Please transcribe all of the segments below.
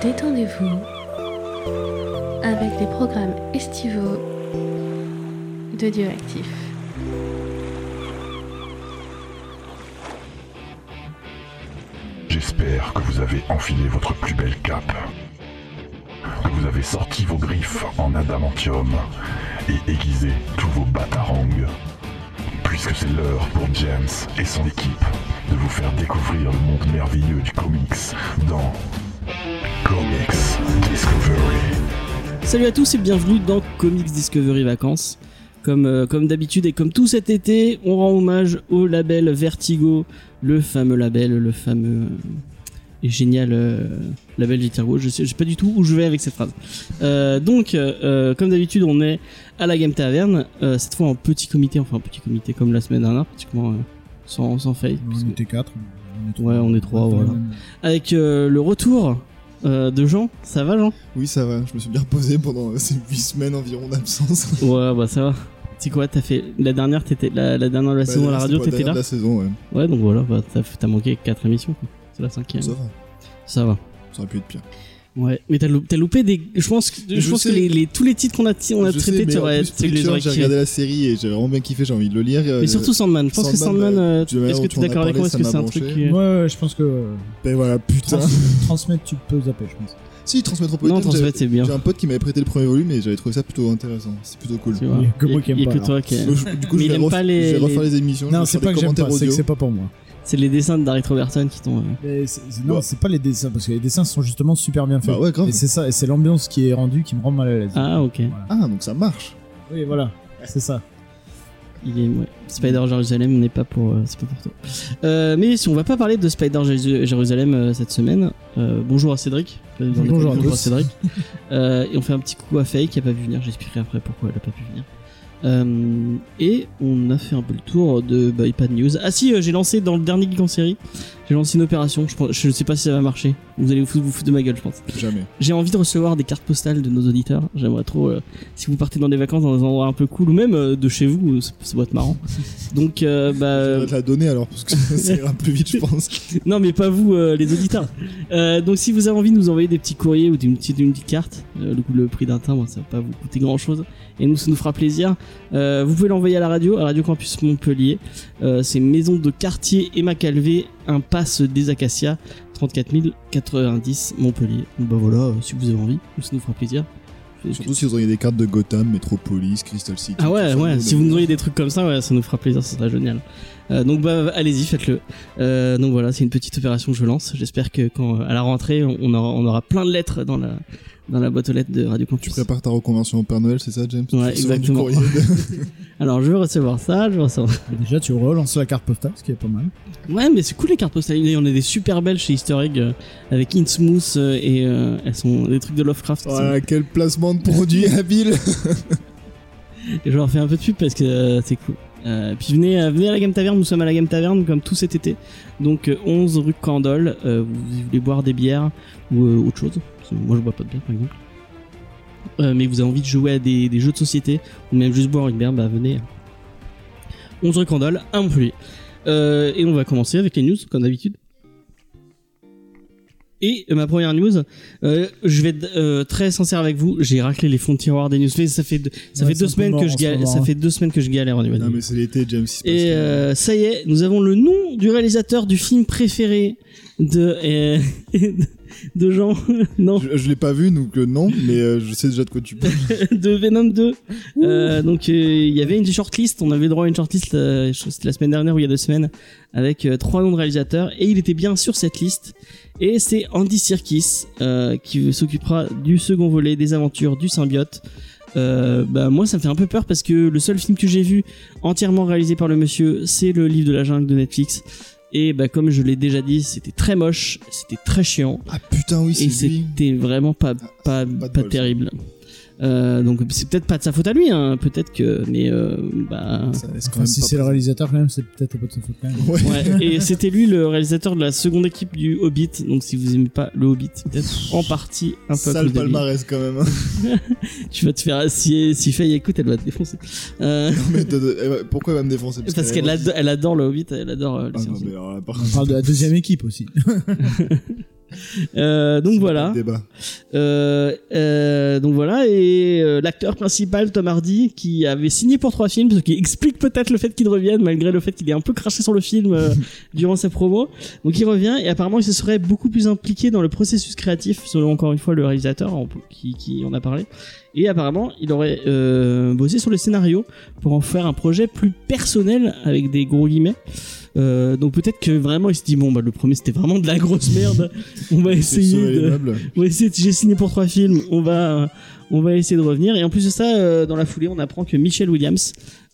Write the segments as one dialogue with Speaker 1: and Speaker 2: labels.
Speaker 1: Détendez-vous avec les programmes estivaux de Dioactif.
Speaker 2: J'espère que vous avez enfilé votre plus belle cape, que vous avez sorti vos griffes en adamantium et aiguisé tous vos batarangs, puisque c'est l'heure pour James et son équipe de vous faire découvrir le monde merveilleux du comics dans Comics Discovery.
Speaker 3: Salut à tous et bienvenue dans Comics Discovery Vacances. Comme, euh, comme d'habitude et comme tout cet été, on rend hommage au label Vertigo, le fameux label, le fameux euh, et génial euh, label Vertigo. Je sais, je sais pas du tout où je vais avec cette phrase. Euh, donc, euh, euh, comme d'habitude, on est à la Game Taverne, euh, cette fois en petit comité, enfin en petit comité comme la semaine dernière, pratiquement euh, sans, sans faille. parce
Speaker 4: On
Speaker 3: que-
Speaker 4: était 4.
Speaker 3: Ouais, on est trois, voilà. Avec euh, le retour euh, de Jean, ça va Jean
Speaker 5: Oui, ça va, je me suis bien reposé pendant euh, ces 8 semaines environ d'absence.
Speaker 3: Ouais, bah ça va. C'est quoi, t'as fait la dernière, t'étais la, la dernière de la saison à la
Speaker 5: Bah,
Speaker 3: radio,
Speaker 5: c'était
Speaker 3: t'étais
Speaker 5: la dernière
Speaker 3: là.
Speaker 5: de la saison, ouais.
Speaker 3: Ouais, donc voilà, bah, t'as, t'as manqué 4 émissions. quoi. C'est la cinquième.
Speaker 5: Ça va,
Speaker 3: Ça va.
Speaker 5: ça aurait pu être pire.
Speaker 3: Ouais, mais t'as, lou- t'as loupé des. Je pense que, je
Speaker 5: Je
Speaker 3: pense
Speaker 5: sais.
Speaker 3: que les, les- tous les titres qu'on a, ti- on a
Speaker 5: Je sais,
Speaker 3: traités,
Speaker 5: mais
Speaker 3: tu
Speaker 5: en
Speaker 3: aurais,
Speaker 5: plus,
Speaker 3: tu les
Speaker 5: Preacher,
Speaker 3: aurais
Speaker 5: J'ai
Speaker 3: kiffés.
Speaker 5: regardé la série et j'ai vraiment bien kiffé, j'ai envie de le lire. euh,
Speaker 3: Mais surtout Sandman. Je pense que
Speaker 5: Sandman,
Speaker 3: Sandman. euh,
Speaker 5: tu m'as-
Speaker 3: est-ce que tu es
Speaker 5: on en
Speaker 3: d'accord avec
Speaker 5: parlait,
Speaker 3: moi Est-ce
Speaker 5: ça
Speaker 3: que
Speaker 5: m'a
Speaker 3: c'est un truc.
Speaker 5: branché.
Speaker 3: qui est-
Speaker 4: Ouais, ouais, je pense que euh,
Speaker 5: Ben voilà, putain.
Speaker 4: trans- transmettre, tu peux zapper, je pense.
Speaker 5: si, Transmétropolitain.
Speaker 3: Non, Transmet,
Speaker 5: j'avais-
Speaker 3: c'est bien.
Speaker 5: J'ai un pote qui m'avait prêté le premier volume et j'avais trouvé ça plutôt intéressant. C'est plutôt cool.
Speaker 3: Tu vois.
Speaker 4: Il y a que moi qui aime
Speaker 3: Il y a
Speaker 4: pas,
Speaker 3: que
Speaker 4: alors.
Speaker 3: toi qui.
Speaker 5: Donc, je- Du coup,
Speaker 3: Mais il
Speaker 5: je vais,
Speaker 3: aime
Speaker 5: ref-
Speaker 3: pas les-
Speaker 5: je vais refaire les émissions.
Speaker 4: Non,
Speaker 5: je
Speaker 4: c'est
Speaker 5: vais faire
Speaker 4: pas
Speaker 5: des
Speaker 4: que j'aime
Speaker 5: commentaires
Speaker 4: pas, c'est que
Speaker 5: audio.
Speaker 4: c'est pas pour moi.
Speaker 3: C'est les dessins de Darry Robertson qui t'ont. euh,
Speaker 4: Mais c'est- c'est- non,
Speaker 5: Ouais.
Speaker 4: c'est pas les dessins, parce que les dessins sont justement super bien faits.
Speaker 5: Bah ouais, grave.
Speaker 4: et c'est ça, et c'est l'ambiance qui est rendue qui me rend mal à l'aise.
Speaker 3: Ah, ok.
Speaker 5: Ah, donc ça marche.
Speaker 4: Oui, voilà, c'est ça.
Speaker 3: Il est, ouais. Spider Jérusalem n'est pas pour, euh, c'est pas pour toi. Euh, mais si on va pas parler de Spider Jéru- Jérusalem euh, cette semaine, euh, bonjour à Cédric. Euh,
Speaker 4: Bonjour à tous.
Speaker 3: Cédric. Euh, et on fait un petit coucou à Faye qui a pas pu venir. J'expliquerai après pourquoi elle a pas pu venir. Euh, et on a fait un peu le tour de bah, pas de news. Ah si, euh, j'ai lancé dans le dernier geek en série, j'ai lancé une opération. Je, pense- je sais pas si ça va marcher. Vous allez vous foutre, vous foutre de ma gueule, je pense.
Speaker 5: Jamais.
Speaker 3: J'ai envie de recevoir des cartes postales de nos auditeurs. J'aimerais trop, euh, si vous partez dans des vacances dans des endroits un peu cool, ou même euh, de chez vous, euh, ça, ça doit être marrant. Donc, euh, bah,
Speaker 5: Je vais te la donner alors, parce que ça ira plus vite, je pense.
Speaker 3: non, mais pas vous, euh, les auditeurs. Euh, donc, si vous avez envie de nous envoyer des petits courriers ou d'une petite, une petite carte, euh, le, coup- le prix d'un timbre, ça va pas vous coûter grand chose. Et nous, ça nous fera plaisir. Euh, vous pouvez l'envoyer à la radio, à Radio Campus Montpellier. Euh, c'est Maison de Quartier Emma Calvé, impasse des Acacias, 34 090 Montpellier. Donc, bah voilà, euh, si vous avez envie, nous, ça nous fera plaisir.
Speaker 5: Surtout si vous auriez des cartes de Gotham, Metropolis, Crystal City.
Speaker 3: Ah ouais,
Speaker 5: tout ça,
Speaker 3: ouais,
Speaker 5: nous,
Speaker 3: si
Speaker 5: on
Speaker 3: vous
Speaker 5: est-
Speaker 3: nous envoyez des trucs comme ça, ouais, ça nous fera plaisir, ça sera génial. Euh, donc bah allez-y, faites-le. Euh, donc voilà, c'est une petite opération que je lance. J'espère que quand euh, à la rentrée, on aura, on aura plein de lettres dans la dans la boîte aux lettres de Radio
Speaker 5: Tu
Speaker 3: Campus.
Speaker 5: prépares ta reconversion au Père Noël, c'est ça, James
Speaker 3: Ouais,
Speaker 5: Tu reçois du
Speaker 3: exactement.
Speaker 5: courrier de-
Speaker 3: Alors je vais recevoir ça, je vais recevoir.
Speaker 4: Et déjà, tu relances la carte postale, ce qui est pas mal.
Speaker 3: Ouais, mais c'est cool les cartes postales. Il y en a des super belles chez Easter Egg euh, avec Innsmouth euh, et euh, elles sont des trucs de Lovecraft. qui sont-
Speaker 5: Voilà, quel placement de produit habile
Speaker 3: Et je leur fais un peu de pub parce que euh, c'est cool. Euh, puis venez, euh, venez à la Game Taverne, nous sommes à la Game Taverne comme tout cet été. Donc euh, 11 rue Candole, euh, vous voulez boire des bières ou euh, autre chose. Parce que Moi je bois pas de bière par exemple. Euh, mais vous avez envie de jouer à des, des jeux de société ou même juste boire une bière, bah venez. 11 rue Candole, à Montpellier. Euh, et on va commencer avec les news comme d'habitude. Et euh, ma première news, euh, je vais être euh, très sincère avec vous, j'ai raclé les fonds de tiroir des news, mais ça fait, deux- ça
Speaker 4: Ouais,
Speaker 3: fait deux
Speaker 4: c'est un peu
Speaker 3: semaines
Speaker 4: mort
Speaker 3: que
Speaker 4: en
Speaker 3: je
Speaker 4: ce
Speaker 3: galère,
Speaker 4: moment,
Speaker 3: ça
Speaker 4: hein.
Speaker 3: fait deux semaines que je galère en
Speaker 5: Non, mais c'est l'été, James. il se passe
Speaker 3: Et
Speaker 5: rien.
Speaker 3: euh, ça y est, nous avons le nom du réalisateur du film préféré de euh, de Jean, non,
Speaker 5: Je, je l'ai pas vu, donc euh, non, mais euh, je sais déjà de quoi tu parles.
Speaker 3: de Venom 2. Euh, donc euh, il y avait une shortlist, on avait droit à une shortlist, euh, je crois que c'était la semaine dernière ou il y a deux semaines, avec euh, trois noms de réalisateurs, et il était bien sur cette liste. Et c'est Andy Serkis euh, qui s'occupera du second volet des aventures du symbiote. Euh, bah moi ça me fait un peu peur parce que le seul film que j'ai vu entièrement réalisé par le monsieur c'est le livre de la jungle de Netflix et bah comme je l'ai déjà dit c'était très moche c'était très chiant
Speaker 5: Ah putain, oui,
Speaker 3: et
Speaker 5: c'est lui.
Speaker 3: c'était vraiment pas pas,
Speaker 5: de
Speaker 3: pas,
Speaker 5: bol, ça.
Speaker 3: terrible. Euh, donc c'est peut-être pas de sa faute à lui, hein, peut-être que, mais euh, bah.
Speaker 5: Ça laisse quand
Speaker 4: Enfin,
Speaker 5: même
Speaker 4: si
Speaker 5: pas
Speaker 4: c'est le
Speaker 5: présent.
Speaker 4: réalisateur, quand même, c'est peut-être un peu de sa faute quand même.
Speaker 5: Ouais.
Speaker 3: Ouais, et c'était lui le réalisateur de la seconde équipe du Hobbit, donc si vous aimez pas le Hobbit, c'est peut-être en partie un peu à
Speaker 5: Sale
Speaker 3: cause de lui.
Speaker 5: palmarès quand même. hein.
Speaker 3: Tu vas te faire si si Faye écoute, elle va te défoncer. Euh,
Speaker 5: Non, mais de- de- eh ouais, pourquoi elle va me défoncer
Speaker 3: parce qu'elle ado- elle adore le Hobbit, elle adore euh, les
Speaker 5: Ah non,
Speaker 3: séries.
Speaker 5: mais alors là, par
Speaker 4: On parle de la deuxième équipe aussi.
Speaker 3: Euh, donc voilà.
Speaker 5: Débat.
Speaker 3: Euh, euh, donc voilà et euh, l'acteur principal Tom Hardy qui avait signé pour trois films ce qui explique peut-être le fait qu'il revienne malgré le fait qu'il ait un peu craché sur le film euh, durant sa promo donc il revient et apparemment il se serait beaucoup plus impliqué dans le processus créatif selon encore une fois le réalisateur on peut- qui, qui en a parlé et apparemment il aurait euh, bossé sur le scénario pour en faire un projet plus personnel avec des gros guillemets Euh, donc peut-être que vraiment il se dit bon bah le premier c'était vraiment de la grosse merde on va essayer
Speaker 5: Sauver les
Speaker 3: de
Speaker 5: meubles.
Speaker 3: on va essayer de- j'ai signé pour trois films on va euh, on va essayer de revenir et en plus de ça euh, dans la foulée on apprend que Michelle Williams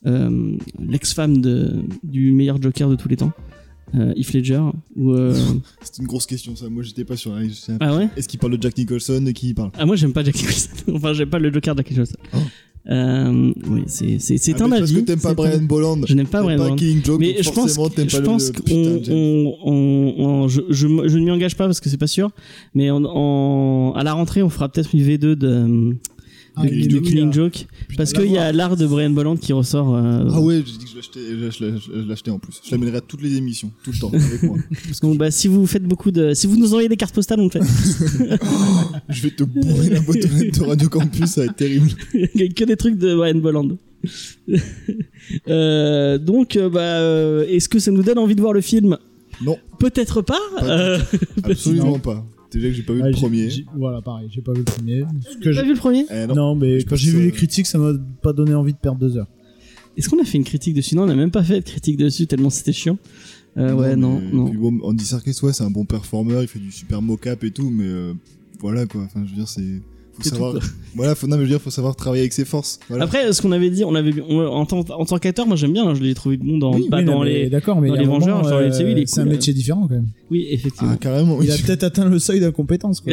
Speaker 3: euh, l'ex-femme de du meilleur Joker de tous les temps euh, Heath Ledger ou euh,
Speaker 5: C'est une grosse question ça. Moi j'étais pas sûr. hein, je sais-
Speaker 3: ah ouais
Speaker 5: Est-ce qu'il parle de Jack Nicholson Qui il parle
Speaker 3: ah moi j'aime pas Jack Nicholson enfin j'aime pas le Joker de Jack Nicholson
Speaker 5: Oh.
Speaker 3: euh, oui c'est c'est c'est
Speaker 5: Ah,
Speaker 3: un
Speaker 5: mais Parce
Speaker 3: avis
Speaker 5: que t'aimes pas
Speaker 3: c'est
Speaker 5: Brian
Speaker 3: un-
Speaker 5: Bolland.
Speaker 3: je n'aime pas
Speaker 5: T'aimes
Speaker 3: Brian Bolland.
Speaker 5: Killing Joke.
Speaker 3: mais
Speaker 5: donc
Speaker 3: je pense
Speaker 5: forcément, t'aimes
Speaker 3: je
Speaker 5: pas le-
Speaker 3: pense
Speaker 5: le-
Speaker 3: qu'on
Speaker 5: Putain, James.
Speaker 3: on, on- on- je, je, me- je ne m'y engage pas parce que c'est pas sûr mais on, on- à la rentrée on fera peut-être une V2 de, euh,
Speaker 4: Ah,
Speaker 3: de,
Speaker 4: il est
Speaker 3: de
Speaker 4: nul,
Speaker 3: Killing
Speaker 4: là.
Speaker 3: Joke parce
Speaker 4: la
Speaker 3: qu'il y a l'art de Brian Bolland qui ressort euh,
Speaker 5: Ah ouais, j'ai dit que je l'achetais, je l'ach- je l'achetais en plus. Je l'amènerai à toutes les émissions, tout le temps, avec moi.
Speaker 3: donc bah si vous faites beaucoup de si vous nous envoyez des cartes postales on le fait
Speaker 5: Je vais te bourrer la boîte aux lettres de Radio Campus, ça va être terrible.
Speaker 3: que des trucs de Brian Bolland Euh, donc euh, bah euh, est-ce que ça nous donne envie de voir le film
Speaker 5: Non,
Speaker 3: peut-être pas,
Speaker 5: du
Speaker 3: euh,
Speaker 5: absolument pas. Déjà que j'ai pas vu
Speaker 4: Ah,
Speaker 5: le
Speaker 4: j'ai-
Speaker 5: premier.
Speaker 4: j'ai- Voilà, pareil, j'ai pas vu le premier. Ce que
Speaker 3: t'as
Speaker 4: j'ai-
Speaker 3: vu le premier
Speaker 5: Eh non.
Speaker 4: Non, mais
Speaker 5: Je
Speaker 4: quand
Speaker 5: pense
Speaker 4: j'ai vu
Speaker 5: que-
Speaker 4: les critiques, ça m'a pas donné envie de perdre deux heures.
Speaker 3: est-ce qu'on a fait une critique dessus non on n'a même pas fait de critique dessus tellement c'était chiant Euh, ouais non
Speaker 5: mais-
Speaker 3: non
Speaker 5: puis bon, Andy Serkis, ouais, c'est un bon performeur, il fait du super mocap et tout, mais euh, voilà quoi. Enfin, je veux dire, c'est. Faut
Speaker 3: C'est
Speaker 5: savoir.
Speaker 3: tout,
Speaker 5: voilà, faut, non, mais je veux dire, faut savoir travailler avec ses forces. Voilà.
Speaker 3: Après, ce qu'on avait dit, on avait, on- en tant, en tant qu'acteur, moi j'aime bien, hein, je l'ai trouvé bon dans,
Speaker 4: Oui,
Speaker 3: pas
Speaker 4: oui,
Speaker 3: dans
Speaker 4: non, mais
Speaker 3: les.
Speaker 4: D'accord, mais
Speaker 3: dans
Speaker 4: il y a
Speaker 3: les
Speaker 4: un
Speaker 3: Vengeurs,
Speaker 4: moment,
Speaker 3: genre,
Speaker 4: euh,
Speaker 3: les séries, il est
Speaker 4: c'est un
Speaker 3: cool,
Speaker 4: métier différent quand même.
Speaker 3: Oui,
Speaker 5: ah,
Speaker 3: effectivement.
Speaker 5: carrément,
Speaker 4: Il a
Speaker 5: oui.
Speaker 4: peut-être atteint le seuil d'incompétence. quoi.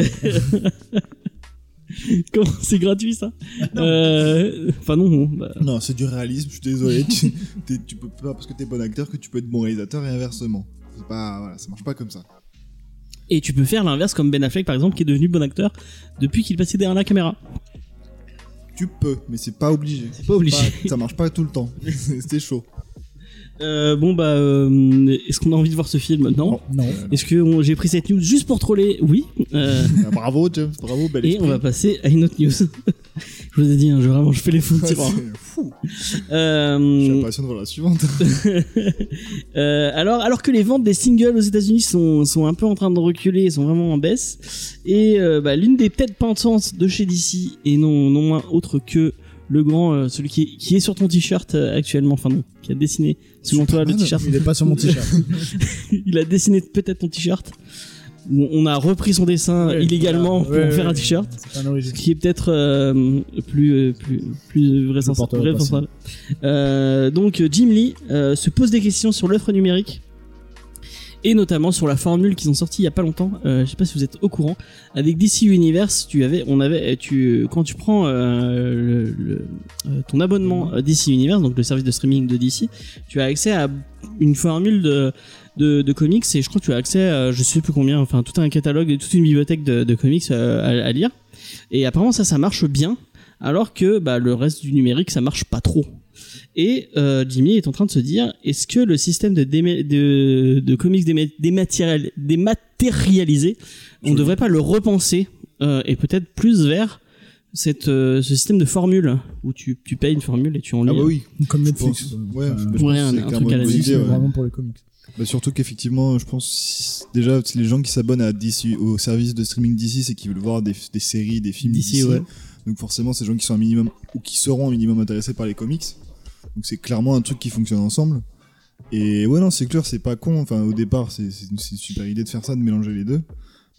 Speaker 3: Comment- C'est gratuit ça Euh, Enfin non, bon, bah,
Speaker 5: Non, c'est du réalisme, je suis désolé. tu, t'es- tu peux pas, parce que t'es bon acteur, que tu peux être bon réalisateur et inversement. C'est pas. Voilà, ça marche pas comme ça.
Speaker 3: Et tu peux faire l'inverse comme Ben Affleck par exemple, qui est devenu bon acteur depuis qu'il passait derrière la caméra.
Speaker 5: Tu peux, mais c'est pas obligé.
Speaker 3: C'est pas obligé.
Speaker 5: Pas- ça marche pas tout le temps. C'était chaud.
Speaker 3: Euh, bon bah, euh, est-ce qu'on a envie de voir ce film Non.
Speaker 4: Non.
Speaker 5: Euh,
Speaker 3: Est-ce que on- j'ai pris cette news juste pour troller Oui. Euh,
Speaker 5: Ah, bravo James, bravo, bel
Speaker 3: et
Speaker 5: esprit.
Speaker 3: on va passer à une autre news. je vous ai dit, hein, je, vraiment, je fais les fous de
Speaker 5: Ouais,
Speaker 3: tiroir.
Speaker 5: c'est fou. J'ai
Speaker 3: Euh,
Speaker 5: l'impression de voir la suivante.
Speaker 3: Euh, alors, alors que les ventes des singles aux États-Unis sont, sont un peu en train de reculer, sont vraiment en baisse, et euh, bah, l'une des têtes pensantes de chez DC, et non, non moins autre que le grand, euh, celui qui est, qui est sur ton t-shirt euh, actuellement, enfin non, qui a dessiné, selon toi, le
Speaker 5: Superman,
Speaker 3: t-shirt,
Speaker 4: Il est pas sur mon t-shirt.
Speaker 3: il a dessiné peut-être ton t-shirt, Bon, on a repris son dessin
Speaker 4: Ouais,
Speaker 3: illégalement
Speaker 4: voilà. Ouais,
Speaker 3: pour faire
Speaker 4: ouais,
Speaker 3: un t-shirt,
Speaker 4: C'est pas un origine.
Speaker 3: ce qui est peut-être euh, plus, euh, plus, plus
Speaker 4: porterai
Speaker 3: vraisemblable.
Speaker 4: au passé.
Speaker 3: vraisemblable. Euh, donc euh, Jim Lee euh, se pose des questions sur l'offre numérique et notamment sur la formule qu'ils ont sortie il y a pas longtemps. Euh, je sais pas si vous êtes au courant. Avec DC Universe, tu avais, on avait, euh, tu, quand tu prends euh, le- le- euh, ton abonnement euh, DC Universe, donc le service de streaming de DC, tu as accès à une formule de de, de comics et je crois que tu as accès à je sais plus combien enfin tout un catalogue et toute une bibliothèque de, de comics euh, à, à lire et apparemment ça ça marche bien alors que bah, le reste du numérique ça marche pas trop et euh, Jimmy est en train de se dire est-ce que le système de, déma- de, de comics déma- dématérial- dématérialisé on
Speaker 5: Joli.
Speaker 3: devrait pas le repenser euh, et peut-être plus vers cette, euh, ce système de formule où tu, tu payes une formule et tu en lis
Speaker 5: Ah bah oui.
Speaker 4: Comme
Speaker 5: je
Speaker 4: Netflix.
Speaker 5: pense.
Speaker 4: quoi.
Speaker 5: Ouais, je- je
Speaker 4: Enfin,
Speaker 5: pense que
Speaker 3: Euh, Ouais, un-
Speaker 5: c'est
Speaker 3: un
Speaker 5: clairement
Speaker 3: truc à la
Speaker 5: une bonne
Speaker 4: Netflix, c'est
Speaker 5: idée, ouais.
Speaker 4: vraiment pour les comics.
Speaker 5: Bah, surtout qu'effectivement, je pense si- déjà si les gens qui s'abonnent à DC, au service de streaming DC, c'est qu'ils veulent voir des, des séries, des films
Speaker 3: DC,
Speaker 5: DC.
Speaker 3: ouais.
Speaker 5: Donc forcément, c'est des gens qui sont un minimum ou qui seront un minimum intéressés par les comics. Donc c'est clairement un truc qui fonctionne ensemble. Et ouais, non, c'est clair, c'est pas con. Enfin, au départ, c'est c'est une, c'est une super idée de faire ça, de mélanger les deux.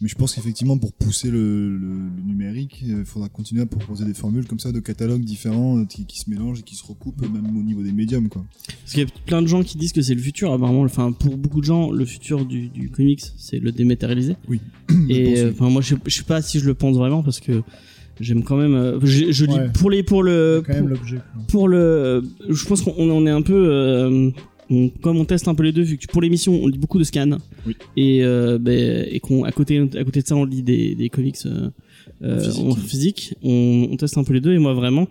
Speaker 5: Mais je pense qu'effectivement, pour pousser le, le- le numérique, euh, il faudra continuer à proposer des formules comme ça de catalogues différents euh, qui, qui se mélangent et qui se recoupent, même au niveau des médiums, quoi.
Speaker 3: Parce qu'il y a plein de gens qui disent que c'est le futur, apparemment. Enfin, pour beaucoup de gens, le futur du, du comics, c'est le dématérialisé.
Speaker 5: Oui.
Speaker 3: Et
Speaker 5: Hmm, pense, oui.
Speaker 3: euh, enfin, moi, je, je sais pas si je le pense vraiment parce que j'aime quand même. euh, je, je lis
Speaker 4: Ouais.
Speaker 3: pour les pour le
Speaker 4: quand même
Speaker 3: pour,
Speaker 4: l'objet. quoi.
Speaker 3: pour le. Je pense qu'on on est un peu. euh, on- comme on teste un peu les deux, vu que pour l'émission on lit beaucoup de scans
Speaker 5: Oui.
Speaker 3: et, euh, ben, et qu'on à côté à côté de ça on lit des, des comics euh, euh,
Speaker 5: Physique.
Speaker 3: en physique, on, on teste un peu les deux et moi vraiment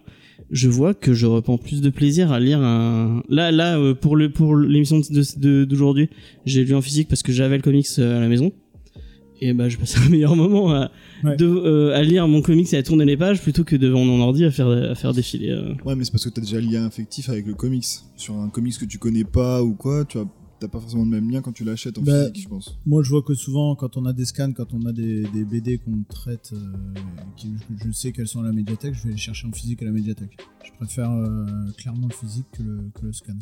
Speaker 3: je vois que je reprends plus de plaisir à lire un là là euh, pour le pour l'émission de- de- d'aujourd'hui j'ai lu en physique parce que j'avais le comics euh, à la maison et bah, je passais un meilleur moment à,
Speaker 4: Ouais.
Speaker 3: de- euh, à lire mon comics et à tourner les pages plutôt que devant mon ordi à faire, à faire défiler. euh.
Speaker 5: Ouais, mais c'est parce que t'as déjà le lien affectif avec le comics. Sur un comics que tu connais pas ou quoi, tu as- t'as pas forcément le même lien quand tu l'achètes en
Speaker 4: Bah,
Speaker 5: physique, je pense.
Speaker 4: Moi, je vois que souvent, quand on a des scans, quand on a des, des BD qu'on traite, euh, qui- je, je sais qu'elles sont à la médiathèque, je vais les chercher en physique à la médiathèque. Je préfère euh, clairement le physique que le, que le scan.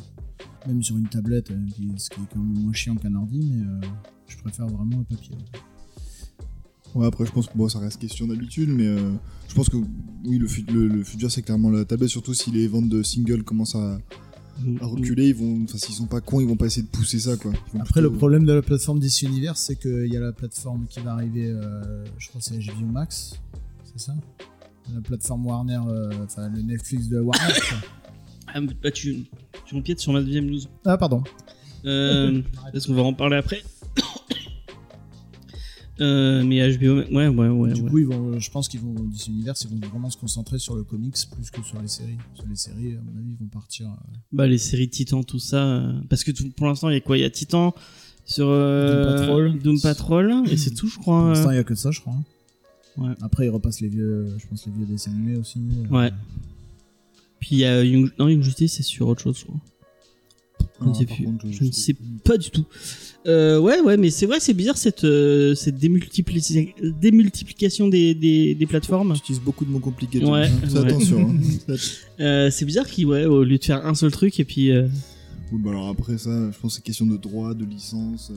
Speaker 4: Même sur une tablette, euh, qui- ce qui est quand même moins chiant qu'un ordi, mais euh, je préfère vraiment le papier.
Speaker 5: Ouais, après, je pense que bon, ça reste question d'habitude, mais euh, je pense que oui, le, fut- le, le futur, c'est clairement la tablette, surtout si les ventes de singles commencent à, à reculer. Ils vont, enfin, s'ils sont pas cons, ils vont pas essayer de pousser ça, quoi. Ils vont
Speaker 4: Après, le
Speaker 5: plutôt-
Speaker 4: problème de la plateforme DC Universe, c'est qu'il y a la plateforme qui va arriver, euh, je crois que c'est HBO Max, c'est ça La plateforme Warner, euh, enfin le Netflix de Warner. quoi.
Speaker 3: Ah, mais, bah, tu, tu empiètes sur ma deuxième news.
Speaker 4: Ah, pardon.
Speaker 3: Euh, parce qu'on va en parler après. Euh, mais HBO, ouais, ouais, ouais.
Speaker 4: du
Speaker 3: ouais.
Speaker 4: coup, ils vont, je pense qu'ils vont, DC Universe, ils vont vraiment se concentrer sur le comics plus que sur les séries. Sur les séries, à mon avis, ils vont partir. euh,
Speaker 3: Bah, les séries Titan, tout ça. euh, parce que tout, pour l'instant, il y a quoi Il y a Titan sur
Speaker 4: Doom
Speaker 3: euh,
Speaker 4: Patrol.
Speaker 3: Doom Patrol, et c'est tout, je
Speaker 4: Pour
Speaker 3: crois.
Speaker 4: l'instant,
Speaker 3: euh.
Speaker 4: il n'y a que ça, je crois. hein.
Speaker 3: Ouais.
Speaker 4: Après, ils repassent les vieux, je pense, les vieux dessins animés aussi. euh.
Speaker 3: Ouais. Puis il y a Young, non, Young Justice, c'est sur autre chose, je crois. Je ne
Speaker 5: Ah,
Speaker 3: sais
Speaker 5: par
Speaker 3: plus.
Speaker 5: contre,
Speaker 3: Je ne sais pas du tout. Euh, ouais, ouais, mais c'est vrai, c'est bizarre cette, euh, cette démultipli- démultiplication des, des, des plateformes.
Speaker 5: J'utilise beaucoup de mots compliqués. tu
Speaker 3: Ouais,
Speaker 5: vois. Fais
Speaker 3: ouais.
Speaker 5: attention. hein.
Speaker 3: Euh, c'est bizarre qu'ils, ouais, au lieu de faire un seul truc et puis. euh,
Speaker 5: Oui, bah alors après ça, je pense que c'est question de droit, de licence. euh,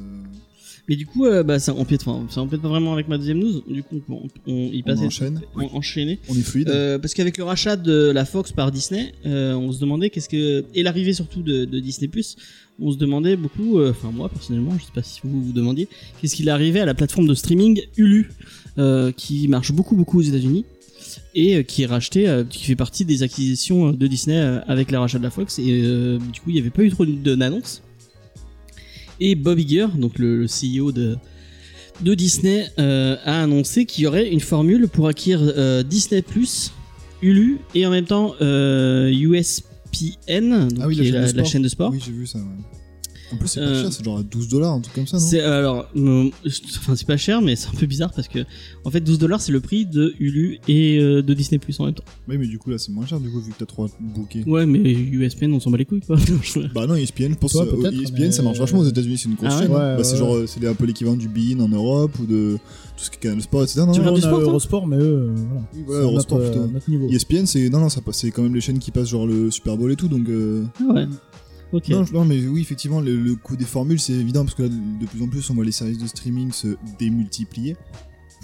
Speaker 3: Mais du coup, euh, bah, ça empiète, enfin, ça empiète pas vraiment avec ma deuxième news. Du coup, on, on y
Speaker 5: on
Speaker 3: passait.
Speaker 5: enchaîne.
Speaker 3: on enchaînait.
Speaker 5: On est fluide.
Speaker 3: Euh, parce qu'avec le rachat de la Fox par Disney, euh, on se demandait qu'est-ce que et l'arrivée surtout de, de Disney Plus, on se demandait beaucoup, euh, enfin moi personnellement, je sais pas si vous vous demandiez, qu'est-ce qu'il arrivait à la plateforme de streaming Hulu, euh, qui marche beaucoup beaucoup aux États-Unis et euh, qui est rachetée, euh, qui fait partie des acquisitions euh, de Disney euh, avec le rachat de la Fox et euh, du coup il n'y avait pas eu trop de- d'annonces. Et Bob Iger, donc le, le CEO de de Disney euh, a annoncé qu'il y aurait une formule pour acquérir euh, Disney Plus, Hulu et en même temps euh, USPN, donc
Speaker 5: Ah oui, la
Speaker 3: qui est
Speaker 5: chaîne de
Speaker 3: la,
Speaker 5: sport.
Speaker 3: chaîne de sport.
Speaker 5: Oui, j'ai vu ça. ouais. En plus, c'est pas
Speaker 3: Euh,
Speaker 5: cher, c'est genre à 12 dollars, un truc comme ça, Ah non
Speaker 3: C'est alors, euh, enfin c'est pas cher, mais c'est un peu bizarre parce que en fait 12 dollars c'est le prix de Hulu et euh, de Disney Plus en même temps.
Speaker 5: Oui, mais du coup, là, c'est moins cher, du coup, vu que t'as trois bouquets.
Speaker 3: Ouais, mais USPN on s'en bat les couilles quoi.
Speaker 5: Bah non, ESPN, je pense
Speaker 4: Toi,
Speaker 5: euh,
Speaker 4: peut-être,
Speaker 5: ESPN,
Speaker 4: mais-
Speaker 5: ça marche vachement aux États-Unis, c'est une grosse
Speaker 3: Ah ouais
Speaker 5: chaîne. hein.
Speaker 4: Ouais,
Speaker 5: bah, c'est
Speaker 4: ouais,
Speaker 5: genre, euh, c'est un peu l'équivalent du Bein en Europe ou de tout ce qui est Canal Sport, etc. Non,
Speaker 3: Tu
Speaker 5: non,
Speaker 3: regardes
Speaker 4: Nous,
Speaker 3: du
Speaker 4: on
Speaker 3: sport,
Speaker 4: a
Speaker 3: toi
Speaker 4: Eurosport, mais eux, euh, voilà.
Speaker 5: oui,
Speaker 4: C'est
Speaker 5: voilà,
Speaker 4: notre,
Speaker 5: Eurosport
Speaker 4: euh,
Speaker 5: plutôt. E
Speaker 4: notre niveau.
Speaker 5: ESPN, c'est non, non, ça passe- c'est quand même les chaînes qui passent genre le Super Bowl et tout, donc. euh,
Speaker 3: Ah ouais. Ok.
Speaker 5: Non, je- non, mais oui, effectivement, le, le coût des formules, c'est évident parce que là, de de plus en plus, on voit les services de streaming se démultiplier.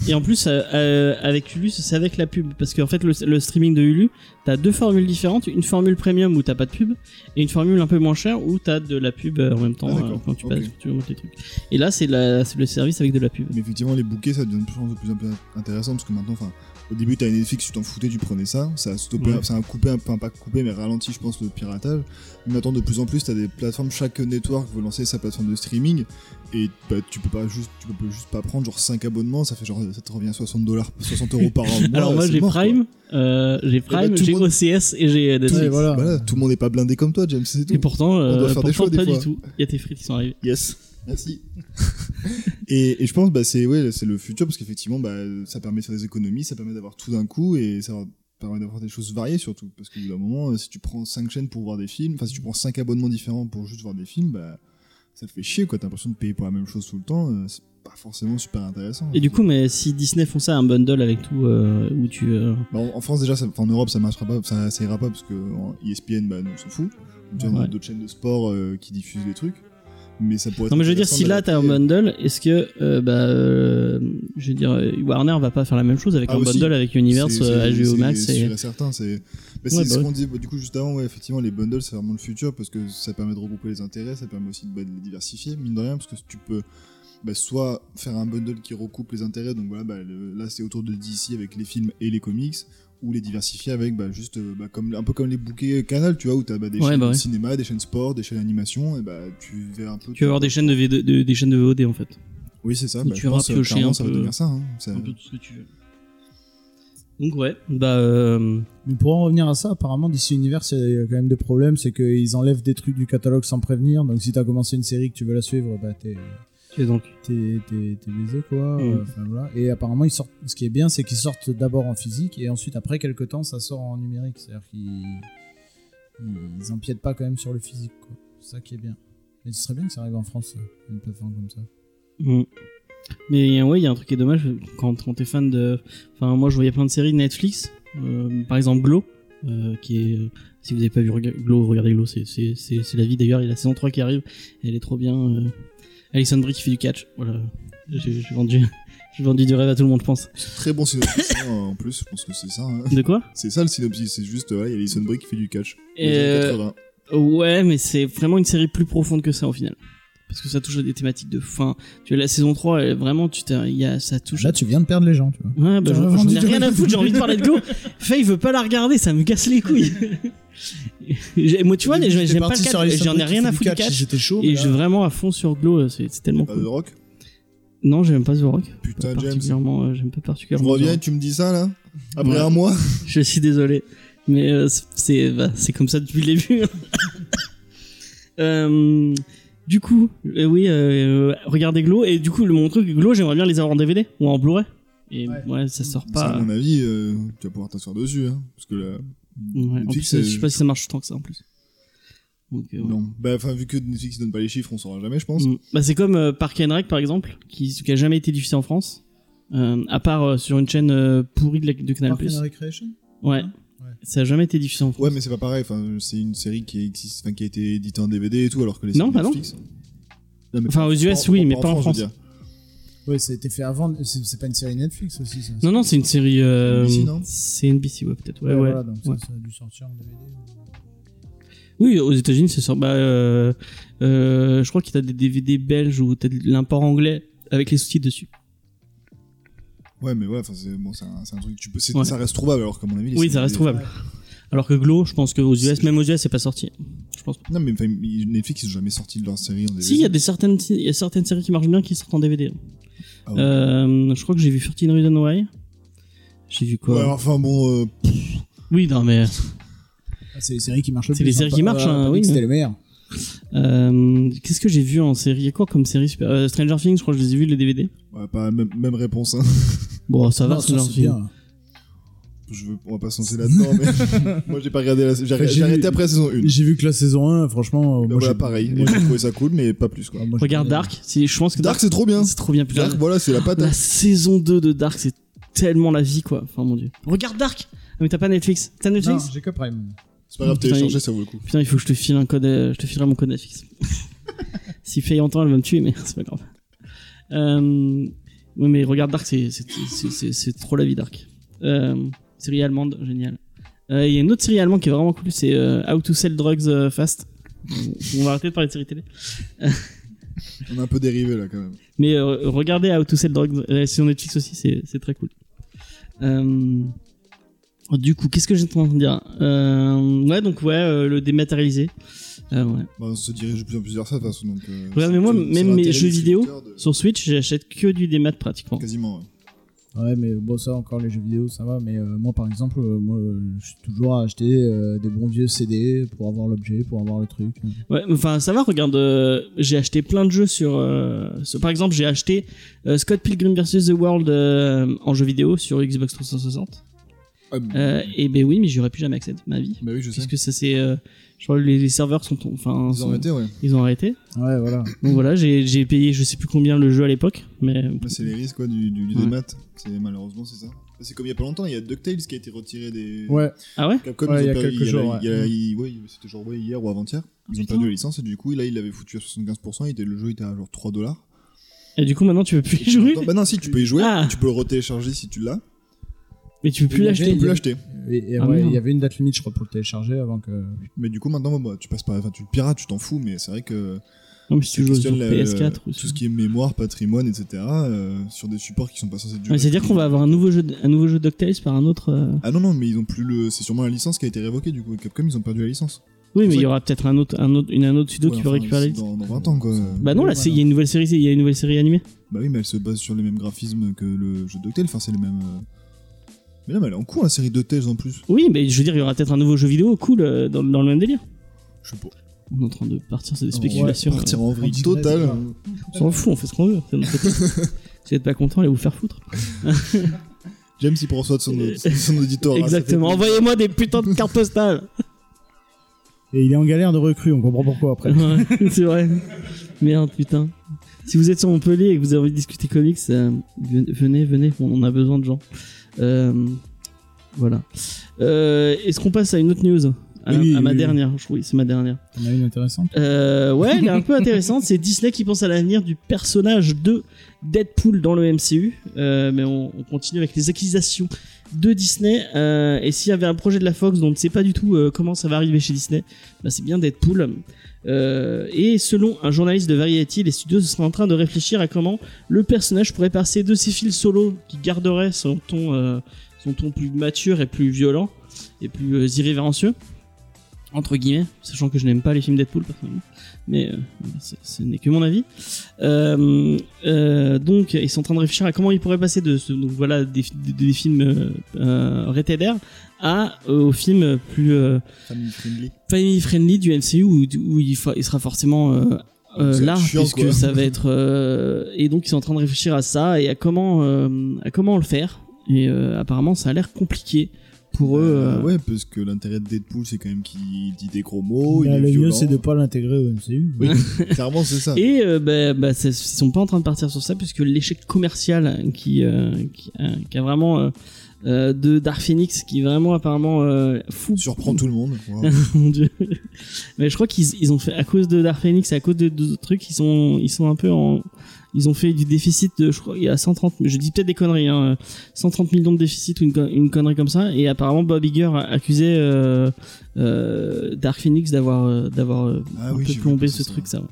Speaker 3: Et en plus, euh, euh, avec Hulu, c'est avec la pub. Parce qu'en fait, le, le streaming de Hulu, t'as deux formules différentes. Une formule premium où t'as pas de pub, et une formule un peu moins chère où t'as de la pub euh, en même temps
Speaker 5: Ah, d'accord.
Speaker 3: euh, quand tu
Speaker 5: Ok.
Speaker 3: passes, tu remontes les trucs. Et là, c'est la- c'est le service avec de la pub.
Speaker 5: Mais effectivement, les bouquets, ça devient de plus en plus, de plus en plus intéressant parce que maintenant, enfin, au début, t'avais Netflix, tu t'en foutais, tu prenais ça. Ça a stoppé,
Speaker 3: Ouais.
Speaker 5: ça a coupé, un- enfin, pas coupé, mais ralenti, je pense, le piratage. Mais maintenant, de plus en plus, t'as des plateformes, chaque network veut lancer sa plateforme de streaming et bah, tu peux pas juste, tu peux juste pas prendre genre 5 abonnements, ça fait genre, ça te revient 60 dollars, 60 euros par an.
Speaker 3: Alors moi,
Speaker 5: bah, c'est
Speaker 3: j'ai
Speaker 5: mort, quoi.
Speaker 3: Prime, euh, j'ai
Speaker 5: Eh
Speaker 3: Prime,
Speaker 5: ben, tout
Speaker 3: j'ai
Speaker 5: le monde-
Speaker 3: OCS et j'ai euh,
Speaker 5: Tout,
Speaker 3: Netflix.
Speaker 4: Ouais, voilà.
Speaker 5: voilà, tout le monde n'est pas blindé comme toi, James, c'est tout.
Speaker 3: Et pourtant, euh,
Speaker 5: doit faire des
Speaker 3: pourtant,
Speaker 5: choix, des
Speaker 3: pas
Speaker 5: fois.
Speaker 3: du tout. Il y a tes frites qui sont arrivés.
Speaker 5: Yes. Merci. et, et je pense bah c'est ouais, c'est le futur parce qu'effectivement bah ça permet de faire des économies, ça permet d'avoir tout d'un coup et ça permet d'avoir des choses variées surtout parce qu'au bout d'un moment euh, si tu prends cinq chaînes pour voir des films, enfin si tu prends cinq abonnements différents pour juste voir des films, bah ça te fait chier quoi, t'as l'impression de payer pour la même chose tout le temps, euh, c'est pas forcément super intéressant.
Speaker 3: Et du coup, mais si Disney font ça, un bundle avec tout, euh, où tu... euh,
Speaker 5: Bah, en, en France déjà, ça- enfin, en Europe ça marchera pas, ça, ça ira pas parce que en ESPN bah nous on s'en fout. Tu vois, on a
Speaker 3: Ouais.
Speaker 5: d'autres chaînes de sport euh, qui diffusent des trucs, mais ça pourrait.
Speaker 3: Non
Speaker 5: être
Speaker 3: mais je veux dire
Speaker 5: intéressant
Speaker 3: si là t'as un
Speaker 5: d'adapter-
Speaker 3: bundle, est-ce que euh, bah euh, je veux dire euh, Warner va pas faire la même chose avec
Speaker 5: Ah,
Speaker 3: un
Speaker 5: aussi.
Speaker 3: bundle avec Universe,
Speaker 5: C'est-
Speaker 3: euh,
Speaker 5: c'est-
Speaker 3: HBO Max
Speaker 5: C'est
Speaker 3: et
Speaker 5: sûr et certain. C'est bah,
Speaker 3: Ouais,
Speaker 5: c'est
Speaker 3: bah
Speaker 5: ce
Speaker 3: ouais.
Speaker 5: qu'on dit bah, du coup juste avant. Ouais, effectivement, les bundles, c'est vraiment le futur parce que ça permet de regrouper les intérêts, ça permet aussi de, bah, de les diversifier, mine de rien, parce que tu peux bah, soit faire un bundle qui recoupe les intérêts, donc voilà, bah, le- là c'est autour de DC avec les films et les comics, ou les diversifier avec bah, juste euh, bah, comme, un peu comme les bouquets Canal, tu vois, où tu as des
Speaker 3: Ouais,
Speaker 5: chaînes
Speaker 3: bah ouais.
Speaker 5: de cinéma, des chaînes sport, des chaînes animation, et bah tu verras un peu.
Speaker 3: tu vas avoir des chaînes de, V- de- de- des chaînes de VOD en fait.
Speaker 5: Oui, c'est ça.
Speaker 3: où
Speaker 5: bah,
Speaker 3: tu
Speaker 5: je
Speaker 3: verras
Speaker 5: pense, euh,
Speaker 3: piocher
Speaker 5: clairement,
Speaker 3: un
Speaker 5: ça va
Speaker 3: peu-
Speaker 5: devenir ça. hein. Ça-
Speaker 3: Un peu tout ce que tu veux. Donc ouais, bah euh,
Speaker 4: Mais pour en revenir à ça, apparemment, DC Universe, il y a quand même des problèmes. C'est qu'ils enlèvent des trucs du catalogue sans prévenir. Donc, si t'as commencé une série que tu veux la suivre, bah, t'es
Speaker 3: Et donc,
Speaker 4: t'es t'es- t'es baisé quoi.
Speaker 3: Mm.
Speaker 4: euh, enfin, voilà. Et apparemment, ils sortent, ce qui est bien, c'est qu'ils sortent d'abord en physique et ensuite, après quelques temps, ça sort en numérique. C'est-à-dire qu'ils ils empiètent pas quand même sur le physique. quoi. C'est ça qui est bien. Mais ce serait bien que ça arrive en France, ça, une plateforme comme ça.
Speaker 3: Mm. Mais euh, ouais, il y a un truc qui est dommage quand on est fan de. Enfin, moi je voyais plein de séries de Netflix, euh, par exemple Glow, euh, qui est. Si vous n'avez pas vu Rega- Glow, regardez Glow, c'est- c'est c'est- c'est la vie d'ailleurs. Il y a la saison 3 qui arrive, elle est trop bien. Euh... Alison Brie qui fait du catch, voilà. J'ai j'ai vendu, j'ai vendu du rêve à tout le monde, je pense.
Speaker 5: Très bon synopsis, hein, en plus, je pense que c'est ça. hein.
Speaker 3: De quoi
Speaker 5: C'est ça le synopsis, c'est juste, voilà, il y a Alison Brie qui fait du catch.
Speaker 3: Et,
Speaker 5: Les années
Speaker 3: euh,
Speaker 5: 80.
Speaker 3: Ouais, mais c'est vraiment une série plus profonde que ça au final. Parce que ça touche à des thématiques de fin. Tu vois, la saison 3, elle, vraiment, tu t'as- il y a, ça touche
Speaker 4: Là, tu viens de perdre les gens, tu vois.
Speaker 3: Ouais, bah,
Speaker 4: T'as
Speaker 3: j'en
Speaker 4: vraiment
Speaker 3: j'en ai
Speaker 4: dit
Speaker 3: rien
Speaker 4: que-
Speaker 3: à foutre, j'ai envie de parler de Glow. Faye veut pas la regarder, ça me casse les couilles. J'ai- Moi, tu vois,
Speaker 4: Au
Speaker 3: les-
Speaker 4: début,
Speaker 3: j'aime
Speaker 4: j'étais
Speaker 3: pas
Speaker 4: parti
Speaker 3: le
Speaker 4: sur
Speaker 3: catch,
Speaker 4: Alison
Speaker 3: j'en
Speaker 4: Brie
Speaker 3: ai
Speaker 4: qui
Speaker 3: rien
Speaker 4: fait
Speaker 3: à
Speaker 4: du
Speaker 3: foutre du catch.
Speaker 4: J'étais chaud.
Speaker 3: Et
Speaker 4: mais
Speaker 3: je suis
Speaker 4: là-
Speaker 3: vraiment à fond sur Glow, euh, c'est c'est tellement
Speaker 5: Pas de
Speaker 3: cool.
Speaker 5: rock
Speaker 3: Non, j'aime pas The Rock.
Speaker 5: Putain,
Speaker 3: Pas
Speaker 5: James.
Speaker 3: particulièrement, euh, j'aime pas
Speaker 5: Je
Speaker 3: particulièrement. The
Speaker 5: reviens et
Speaker 3: Rock.
Speaker 5: tu me dis ça, là Après
Speaker 3: Ouais.
Speaker 5: un mois
Speaker 3: Je suis désolé. Mais euh, c'est- c'est bah, c'est comme ça depuis le début. Euh, du coup, euh, oui, euh, regardez Glow. Et du coup, le, mon truc, Glow, j'aimerais bien les avoir en DVD ou en Blu-ray. Et ouais,
Speaker 4: Ouais.
Speaker 3: ça sort
Speaker 5: Ça, à
Speaker 3: pas.
Speaker 5: mon avis, euh, tu vas pouvoir t'asseoir dessus, hein, parce que là,
Speaker 3: Ouais, en plus,
Speaker 5: Netflix,
Speaker 3: je
Speaker 5: euh,
Speaker 3: sais pas si ça marche tant que ça en plus. Donc, euh, ouais.
Speaker 5: non. Bah, enfin, vu que Netflix donne pas les chiffres, on saura jamais, je pense.
Speaker 3: Mm. Bah, c'est comme euh, Park and Rec par exemple, qui, qui a jamais été diffusé en France, euh, à part euh, sur une chaîne euh, pourrie de, la- de Canal+.
Speaker 4: Park and Recreation
Speaker 3: Ouais.
Speaker 4: Ouais.
Speaker 3: Ça a jamais été diffusé en France.
Speaker 5: Ouais, mais c'est pas pareil. Enfin, c'est une série qui existe, enfin, qui a été éditée en DVD et tout, alors que les
Speaker 3: Non,
Speaker 5: séries
Speaker 3: bah non.
Speaker 5: Netflix. hein. Non, mais
Speaker 3: Enfin, aux
Speaker 5: pas-
Speaker 3: US, oui, mais pas en
Speaker 5: je veux
Speaker 3: France.
Speaker 5: dire.
Speaker 4: Ouais, ça a été fait avant. C'est c'est pas une série Netflix aussi, ça.
Speaker 3: Non, non, c'est une série. euh,
Speaker 5: NBC, non
Speaker 3: c'est NBC, ouais, peut-être. Ouais,
Speaker 4: Ouais,
Speaker 3: ouais.
Speaker 4: voilà, donc
Speaker 3: Ouais.
Speaker 4: Ça, ça a dû sortir en DVD.
Speaker 3: Oui, aux États-Unis, c'est sûr. Bah, euh, euh, je crois qu'il y a des DVD belges ou peut-être l'import anglais avec les sous-titres dessus.
Speaker 5: Ouais, mais ouais, enfin, c'est bon, c'est un, c'est un truc. Tu peux, c'est-
Speaker 3: Ouais.
Speaker 5: Ça reste trouvable, alors qu'à mon avis. les
Speaker 3: Oui,
Speaker 5: séries-
Speaker 3: ça reste trouvable. Alors que Glow, je pense qu'aux US,
Speaker 5: C'est-
Speaker 3: même aux US, c'est pas sorti. Je pense pas.
Speaker 5: Non, mais enfin, ils- Netflix, ils ont jamais sorti de leur série en DVD.
Speaker 3: Si, il y a des certaines, il y a certaines séries qui marchent bien qui sortent en DVD.
Speaker 5: Ah ouais.
Speaker 3: hein. Euh, je crois que j'ai vu 13 Reasons Why. J'ai vu quoi
Speaker 5: Ouais, enfin, bon. euh,
Speaker 3: Oui, non, mais
Speaker 4: Ah, c'est les séries qui marchent le
Speaker 3: C'est
Speaker 4: plus.
Speaker 3: les séries
Speaker 4: hein,
Speaker 3: qui
Speaker 4: pas-
Speaker 3: marchent,
Speaker 4: pas
Speaker 3: hein,
Speaker 4: dit
Speaker 3: oui,
Speaker 4: que C'était
Speaker 3: mais-
Speaker 4: les meilleurs.
Speaker 3: euh, qu'est-ce que j'ai vu en série Il y a quoi comme série super... euh, Stranger Things, je crois que je les ai vus les DVD.
Speaker 5: ouais, pas même, même réponse, hein.
Speaker 3: Bon, ça va,
Speaker 4: Non, ça,
Speaker 3: Stranger
Speaker 4: c'est
Speaker 3: Things.
Speaker 4: bien.
Speaker 5: Je veux, on va pas se lancer là-dedans, mais. Moi, j'ai pas regardé la. J'ai j'ai
Speaker 4: j'ai
Speaker 5: arrêté
Speaker 4: vu-
Speaker 5: après la saison 1.
Speaker 4: J'ai vu que la saison 1, franchement. euh,
Speaker 5: Bah
Speaker 4: moi,
Speaker 5: voilà,
Speaker 4: j'ai-
Speaker 5: pareil. Et
Speaker 4: moi,
Speaker 5: J'ai trouvé ça cool, mais pas plus quoi.
Speaker 4: Ah, moi, j'ai
Speaker 3: Regarde
Speaker 4: regardé.
Speaker 3: Dark, c'est- je pense que
Speaker 5: Dark, c'est trop bien.
Speaker 3: c'est trop bien plus
Speaker 5: Dark, voilà, c'est la hein.
Speaker 3: La
Speaker 5: patate.
Speaker 3: saison 2 de Dark, c'est tellement la vie, quoi. Enfin, mon dieu. Regarde Dark Ah, mais t'as pas Netflix T'as
Speaker 4: Non,
Speaker 3: Netflix
Speaker 4: j'ai que Prime.
Speaker 5: C'est pas grave,
Speaker 3: Putain,
Speaker 5: télécharger,
Speaker 3: il-
Speaker 5: ça vaut le coup.
Speaker 3: Putain, il faut que je te file un code, euh, je te filerai mon code Netflix. si Faye entend, elle va me tuer, mais c'est pas grave. Euh, ouais, mais regarde Dark, c'est- c'est- c'est c'est- c'est trop la vie Dark. Euh, série allemande, génial. Euh, Il y a une autre série allemande qui est vraiment cool, c'est euh, How to Sell Drugs euh, Fast. On va arrêter de parler de série télé.
Speaker 5: On a un peu dérivé là quand même.
Speaker 3: Mais euh, regardez How to Sell Drugs, euh, sur Netflix aussi, c'est c'est très cool. Euh, du coup, qu'est-ce que j'étais en train de dire Euh, Ouais, donc ouais, euh, le dématérialisé. Euh, ouais.
Speaker 5: Bah, on se dirige de plus en plus vers ça de toute façon. Donc, euh,
Speaker 3: Ouais,
Speaker 5: ça-
Speaker 3: mais moi,
Speaker 5: ça- ça
Speaker 3: même
Speaker 5: va
Speaker 3: mes
Speaker 5: intéresser
Speaker 3: jeux
Speaker 5: les
Speaker 3: vidéo
Speaker 5: auditeurs de-
Speaker 3: Sur Switch, j'achète que du démat pratiquement.
Speaker 5: Quasiment, ouais.
Speaker 4: Ouais, mais bon, ça, encore les jeux vidéo, ça va. Mais euh, moi, par exemple, euh, moi, euh, je suis toujours à acheter euh, des bons vieux CD pour avoir l'objet, pour avoir le truc.
Speaker 3: Ouais, mais enfin, ça va, regarde, euh, j'ai acheté plein de jeux sur... euh, sur- par exemple, j'ai acheté euh, Scott Pilgrim vs. The World euh, en jeu vidéo sur Xbox 360.
Speaker 5: Ah, bah,
Speaker 3: Euh, et ben oui, mais j'aurais plus jamais accès de ma vie.
Speaker 5: bah oui, je sais.
Speaker 3: Puisque ça c'est... euh, je crois que les les serveurs sont... Enfin,
Speaker 5: Ils
Speaker 3: sont-
Speaker 5: ont arrêté, ouais.
Speaker 3: Ils ont arrêté.
Speaker 4: Ouais, voilà.
Speaker 3: Donc voilà, j'ai j'ai payé je sais plus combien le jeu à l'époque, mais
Speaker 5: Là, c'est les risques quoi, du, du, du
Speaker 3: Ouais.
Speaker 5: démat. C'est- Malheureusement, c'est ça. C'est comme il y a pas longtemps, il y a DuckTales qui a été retiré des.
Speaker 4: Ouais,
Speaker 3: ah ouais
Speaker 5: Capcom,
Speaker 4: Ouais,
Speaker 5: ils ont
Speaker 4: il y a
Speaker 5: perdu-
Speaker 4: quelques
Speaker 5: il y a-
Speaker 4: jours,
Speaker 5: il y a- il- ouais, C'était genre ouais, hier ou avant-hier. Ils ont
Speaker 3: putain.
Speaker 5: perdu la licence et du coup, là, ils l'avaient foutu à 75%. il était- le jeu était à genre 3 dollars.
Speaker 3: Et du coup maintenant tu peux plus y jouer,
Speaker 5: Bah non, si, tu peux y jouer,
Speaker 3: Ah.
Speaker 5: tu peux le retélécharger si tu l'as.
Speaker 3: mais tu peux plus
Speaker 4: Il y
Speaker 5: Tu
Speaker 3: l'acheter.
Speaker 5: peux
Speaker 4: avait-
Speaker 5: plus l'acheter.
Speaker 4: et, et
Speaker 3: Ah,
Speaker 4: ouais,
Speaker 3: merde.
Speaker 4: il y avait une date limite, je crois, pour le télécharger avant que.
Speaker 5: Mais du coup, maintenant, bah, tu passes par. Enfin, tu le pirates, tu t'en fous, mais c'est vrai que.
Speaker 3: Non mais si tu
Speaker 5: ça
Speaker 3: joues sur
Speaker 5: questionne la-
Speaker 3: PS4 ou
Speaker 5: euh, tout ce qui est mémoire, patrimoine, etc. euh, sur des supports qui sont pas censés durer.
Speaker 3: c'est à dire qu'on va avoir un nouveau jeu de- un nouveau jeu DuckTales par un autre euh,
Speaker 5: Ah non, non, mais ils ont plus le. C'est sûrement la licence qui a été révoquée, du coup. Capcom, ils ont perdu la licence.
Speaker 3: Oui, mais
Speaker 5: ça
Speaker 3: il y
Speaker 5: que-
Speaker 3: aura peut-être un autre un autre une un autre studio
Speaker 5: Ouais,
Speaker 3: qui va
Speaker 5: enfin,
Speaker 3: récupérer.
Speaker 5: c'est
Speaker 3: les-
Speaker 5: dans, dans 20 ans, quoi.
Speaker 3: Bah non, là c'est il y a une nouvelle série, il y a une nouvelle série animée.
Speaker 5: Bah oui, mais elle se base sur les mêmes graphismes que le jeu de DuckTales. Enfin, c'est les mêmes. euh, Mais là, mais elle est en cours, la série DuckTales en plus.
Speaker 3: Oui, mais je veux dire il y aura peut-être un nouveau jeu vidéo cool euh, dans, dans le même délire.
Speaker 5: Je sais pas.
Speaker 3: On est en train de partir sur des spéculations.
Speaker 5: On va partir en vrille
Speaker 4: On
Speaker 5: totale.
Speaker 4: digresse,
Speaker 3: On s'en fout, on fait ce qu'on veut. c'est notre podcast. si vous n'êtes pas content, allez vous faire foutre.
Speaker 5: Oh, James, il prend soin de son, son auditoire. hein, ça fait
Speaker 3: Exactement.
Speaker 5: plaisir.
Speaker 3: Envoyez-moi des putains de cartes postales.
Speaker 4: Et il est en galère de recrue, on comprend pourquoi après.
Speaker 3: Ouais, c'est vrai. Merde, putain. Si vous êtes sur Montpellier et que vous avez envie de discuter comics, euh, ven- venez, venez, on on a besoin de gens. Euh, voilà. Euh, Est-ce qu'on passe à une autre news à,
Speaker 4: Oui,
Speaker 3: à ma
Speaker 4: oui, oui.
Speaker 3: dernière, je oui, c'est ma dernière.
Speaker 4: On a une intéressante.
Speaker 3: Euh, ouais, elle est un peu intéressante. C'est Disney qui pense à l'avenir du personnage de Deadpool dans le MCU. Euh, mais on, on continue avec les accusations de Disney. Euh, et s'il y avait un projet de la Fox dont on ne sait pas du tout euh, comment ça va arriver chez Disney, bah, c'est bien Deadpool. Euh, et selon un journaliste de Variety, les studios seraient en train de réfléchir à comment le personnage pourrait passer de ses fils solo qui garderait son ton, euh, son ton plus mature et plus violent et plus euh, irrévérencieux entre guillemets, sachant que je n'aime pas les films Deadpool personnellement, mais euh, ce- ce n'est que mon avis. Euh, euh, donc, ils sont en train de réfléchir à comment ils pourraient passer de ce, donc voilà des, des- des films euh, euh, rated R à euh, aux films plus euh,
Speaker 5: Family friendly.
Speaker 3: family friendly du MCU où, où il, fa- il sera forcément euh, euh,
Speaker 5: Ça va
Speaker 3: là
Speaker 5: être chiant,
Speaker 3: puisque
Speaker 5: quoi.
Speaker 3: ça va être euh, et donc ils sont en train de réfléchir à ça et à comment euh, à comment le faire et euh, apparemment ça a l'air compliqué pour eux.
Speaker 5: Euh,
Speaker 3: euh,
Speaker 5: ouais, parce que l'intérêt de Deadpool, c'est quand même qu'il dit des gros mots, Oh, il
Speaker 4: Bah,
Speaker 5: est
Speaker 4: le
Speaker 5: violent.
Speaker 4: mieux c'est de pas l'intégrer au MCU.
Speaker 5: Oui. Clairement, c'est ça.
Speaker 3: Et euh, bah, bah, ça- ils sont pas en train de partir sur ça puisque l'échec commercial qui, euh, qui, euh, qui a vraiment euh, euh, de Dark Phoenix qui vraiment apparemment euh, fou
Speaker 5: Surprend tout le monde. Wow.
Speaker 3: mon dieu. Mais je crois qu'ils ils ont fait à cause de Dark Phoenix, à cause de d'autres trucs, ils sont ils sont un peu en ils ont fait du déficit de je crois il y a 130 je dis peut-être des conneries hein, 130 millions de déficit ou une, con- une connerie comme ça et apparemment Bob Iger a accusé euh, euh, Dark Phoenix d'avoir euh, d'avoir euh,
Speaker 5: Ah
Speaker 3: un
Speaker 5: oui,
Speaker 3: peu
Speaker 5: j'ai vu
Speaker 3: plombé
Speaker 5: passer
Speaker 3: ce
Speaker 5: ça.
Speaker 3: truc ça.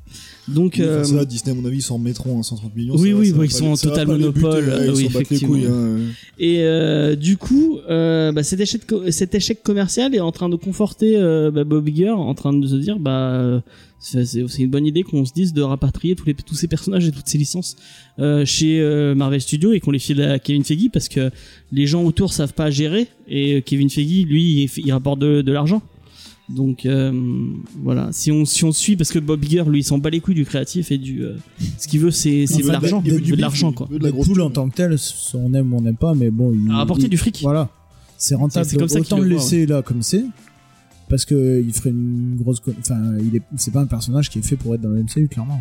Speaker 3: Donc
Speaker 5: Oui, enfin,
Speaker 3: euh,
Speaker 5: ça, là, Disney, à mon avis, ils s'en remettront à 130 millions.
Speaker 3: Oui,
Speaker 5: ça,
Speaker 3: oui,
Speaker 5: ça va
Speaker 3: bon,
Speaker 5: pas
Speaker 3: ils sont
Speaker 5: les-
Speaker 3: en
Speaker 5: ça va
Speaker 3: total
Speaker 5: pas les buter,
Speaker 3: monopole,
Speaker 5: ouais,
Speaker 3: euh, oui,
Speaker 5: ils s'en battent les couilles.
Speaker 3: effectivement.
Speaker 5: hein, euh.
Speaker 3: Et euh, du coup, euh, bah, cet, échec, co- cet échec commercial est en train de conforter euh, bah, Bob Iger, en train de se dire, bah, euh, c'est c'est- c'est une bonne idée qu'on se dise de rapatrier tous, les, tous ces personnages et toutes ces licences euh, chez euh, Marvel Studios et qu'on les file à Kevin Feige parce que les gens autour savent pas gérer et euh, Kevin Feige, lui, il, fait- il rapporte de, de l'argent. Donc euh, voilà, si on, si on suit, parce que Bob Iger, lui, il s'en bat les couilles du créatif et du... euh, ce qu'il veut, c'est c'est de
Speaker 4: Il veut de-
Speaker 3: l'argent.
Speaker 4: il veut
Speaker 3: Il
Speaker 4: du
Speaker 3: veut de
Speaker 4: bif,
Speaker 3: l'argent,
Speaker 5: il
Speaker 3: quoi.
Speaker 5: veut de la grosse
Speaker 4: Deadpool en tant que tel, s- on aime ou on n'ime pas, mais bon, il.
Speaker 3: À rapporter
Speaker 4: il-
Speaker 3: du fric.
Speaker 4: Voilà, c'est rentable.
Speaker 3: C'est- c'est comme ça
Speaker 4: autant
Speaker 3: qu'il
Speaker 4: le
Speaker 3: le voit,
Speaker 4: laisser là comme c'est, parce que il ferait une grosse. co- Enfin, il est. C'est pas un personnage qui est fait pour être dans le MCU, clairement.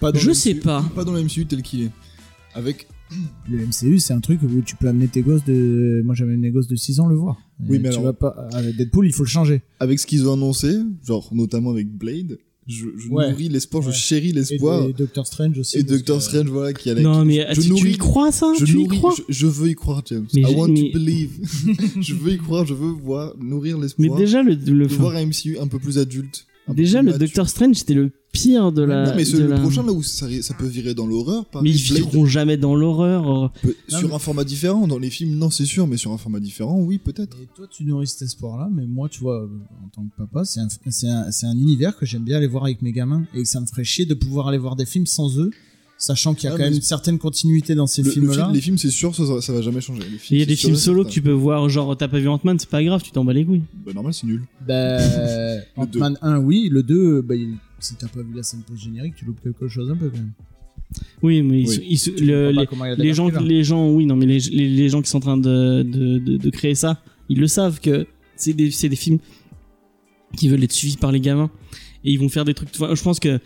Speaker 5: Pas dans
Speaker 3: Je
Speaker 5: le
Speaker 3: sais
Speaker 5: MCU,
Speaker 3: pas.
Speaker 5: Pas dans le MCU tel qu'il est. Avec.
Speaker 4: Le MCU, c'est un truc où tu peux amener tes gosses de. Moi, j'amène mes gosses de 6 ans le voir.
Speaker 5: Oui,
Speaker 4: Et
Speaker 5: mais
Speaker 4: tu
Speaker 5: alors-
Speaker 4: vas pas. Avec Deadpool, il faut le changer.
Speaker 5: avec ce qu'ils ont annoncé, genre notamment avec Blade, je, je
Speaker 4: Ouais.
Speaker 5: nourris l'espoir,
Speaker 4: Ouais.
Speaker 5: je chéris
Speaker 4: Et,
Speaker 5: l'espoir.
Speaker 4: et Doctor Strange aussi.
Speaker 5: Et,
Speaker 4: parce
Speaker 5: Doctor
Speaker 4: que-
Speaker 5: Strange, voilà, qui a la.
Speaker 3: Non, mais ah, tu,
Speaker 5: je
Speaker 3: tu y
Speaker 5: nourris-
Speaker 3: crois ça
Speaker 5: je,
Speaker 3: Tu y
Speaker 5: nourris-
Speaker 3: crois
Speaker 5: je, je veux y croire, James.
Speaker 3: Mais
Speaker 5: I
Speaker 3: j'ai-
Speaker 5: want
Speaker 3: mais-
Speaker 5: to believe. je veux y croire, je veux voir nourrir
Speaker 3: Mais
Speaker 5: l'espoir.
Speaker 3: déjà le, le
Speaker 5: de voir un MCU un peu plus adulte. un peu
Speaker 3: déjà
Speaker 5: plus
Speaker 3: le
Speaker 5: mature.
Speaker 3: Doctor Strange c'était le pire de la.
Speaker 5: Non, mais ce,
Speaker 3: de
Speaker 5: le
Speaker 3: la-
Speaker 5: prochain là où ça, ça peut virer dans l'horreur, par
Speaker 3: Mais ils
Speaker 5: exemple, Blade,
Speaker 3: vivront jamais dans l'horreur.
Speaker 5: peut-
Speaker 4: Non,
Speaker 5: sur
Speaker 4: mais-
Speaker 5: un format différent. Dans les films, non, c'est sûr, mais sur un format différent, oui, peut-être.
Speaker 4: Et toi, tu nourris cet espoir-là, mais moi, tu vois, euh, en tant que papa, c'est un, c'est un, c'est un univers que j'aime bien aller voir avec mes gamins et que ça me ferait chier de pouvoir aller voir des films sans eux, sachant qu'il y a
Speaker 5: Ah,
Speaker 4: quand
Speaker 5: mais-
Speaker 4: même une certaine continuité dans ces
Speaker 5: Le- le film-
Speaker 4: films-là.
Speaker 5: les films, c'est sûr, ça, ça va jamais changer. Les films,
Speaker 3: Il y a
Speaker 5: c'est
Speaker 3: des
Speaker 5: sûr
Speaker 3: films
Speaker 5: et
Speaker 3: solo que
Speaker 5: certain.
Speaker 3: tu peux voir, genre t'as pas vu Ant-Man, c'est pas grave, tu t'en bats les couilles.
Speaker 5: Bah, normal, c'est nul.
Speaker 4: Bah,
Speaker 5: deux.
Speaker 4: Ant-Man 1, oui, le 2, bah, il- si t'as pas vu la scène post-générique, tu loupes quelque chose un peu quand même.
Speaker 3: Oui, mais ils
Speaker 5: Oui.
Speaker 3: sont- ils sont-
Speaker 4: Tu
Speaker 3: le-
Speaker 4: comprends pas
Speaker 3: Euh, les,
Speaker 4: comment il a
Speaker 3: les gens,
Speaker 4: débarqué, là.
Speaker 3: les gens, oui, non, mais les, les, les gens qui sont en train de, de, de, de créer ça, ils le savent que c'est des, c'est des films qui veulent être suivis par les gamins et ils vont faire des trucs. enfin, je pense que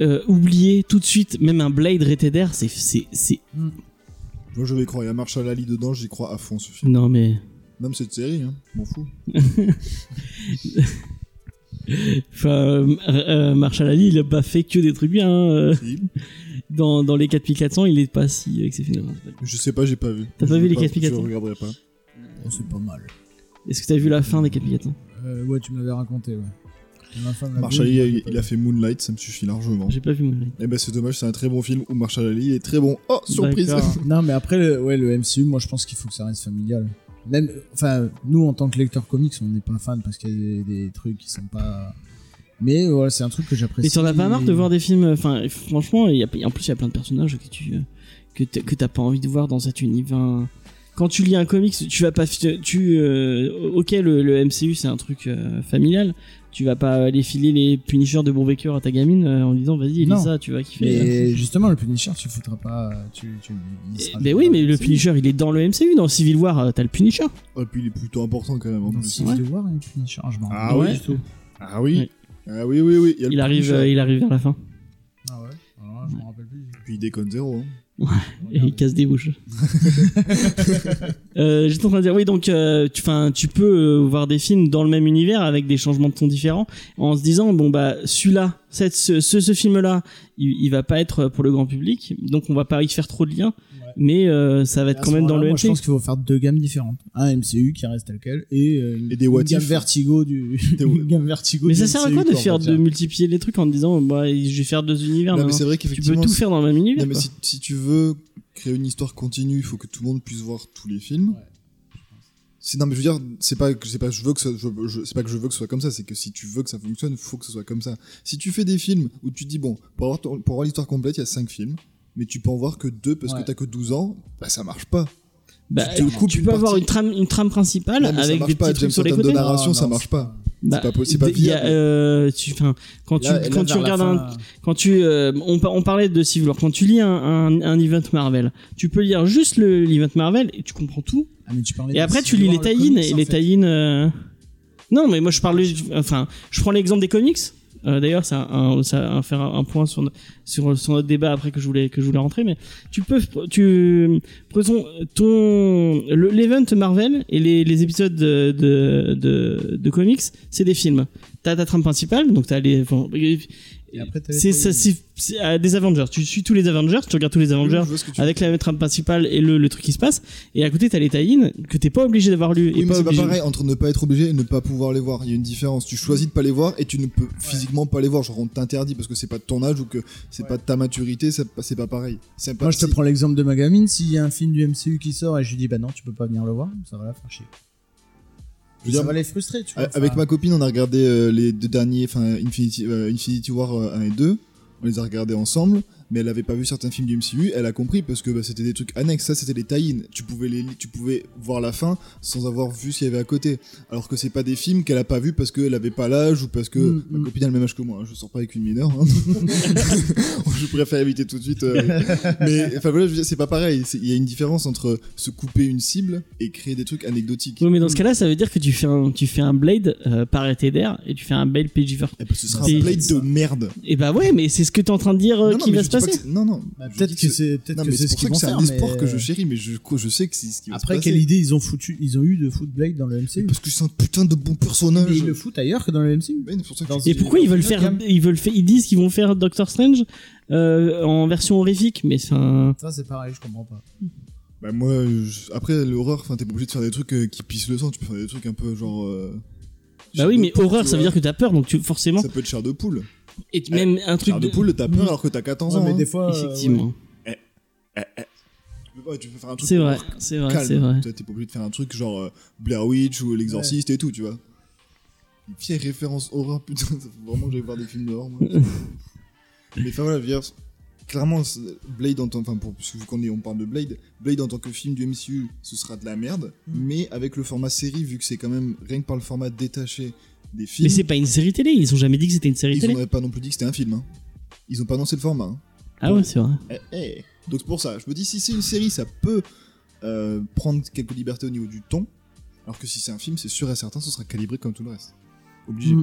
Speaker 3: euh, oublier tout de suite, même un Blade Rated R, c'est, c'est, c'est.
Speaker 5: Moi, je vais y croire. Il y a Marshall Ali dedans, j'y crois à fond ce film.
Speaker 3: Non, mais.
Speaker 5: Même cette série, hein, je m'en fous.
Speaker 3: Enfin, euh, euh, Marshall Ali, il a pas fait que des trucs bien. hein, euh,
Speaker 5: Si.
Speaker 3: Dans, dans les 4400, il est pas si exceptionnel.
Speaker 5: Je sais pas, j'ai pas vu.
Speaker 3: T'as pas
Speaker 5: Je
Speaker 3: vu
Speaker 5: vais
Speaker 3: les Ah, quatre
Speaker 5: Je
Speaker 3: Pikachu
Speaker 5: regarderai pas.
Speaker 4: Oh, c'est pas mal.
Speaker 3: Est-ce que t'as vu la fin des 4400
Speaker 4: Euh, ouais, tu me l'avais raconté, ouais. Et ma femme l'a
Speaker 5: Marshall
Speaker 4: vu,
Speaker 5: Ali,
Speaker 4: moi, j'ai
Speaker 5: il,
Speaker 4: pas
Speaker 5: il a fait Moonlight, ça me suffit largement.
Speaker 3: J'ai pas vu Moonlight.
Speaker 4: Bah,
Speaker 5: Eh ben c'est dommage, c'est un très bon film où Marshall Ali est très bon. Oh, surprise
Speaker 3: D'accord.
Speaker 4: Non, mais après, le, ouais, le MCU, moi je pense qu'il faut que ça reste familial. Même, enfin, nous en tant que lecteurs comics, on n'est pas fan parce qu'il y a des, des trucs qui sont pas. Mais voilà, c'est un truc que j'apprécie.
Speaker 3: Mais t'en as pas marre de voir des films. Enfin, euh, franchement, il y a, en plus, il y a plein de personnages que tu. euh, que t'as- que t'as pas envie de voir dans cet univers. quand tu lis un comics, tu vas pas, fi- tu, euh, ok, le, le MCU c'est un truc euh, familial. Tu vas pas aller filer les Punishers de Bourbecker à ta gamine euh, en disant vas-y lis
Speaker 4: Non.
Speaker 3: ça, tu vas kiffer. hein.
Speaker 4: Mais justement, le Punisher, tu foutras pas. Tu, tu, il
Speaker 3: Et-
Speaker 4: sera
Speaker 3: Mais
Speaker 4: pas
Speaker 3: oui,
Speaker 4: dans
Speaker 3: mais le
Speaker 4: MCU.
Speaker 3: Punisher il est dans le MCU, dans Civil War euh, t'as le Punisher.
Speaker 5: Ah, puis il est plutôt important quand même. en
Speaker 4: Dans
Speaker 5: plus.
Speaker 4: Civil War, il y a hein, le Punisher, je m'en
Speaker 5: Ah
Speaker 4: rappelle
Speaker 3: ouais.
Speaker 4: pas du tout.
Speaker 5: Ah oui.
Speaker 3: Oui.
Speaker 5: Ah oui, oui, oui. y a le hein.
Speaker 3: Il arrive,
Speaker 5: Punisher.
Speaker 3: euh, il arrive vers la fin
Speaker 4: Ah ouais Alors là, je m'en rappelle plus.
Speaker 5: Puis il déconne zéro. hein.
Speaker 3: et il casse des bouches. euh, J'étais en train de dire oui donc euh, tu, 'fin, tu peux euh, voir des films dans le même univers avec des changements de ton différents en se disant bon bah celui-là cette, ce, ce, film là il, il va pas être euh, pour le grand public donc on va pas y faire trop de liens
Speaker 4: Ouais.
Speaker 3: mais euh, ça va être
Speaker 4: À
Speaker 3: quand
Speaker 4: ce
Speaker 3: même dans
Speaker 4: moment-là,
Speaker 3: le
Speaker 4: moi, Je
Speaker 3: MCU.
Speaker 4: pense qu'il faut faire deux gammes différentes. Un MCU qui reste tel quel et, euh, une,
Speaker 5: Et des what
Speaker 4: une gamme
Speaker 5: if.
Speaker 4: vertigo du.
Speaker 5: Des-
Speaker 4: une gamme vertigo
Speaker 3: Mais
Speaker 4: du
Speaker 3: ça sert à
Speaker 4: MCU,
Speaker 3: quoi de
Speaker 4: on va
Speaker 3: faire
Speaker 4: dire.
Speaker 3: de multiplier les trucs en disant bah je vais faire deux univers
Speaker 5: Non, mais
Speaker 3: maintenant.
Speaker 5: c'est vrai
Speaker 3: hein. tu peux
Speaker 5: qu'effectivement.
Speaker 3: tout
Speaker 5: si-
Speaker 3: faire dans le même
Speaker 5: non,
Speaker 3: univers
Speaker 5: mais
Speaker 3: quoi.
Speaker 5: si, si tu veux créer une histoire continue, il faut que tout le monde puisse voir tous les films.
Speaker 4: Ouais,
Speaker 5: C'est non mais je veux dire c'est pas que c'est pas je veux que ça- je, je- c'est pas que je veux que ce soit comme ça c'est que si tu veux que ça fonctionne faut que ce soit comme ça si tu fais des films où tu te dis bon pour avoir, ton- pour avoir l'histoire complète il y a 5 films mais tu peux en voir que 2 parce
Speaker 4: Ouais.
Speaker 5: que t'as que 12 ans bah ça marche pas
Speaker 3: Bah,
Speaker 5: tu te coupes
Speaker 3: tu
Speaker 5: une
Speaker 3: peux avoir
Speaker 5: partie.
Speaker 3: une trame une trame principale
Speaker 5: Non, mais ça
Speaker 3: avec
Speaker 5: marche
Speaker 3: des
Speaker 5: pas,
Speaker 3: petits trucs
Speaker 5: James
Speaker 3: sur les
Speaker 5: Button
Speaker 3: côtés.
Speaker 5: de la- narration,
Speaker 4: Ah,
Speaker 5: ça
Speaker 4: non,
Speaker 5: marche
Speaker 4: c'est
Speaker 5: pas.
Speaker 3: Bah,
Speaker 5: pas possible, c'est pas
Speaker 3: il y a,
Speaker 5: viable.
Speaker 3: euh, tu, enfin, quand tu,
Speaker 4: Là, là,
Speaker 3: quand tu
Speaker 4: vers la
Speaker 3: regardes
Speaker 4: fin,
Speaker 3: un, quand tu, euh, on, par- on parlait de Civil War, quand tu lis un, un, un event Marvel, tu peux lire juste le l'event Marvel et tu comprends tout.
Speaker 4: Ah, mais tu parlais
Speaker 3: Et
Speaker 4: de
Speaker 3: après, tu
Speaker 4: Civil
Speaker 3: lis les
Speaker 4: War, le
Speaker 3: tie-ins
Speaker 4: comics,
Speaker 3: et
Speaker 4: en
Speaker 3: les
Speaker 4: fait.
Speaker 3: tie-ins, euh, non, mais moi, je parle, enfin, je prends l'exemple des comics. Euh, D'ailleurs, ça, un, ça un- faire un point sur, no- sur, sur notre débat après que je voulais que je voulais rentrer, mais tu peux, tu, prenons ton le- l'event Marvel et les, les épisodes de, de, de, de comics, c'est des films. T'as ta trame principale, donc t'as les, bon,
Speaker 4: Et après, t'as les
Speaker 3: c'est ça,
Speaker 4: tie-ins.
Speaker 3: c'est c'est, euh, des Avengers. Tu suis tous les Avengers, tu regardes tous les Avengers
Speaker 5: Je vois ce que tu-
Speaker 3: avec la même trame principale et le, le truc qui se passe. Et à côté, t'as les tie-ins que t'es pas obligé d'avoir lu. et
Speaker 5: oui, mais
Speaker 3: pas
Speaker 5: c'est pas
Speaker 3: obligé.
Speaker 5: pareil entre ne pas être obligé et ne pas pouvoir les voir. Il y a une différence. Tu choisis de pas les voir et tu ne peux physiquement pas les voir. Genre on t'interdit parce que c'est pas de ton âge ou que c'est
Speaker 4: Ouais.
Speaker 5: pas de ta maturité, c'est pas, c'est pas pareil. C'est pas
Speaker 4: Moi, je te
Speaker 5: si-
Speaker 4: prends l'exemple de ma gamine. S'il y a un film du MCU qui sort et je lui dis, bah non, tu peux pas venir le voir, ça va la faire chier.
Speaker 5: Je veux
Speaker 4: ça
Speaker 5: dire,
Speaker 4: va les frustrer, tu vois.
Speaker 5: A- Ah, Avec
Speaker 4: enfin,
Speaker 5: ma copine, on a regardé euh, les deux derniers, enfin Infinity, euh, Infinity War euh, 1 et 2. On les a regardés ensemble, mais elle avait pas vu certains films du MCU. Elle a compris parce que bah, c'était des trucs annexes. Ça, c'était les tie-in. Tu pouvais les, tu pouvais voir la fin sans avoir vu ce qu'il y avait à côté. Alors que c'est pas des films qu'elle a pas vu parce qu'elle avait pas l'âge ou parce que
Speaker 4: Mm,
Speaker 5: ma
Speaker 4: mm.
Speaker 5: copine a le même âge que moi. hein. Je sors pas avec une mineure. hein. je préfère éviter tout de suite. euh, Mais enfin voilà, je veux dire, c'est pas pareil. C'est- Il y a une différence entre se couper une cible et créer des trucs anecdotiques.
Speaker 3: Oui, mais dans ce cas-là, ça veut dire que tu fais un, tu fais un blade euh, par été d'air et tu fais un blade PG-40.
Speaker 5: Eh ben, ce sera
Speaker 3: C'est-
Speaker 5: un plate de merde.
Speaker 3: Et bah ouais, mais c'est ce que t'es en train de dire euh,
Speaker 5: Non, non,
Speaker 3: qui
Speaker 5: mais
Speaker 3: va
Speaker 5: je
Speaker 3: se
Speaker 5: dis pas
Speaker 3: passer.
Speaker 5: que c'est- Non, non.
Speaker 4: bah,
Speaker 5: je
Speaker 4: peut-être
Speaker 5: dis
Speaker 4: que c'est peut-être
Speaker 5: Non,
Speaker 4: que
Speaker 5: mais
Speaker 4: c'est
Speaker 5: c'est
Speaker 4: ce
Speaker 5: pour ça
Speaker 4: qu'ils
Speaker 5: que
Speaker 4: vont
Speaker 5: c'est
Speaker 4: faire.
Speaker 5: un espoir
Speaker 4: mais-
Speaker 5: que je chéris, mais je, je sais que c'est ce qui va
Speaker 4: Après,
Speaker 5: se passer.
Speaker 4: quelle idée ils ont foutu, ils ont eu de foutre Blade dans le MCU
Speaker 5: Parce que c'est un putain de bon
Speaker 4: Mais
Speaker 5: personnage.
Speaker 4: ils le foutent ailleurs que dans le MCU.
Speaker 5: Ouais, c'est pour ça que
Speaker 4: Dans-
Speaker 5: je-
Speaker 3: Et pourquoi ils veulent
Speaker 4: Dans une
Speaker 3: faire,
Speaker 4: autre
Speaker 3: ils veulent faire, ils disent qu'ils vont faire Doctor Strange euh, en version horrifique, mais c'est un.
Speaker 4: Ça, c'est pareil, je comprends pas.
Speaker 5: Bah, moi, je- après, l'horreur, enfin, t'es pas obligé de faire des trucs euh, qui pissent le sang. Tu peux faire des trucs un peu genre. euh,
Speaker 3: Bah
Speaker 5: chair
Speaker 3: oui,
Speaker 5: de
Speaker 3: mais
Speaker 5: poule,
Speaker 3: horreur,
Speaker 5: tu
Speaker 3: ça veut
Speaker 5: vois.
Speaker 3: dire que t'as peur, donc tu forcément.
Speaker 5: Ça peut être chair de poule.
Speaker 3: Et même un truc
Speaker 5: Chair de poule, t'as
Speaker 3: Mhm.
Speaker 5: peur alors que t'as 14 ans.
Speaker 4: mais
Speaker 5: hein.
Speaker 4: des fois. euh, ouais.
Speaker 3: Effectivement.
Speaker 5: Tu peux pas- Tu peux faire un truc.
Speaker 3: C'est vrai,
Speaker 5: horreur
Speaker 3: c'est vrai, c'est vrai.
Speaker 5: Calme. Toi, T'es pas obligé de faire un truc genre euh, Blair Witch ou L'Exorciste et tout, tu vois. Une vieille référence horreur, putain, ça fait vraiment que j'aille voir des films d'horreur, moi. Mais enfin voilà, je veux dire, clairement, c'est- Blade en tant enfin, pour, puisque vu qu'on est- on parle de Blade, Blade en tant que film du MCU, ce sera de la merde,
Speaker 3: Mm.
Speaker 5: mais avec le format série, vu que c'est quand même rien que par le format détaché des
Speaker 3: Mais
Speaker 5: films,
Speaker 3: c'est pas une série télé, ils ont jamais dit que c'était une série
Speaker 5: ils
Speaker 3: télé.
Speaker 5: n'auraient pas non plus dit que c'était un film. hein. Ils ont pas annoncé le format. hein.
Speaker 3: Ah ouais, c'est vrai.
Speaker 5: Eh, eh. Donc c'est pour ça, je me dis si c'est une série, ça peut euh, prendre quelques libertés au niveau du ton, alors que si c'est un film, c'est sûr et certain, ce sera calibré comme tout le reste. Obligé.
Speaker 4: Mm.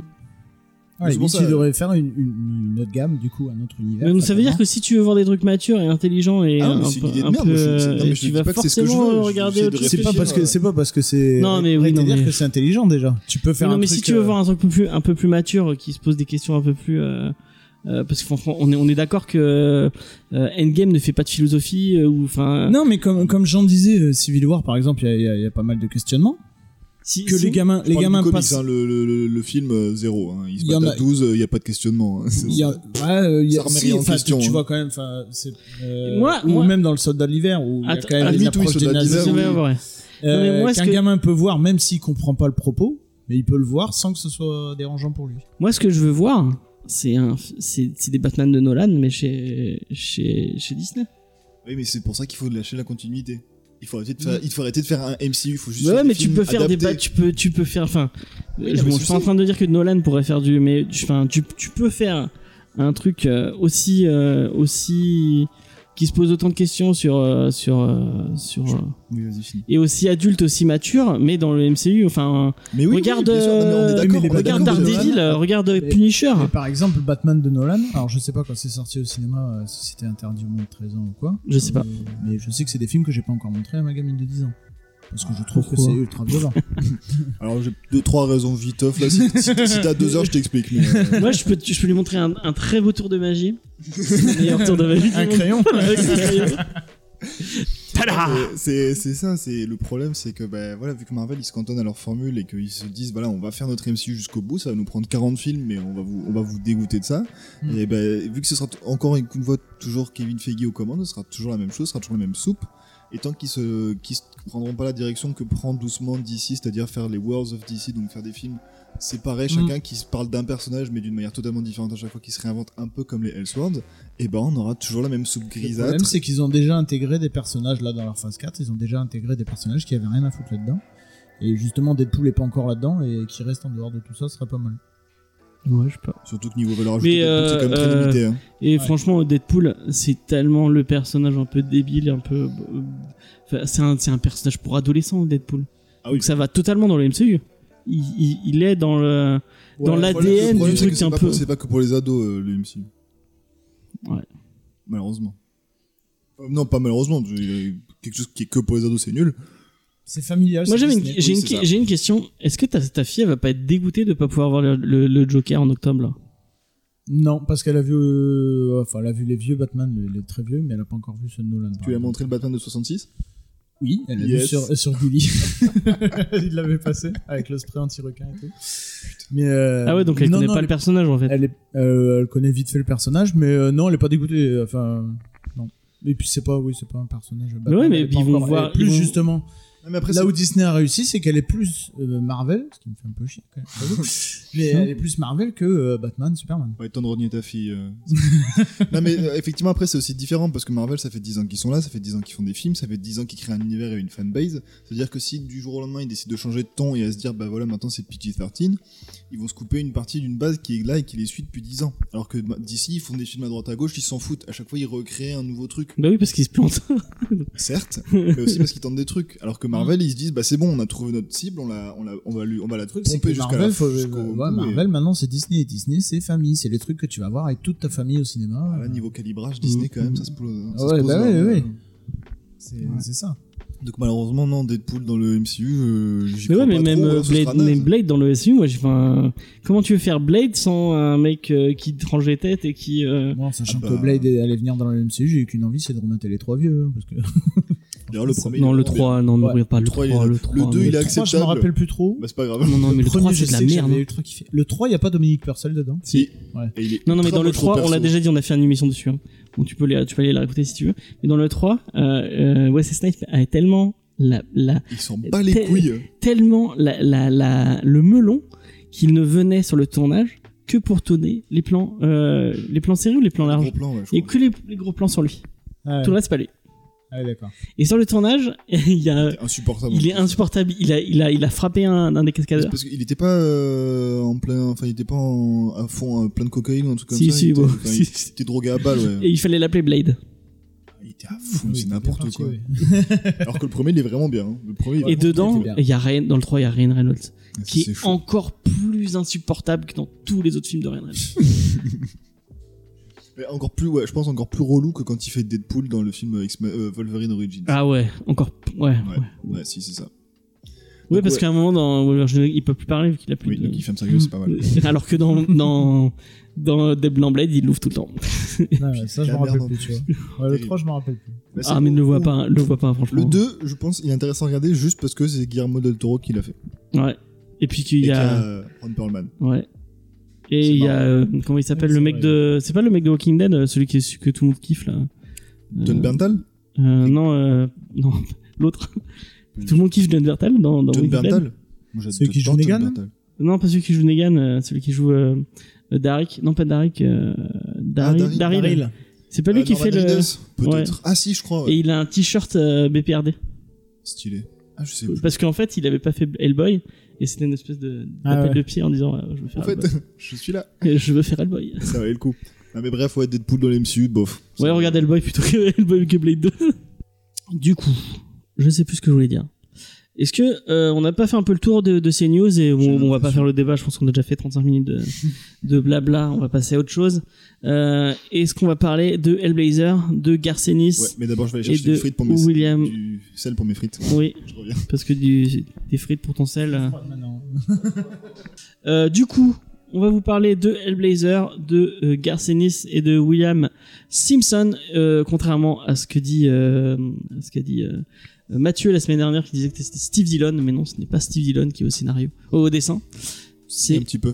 Speaker 4: Ouais,
Speaker 5: c'est pour
Speaker 4: limite,
Speaker 5: ça,
Speaker 4: ils
Speaker 5: euh,
Speaker 4: devraient faire une, une- une autre gamme, du coup, un autre univers.
Speaker 3: Mais donc ça veut dire que si tu veux voir des trucs matures et intelligents et
Speaker 5: Ah non, mais
Speaker 3: un,
Speaker 5: c'est
Speaker 3: peu-
Speaker 5: une idée de
Speaker 3: un
Speaker 5: merde,
Speaker 3: peu,
Speaker 5: moi, je- c'est- non,
Speaker 3: et
Speaker 5: mais je
Speaker 3: tu
Speaker 5: dis
Speaker 3: vas
Speaker 5: pas que c'est ce que je
Speaker 3: forcément
Speaker 5: veux, je-
Speaker 3: regarder
Speaker 5: j'essaie de
Speaker 3: autre chose.
Speaker 4: c'est pas
Speaker 5: réfléchir,
Speaker 4: parce que
Speaker 5: euh.
Speaker 4: c'est pas parce que c'est
Speaker 3: Non, mais oui,
Speaker 4: arrêtez de
Speaker 3: non,
Speaker 4: dire
Speaker 3: mais-
Speaker 4: que c'est intelligent déjà. Tu peux faire
Speaker 3: Non,
Speaker 4: un
Speaker 3: mais
Speaker 4: truc,
Speaker 3: si tu veux
Speaker 4: euh,
Speaker 3: voir un truc un peu plus, un peu plus mature, euh, qui se pose des questions un peu plus, euh, euh, parce que franchement, on est, on est d'accord que euh, Endgame ne fait pas de philosophie euh, ou enfin.
Speaker 4: Non, mais comme, comme Jean disait, euh, Civil War, par exemple, il y a- il y, a- il y a pas mal de questionnements.
Speaker 3: si,
Speaker 4: Que
Speaker 3: si-
Speaker 4: les gamins,
Speaker 5: Je
Speaker 4: les
Speaker 5: parle du
Speaker 4: gamins
Speaker 5: comics,
Speaker 4: passent.
Speaker 5: hein, le, le- le- le film, euh, zéro. hein. Ils se
Speaker 4: Il y en
Speaker 5: battent
Speaker 4: a-
Speaker 5: à 12, il n'y a pas de questionnement. hein. C'est-
Speaker 4: Il y a, ouais, euh, il y a-
Speaker 5: Ça remet
Speaker 4: si,
Speaker 5: rien en
Speaker 4: enfin, tu-
Speaker 5: question,
Speaker 4: Tu
Speaker 5: hein.
Speaker 4: vois quand même, enfin, c'est, euh,
Speaker 3: Moi-
Speaker 4: ou
Speaker 3: moi-
Speaker 4: même dans le soldat de l'hiver, où il y a
Speaker 3: Attends,
Speaker 4: quand même
Speaker 3: à la
Speaker 4: une
Speaker 5: limite, oui,
Speaker 4: approche des
Speaker 5: Soldat de
Speaker 4: nazis,
Speaker 5: l'hiver,
Speaker 3: si,
Speaker 5: oui.
Speaker 3: ouais, ouais.
Speaker 4: euh,
Speaker 3: Non, mais moi, ce
Speaker 4: qu'un
Speaker 3: que-
Speaker 4: gamin peut voir, même s'il comprend pas le propos, mais il peut le voir sans que ce soit dérangeant pour lui.
Speaker 3: Moi, ce que je veux voir, c'est un, c'est c'est des Batman de Nolan, mais chez, chez, chez Disney.
Speaker 5: Oui, mais c'est pour ça qu'il faut lâcher la continuité. Il faut arrêter de faire, il faut arrêter de faire un MCU, il faut juste.
Speaker 3: ouais,
Speaker 5: faire des
Speaker 3: mais tu
Speaker 5: films
Speaker 3: peux faire des ba- tu
Speaker 5: adaptés.
Speaker 3: peux tu peux faire enfin
Speaker 5: Oui,
Speaker 3: je,
Speaker 5: non, mais
Speaker 3: bon, je
Speaker 5: c'est
Speaker 3: suis pas en
Speaker 5: ça.
Speaker 3: train de dire que Nolan pourrait faire du mais tu- enfin tu, tu peux faire un truc euh, aussi euh, aussi qui se pose autant de questions sur euh, sur euh, sur euh,
Speaker 5: Oui, vas-y, finis.
Speaker 3: et aussi adulte aussi mature mais dans le MCU enfin
Speaker 5: Mais oui,
Speaker 3: regarde
Speaker 5: oui, bien sûr, non, mais on est
Speaker 3: euh,
Speaker 4: mais
Speaker 5: d'accord,
Speaker 4: les
Speaker 5: on est
Speaker 3: regarde
Speaker 5: d'accord,
Speaker 4: Daredevil,
Speaker 3: Daredevil
Speaker 4: Nolan.
Speaker 3: euh, regarde
Speaker 4: Mais-
Speaker 3: Punisher
Speaker 4: Mais par exemple, Batman de Nolan, alors je sais pas quand c'est sorti au cinéma, euh, si c'était interdit au moins de 13 ans ou quoi.
Speaker 3: Je sais pas.
Speaker 4: Mais, mais je sais que c'est des films que j'ai pas encore montré à ma gamine de 10 ans. Parce que je trouve que
Speaker 3: Pourquoi
Speaker 4: c'est ultra violent.
Speaker 5: Alors j'ai deux trois raisons vite off là. Si, si- si t'as deux heures, je t'explique. mais, euh,
Speaker 3: moi je peux je peux lui montrer un, un très beau tour de magie Le meilleur tour de magie du
Speaker 4: Un
Speaker 3: monde.
Speaker 4: crayon
Speaker 3: Avec ce crayon.
Speaker 4: Ah
Speaker 5: c'est- c'est c'est ça, c'est le problème, c'est que bah, voilà, vu que Marvel ils se cantonnent à leur formule et qu'ils se disent voilà, on va faire notre MCU jusqu'au bout, ça va nous prendre 40 films, mais on va vous on va vous dégoûter de ça.
Speaker 4: Mm.
Speaker 5: Et ben vu que ce sera t- encore une fois toujours Kevin Feige aux commandes, ce sera toujours la même chose, ce sera toujours la même soupe. Et tant qu'ils se qu'ils se prendront pas la direction que prend doucement DC, c'est-à-dire faire les Wars of DC, donc faire des films séparés,
Speaker 4: Mm.
Speaker 5: chacun qui se parle d'un personnage mais d'une manière totalement différente à chaque fois, qui se réinvente un peu comme les Elseworlds, et ben on aura toujours la même soupe
Speaker 4: Le
Speaker 5: grisâtre.
Speaker 4: problème, c'est qu'ils ont déjà intégré des personnages là dans leur phase 4. Ils ont déjà intégré des personnages qui avaient rien à foutre là-dedans. Et justement, Deadpool est pas encore là-dedans et qui reste en dehors de tout ça, ce serait pas mal.
Speaker 3: ouais je sais pas
Speaker 5: Surtout que niveau valeur
Speaker 3: Mais,
Speaker 5: ajoutée, Deadpool, c'est quand même
Speaker 3: euh,
Speaker 5: très limité. Hein.
Speaker 3: Et
Speaker 4: Ouais.
Speaker 3: franchement, Deadpool, c'est tellement le personnage un peu débile, un peu. euh, Enfin, c'est un, c'est un personnage pour adolescent, Deadpool.
Speaker 5: Ah oui.
Speaker 3: Donc ça va totalement dans le MCU. Il, il- il est dans le. dans
Speaker 5: le
Speaker 3: l'ADN
Speaker 5: problème- le
Speaker 3: du
Speaker 5: problème, c'est
Speaker 3: truc
Speaker 5: que c'est
Speaker 3: un
Speaker 5: pas
Speaker 3: peu-
Speaker 5: pour- C'est pas que pour les ados, euh, le MCU.
Speaker 3: Ouais.
Speaker 5: Malheureusement. Euh, Non, pas malheureusement. parce que, euh, Quelque chose qui est que pour les ados, c'est nul.
Speaker 4: C'est familial.
Speaker 3: Moi
Speaker 4: c'est
Speaker 3: j'avais une,
Speaker 4: Disney.
Speaker 3: j'ai
Speaker 5: oui,
Speaker 3: une,
Speaker 5: c'est
Speaker 3: que-
Speaker 5: ça.
Speaker 3: j'ai une question. Est-ce que ta, ta fille elle va pas être dégoûtée de pas pouvoir voir le, le- le Joker en octobre là
Speaker 4: Non, parce qu'elle a vu, euh, enfin, elle a vu les vieux Batman, les, les très vieux, mais elle a pas encore vu ce Nolan. par
Speaker 5: Tu lui as
Speaker 4: exemple.
Speaker 5: montré le Batman de 66
Speaker 4: Oui, elle l'a vu
Speaker 5: Yes.
Speaker 4: sur, euh, sur Gulli. Il l'avait passé avec le spray anti-requin et tout. Mais euh,
Speaker 3: Ah ouais, donc elle
Speaker 4: non,
Speaker 3: connaît
Speaker 4: non,
Speaker 3: pas le personnage en fait.
Speaker 4: Elle, est- euh, elle connaît vite fait le personnage, mais euh, non, elle est pas dégoûtée. Enfin, non. Et puis c'est pas, oui, c'est pas un personnage. Batman,
Speaker 3: ouais, mais
Speaker 4: elle est pas
Speaker 3: ils vont
Speaker 4: encore- elle est
Speaker 3: voir-
Speaker 4: Plus
Speaker 3: ils vont-
Speaker 4: justement,
Speaker 5: Non, mais après,
Speaker 4: là
Speaker 5: c'est-
Speaker 4: où Disney a réussi, c'est qu'elle est plus euh, Marvel, ce qui me fait un peu chier. Quand même, j'avoue. mais elle est plus Marvel que euh, Batman, Superman.
Speaker 5: Ouais, tendre ta fille. euh. non, mais euh, effectivement, après, c'est aussi différent parce que Marvel, ça fait 10 ans qu'ils sont là, ça fait 10 ans qu'ils font des films, ça fait 10 ans qu'ils créent un univers et une fanbase. C'est-à-dire que si du jour au lendemain, ils décident de changer de ton et à se dire, bah voilà, maintenant c'est PG-13, ils vont se couper une partie d'une base qui est là et qui les suit depuis 10 ans. Alors que bah, d'ici, ils font des films à droite à gauche, ils s'en foutent. À chaque fois, ils recréent un nouveau truc.
Speaker 3: Bah oui, parce qu'il se plante.
Speaker 5: Certes, mais aussi parce qu'ils tentent des trucs. Alors que Marvel, ils se disent, bah c'est bon, on a trouvé notre cible, on, la, on, la, on, va, lui, on va la
Speaker 4: Le truc, c'est
Speaker 5: pomper
Speaker 4: que
Speaker 5: jusqu'à la
Speaker 4: Marvel, faut-
Speaker 5: jusqu'au
Speaker 4: ouais,
Speaker 5: bout et-
Speaker 4: Marvel, maintenant c'est Disney. Et Disney, c'est famille. C'est les trucs que tu vas voir avec toute ta famille au cinéma.
Speaker 5: Ah, là, niveau calibrage, Disney, quand même, ça se pose. ça
Speaker 4: Mm, Ouais,
Speaker 5: se pose
Speaker 4: bah
Speaker 5: dans
Speaker 4: ouais,
Speaker 5: le-
Speaker 4: ouais. C'est
Speaker 3: Ouais.
Speaker 4: c'est ça.
Speaker 5: Donc malheureusement non Deadpool dans le MCU euh, j'y
Speaker 3: Mais ouais,
Speaker 5: crois
Speaker 3: mais
Speaker 5: pas
Speaker 3: même,
Speaker 5: trop,
Speaker 3: euh,
Speaker 5: alors ce sera
Speaker 3: Blade, même
Speaker 5: naze.
Speaker 3: Blade dans le SU, moi j'ai fait un- Comment tu veux faire Blade sans un mec euh, qui te range les têtes et qui. euh,
Speaker 4: Moi, en sachant
Speaker 5: Ah
Speaker 4: que
Speaker 5: bah.
Speaker 4: Blade allait venir dans le MCU, j'ai eu qu'une envie, c'est de remater les trois vieux. hein, parce que...
Speaker 5: D'ailleurs le premier
Speaker 3: Non,
Speaker 5: il
Speaker 3: le
Speaker 5: est vraiment
Speaker 3: 3, non,
Speaker 4: Ouais.
Speaker 3: n'ouvrire pas le
Speaker 5: Le trois,
Speaker 3: 3.
Speaker 5: il est-
Speaker 3: Le
Speaker 5: le
Speaker 3: 3,
Speaker 5: deux, il
Speaker 4: Moi,
Speaker 5: est
Speaker 4: je me
Speaker 5: acceptable.
Speaker 4: rappelle plus trop.
Speaker 5: bien. Bah c'est pas grave
Speaker 3: Oh Non, non, mais le 3,
Speaker 4: premier,
Speaker 3: c'est
Speaker 4: je
Speaker 3: de la
Speaker 4: sais que j'avais
Speaker 3: merde. hein.
Speaker 4: ultra kiffé. Le 3, il n'y a pas Dominique Purcell dedans.
Speaker 5: Si.
Speaker 4: Ouais.
Speaker 5: Et il est
Speaker 3: Non, non, mais
Speaker 5: ultra
Speaker 3: dans le
Speaker 5: bon
Speaker 3: 3,
Speaker 5: perso.
Speaker 3: on l'a déjà dit, on a fait une émission dessus. hein. Bon, tu peux, aller, tu peux aller la réécouter si tu veux. Mais dans le 3, euh, euh, Wesley Snipes a tellement, la, la,
Speaker 5: il s'en bat les couilles
Speaker 3: tellement la, la, la- le melon qu'il ne venait sur le tournage que pour tourner les plans, euh, les plans serrés ou les plans larges.
Speaker 5: Gros plan, ouais, je
Speaker 3: Il n'y a
Speaker 5: crois.
Speaker 3: que les, les gros plans sur lui.
Speaker 4: Ah
Speaker 3: Tout le reste, c'est pas lui.
Speaker 4: d'accord.
Speaker 3: Et sur le tournage, il, y a,
Speaker 5: C'est insupportable
Speaker 3: il est insupportable. Il a, il a, il a frappé un, un des
Speaker 5: C'est
Speaker 3: cascadeurs.
Speaker 5: parce qu'il était pas euh, en plein enfin il était pas en- à fond euh, plein de cocaïne ou un truc comme
Speaker 3: Si,
Speaker 5: ça
Speaker 3: si,
Speaker 5: il était,
Speaker 3: bon,
Speaker 5: enfin, il-
Speaker 3: si.
Speaker 5: il était drogué à balle
Speaker 3: Et
Speaker 5: ouais.
Speaker 3: il fallait l'appeler Blade.
Speaker 5: il était à fond
Speaker 4: Oui,
Speaker 5: c'est n'importe
Speaker 4: parti,
Speaker 5: quoi
Speaker 4: oui.
Speaker 5: alors que le premier il est vraiment bien hein. le premier il est
Speaker 3: Et
Speaker 5: vraiment-
Speaker 3: dedans,
Speaker 4: c'était bien.
Speaker 3: il y a Ryan, dans le 3, il y a Ryan Reynolds.
Speaker 5: c'est-
Speaker 3: qui est,
Speaker 5: c'est chaud.
Speaker 3: encore plus insupportable que dans tous les autres films de Ryan Reynolds.
Speaker 5: Mais encore plus ouais je pense encore plus relou que quand il fait Deadpool dans le film euh, X-Men- euh, Wolverine Origins
Speaker 3: Ah ouais, encore p- ouais. Ouais,
Speaker 5: ouais ouais si c'est ça
Speaker 3: Ouais,
Speaker 5: Donc,
Speaker 3: parce
Speaker 5: ouais.
Speaker 3: qu'à un moment dans Wolverine, il peut plus parler vu qu'il a plus
Speaker 5: oui
Speaker 3: de
Speaker 5: donc il ferme sa gueule c'est pas
Speaker 3: Hmm.
Speaker 5: mal
Speaker 3: alors que dans dans dans Dead Blanc Blade, il l'ouvre tout le temps.
Speaker 4: Non, Ah ouais, ça, je
Speaker 5: la
Speaker 4: m'en rappelle
Speaker 5: merde,
Speaker 4: plus,
Speaker 5: en
Speaker 4: tu vois. Ouais, le
Speaker 5: Terrible.
Speaker 4: 3, je m'en rappelle plus.
Speaker 5: Bah, c'est
Speaker 3: Ah mais ne le
Speaker 5: bon.
Speaker 3: voit pas, Oh. le voit pas franchement.
Speaker 5: Le 2, je pense, il est intéressant à regarder juste parce que c'est Guillermo del Toro qui l'a fait.
Speaker 3: Ouais. Et puis qu'il
Speaker 5: et
Speaker 3: y
Speaker 5: qu'il
Speaker 3: a
Speaker 5: euh, Ron Perlman.
Speaker 3: ouais. Et
Speaker 5: C'est
Speaker 3: il y a
Speaker 5: marrant.
Speaker 3: euh, comment il s'appelle
Speaker 4: Oui,
Speaker 3: le
Speaker 4: c'est
Speaker 3: mec
Speaker 4: vrai.
Speaker 3: de c'est pas le mec de Walking Dead euh, celui qui est, que tout le monde kiffe là. Euh,
Speaker 5: John Berntal
Speaker 3: euh, non euh, non l'autre. tout le monde kiffe John Bertal dans dans
Speaker 5: John
Speaker 3: Walking Dead.
Speaker 5: Berntal Moi, j'adore
Speaker 4: Celui qui joue
Speaker 5: John
Speaker 4: Negan
Speaker 5: Bernthal.
Speaker 3: Non, pas celui qui joue Negan, euh, celui qui joue euh, euh, Darik. Non, pas Darik. euh, Dari-
Speaker 5: Ah, Daryl,
Speaker 3: Daryl.
Speaker 4: Daryl.
Speaker 3: C'est pas lui
Speaker 5: Euh,
Speaker 3: qui fait
Speaker 5: Norman
Speaker 3: le.
Speaker 5: Reedus, Peut-être. Ah si, je crois. ouais.
Speaker 3: Et il a un t-shirt euh, BPRD.
Speaker 5: Stylé. Ah, je sais plus.
Speaker 3: Parce qu'en fait, il avait pas fait Hellboy, et c'était une espèce de
Speaker 4: Ah
Speaker 3: d'appel
Speaker 4: ouais.
Speaker 3: de pied en disant euh, je, veux faire
Speaker 5: En fait,
Speaker 3: Hellboy.
Speaker 5: je suis là.
Speaker 3: je veux faire Hellboy.
Speaker 5: Ça valait le coup. Non, mais bref, ouais, Deadpool dans les MCU, bof.
Speaker 3: Ouais, regarde Hellboy plutôt que Hellboy que Blade 2. Du coup, je ne sais plus ce que je voulais dire. Est-ce que euh, on n'a pas fait un peu le tour de, de ces news et
Speaker 5: J'ai
Speaker 3: on, on va pas
Speaker 5: l'impression.
Speaker 3: faire le débat, je pense qu'on a déjà fait 35 minutes de, de blabla, on va passer à autre chose. Euh, Est-ce qu'on va parler de Hellblazer, de Garcenis
Speaker 5: Ouais, mais d'abord, je vais aller
Speaker 3: et
Speaker 5: chercher
Speaker 3: de
Speaker 5: des frites pour mes
Speaker 3: William-
Speaker 5: Du sel pour mes frites.
Speaker 3: Oui,
Speaker 5: Je reviens.
Speaker 3: parce que du, des frites pour ton sel. euh.
Speaker 4: Maintenant.
Speaker 3: Euh, du coup, on va vous parler de Hellblazer, de euh, Garth Ennis et de William Simpson, euh, contrairement à ce que dit, euh, à ce qu'a dit euh, Mathieu la semaine dernière, qui disait que c'était Steve Dillon, mais non, ce n'est pas Steve Dillon qui est au scénario, au dessin.
Speaker 5: Un
Speaker 3: C'est
Speaker 5: petit peu.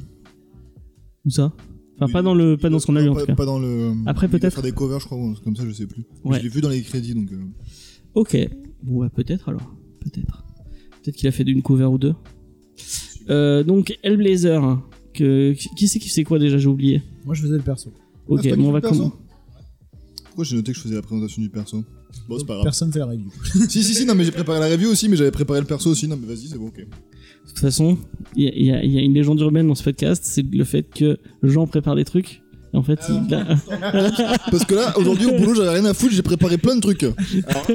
Speaker 3: où ça Enfin,
Speaker 5: Oui,
Speaker 3: pas dans le, pas dans ce qu'on a lu
Speaker 5: Non,
Speaker 3: en
Speaker 5: pas-
Speaker 3: tout cas.
Speaker 5: Pas dans le.
Speaker 3: Après,
Speaker 5: il doit
Speaker 3: peut-être.
Speaker 5: faire des covers, je crois, ou un truc comme ça, je sais plus. Mais
Speaker 3: Ouais.
Speaker 5: Je l'ai vu dans les crédits, donc. euh,
Speaker 3: Ok. Bon, bah, peut-être alors. Peut-être. Peut-être qu'il a fait d'une cover ou deux. Euh, donc Hellblazer, que, qui c'est qui fait quoi déjà J'ai oublié.
Speaker 4: Moi, je faisais le perso.
Speaker 3: Ok,
Speaker 5: Ah, c'est pas
Speaker 3: bon, on
Speaker 5: lui
Speaker 3: va
Speaker 5: qui fait le
Speaker 3: commencer.
Speaker 5: perso Pourquoi j'ai noté que je faisais la présentation du perso Bon, c'est pas grave.
Speaker 4: Personne fait la règle.
Speaker 5: si, si, si, non, mais j'ai préparé la review aussi, mais j'avais préparé le perso aussi. Non, mais vas-y, c'est bon, ok.
Speaker 3: De toute façon, il y, a- il y a- il y a une légende urbaine dans ce podcast, c'est le fait que Jean prépare des trucs. Et en fait, il
Speaker 4: Ah
Speaker 3: a-
Speaker 5: Parce que là, aujourd'hui, au boulot, j'avais rien à foutre, j'ai préparé plein de trucs. Alors,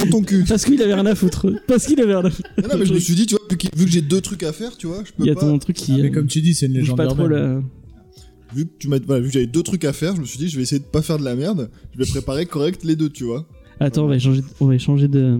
Speaker 5: dans ton cul. Ah,
Speaker 3: parce qu'il avait rien à foutre. Parce qu'il avait rien à foutre.
Speaker 5: Non, non, mais je me suis dit, tu vois, vu que, vu que j'ai deux trucs à faire, tu vois, je peux
Speaker 3: Il y a
Speaker 5: pas.
Speaker 3: ton truc qui
Speaker 4: Ah, Mais comme tu dis, c'est une
Speaker 3: euh, bouge
Speaker 4: légende
Speaker 3: pas trop
Speaker 4: urbaine.
Speaker 3: le.
Speaker 5: Vu que tu m'as, voilà, vu que j'avais deux trucs à faire, je me suis dit, je vais essayer de pas faire de la merde. Je vais préparer correct les deux, tu vois.
Speaker 3: Attends, on va changer. de- On va changer de.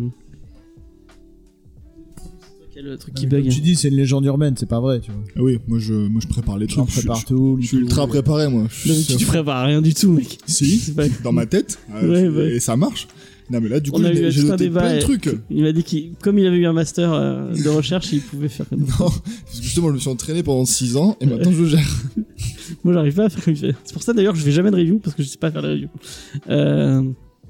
Speaker 3: Quel euh, truc qui
Speaker 4: Mais comme
Speaker 3: bug
Speaker 4: tu dis, c'est une légende urbaine, c'est pas vrai, tu vois.
Speaker 5: Ah oui, moi je, moi je prépare les
Speaker 4: J'en fais partout.
Speaker 5: Je suis ultra préparé, moi.
Speaker 3: Non, mais tu prépares rien du tout, mec.
Speaker 5: Si,
Speaker 3: C'est pas-
Speaker 5: dans ma tête.
Speaker 3: Ouais,
Speaker 5: euh,
Speaker 3: ouais.
Speaker 5: Et ça marche. Non, mais là, du coup,
Speaker 3: On a eu
Speaker 5: j'ai
Speaker 3: un
Speaker 5: j'ai
Speaker 3: putain
Speaker 5: noté
Speaker 3: débat
Speaker 5: plein de
Speaker 3: et-
Speaker 5: trucs.
Speaker 3: Il m'a dit qu'il, comme il avait eu un master euh, de recherche, il pouvait faire. comme-
Speaker 5: Non, parce que justement, je me suis entraîné pendant 6 ans et maintenant je gère.
Speaker 3: Moi, j'arrive pas à faire comme il fait. C'est pour ça d'ailleurs, je fais jamais de review parce que je sais pas faire les reviews. Euh,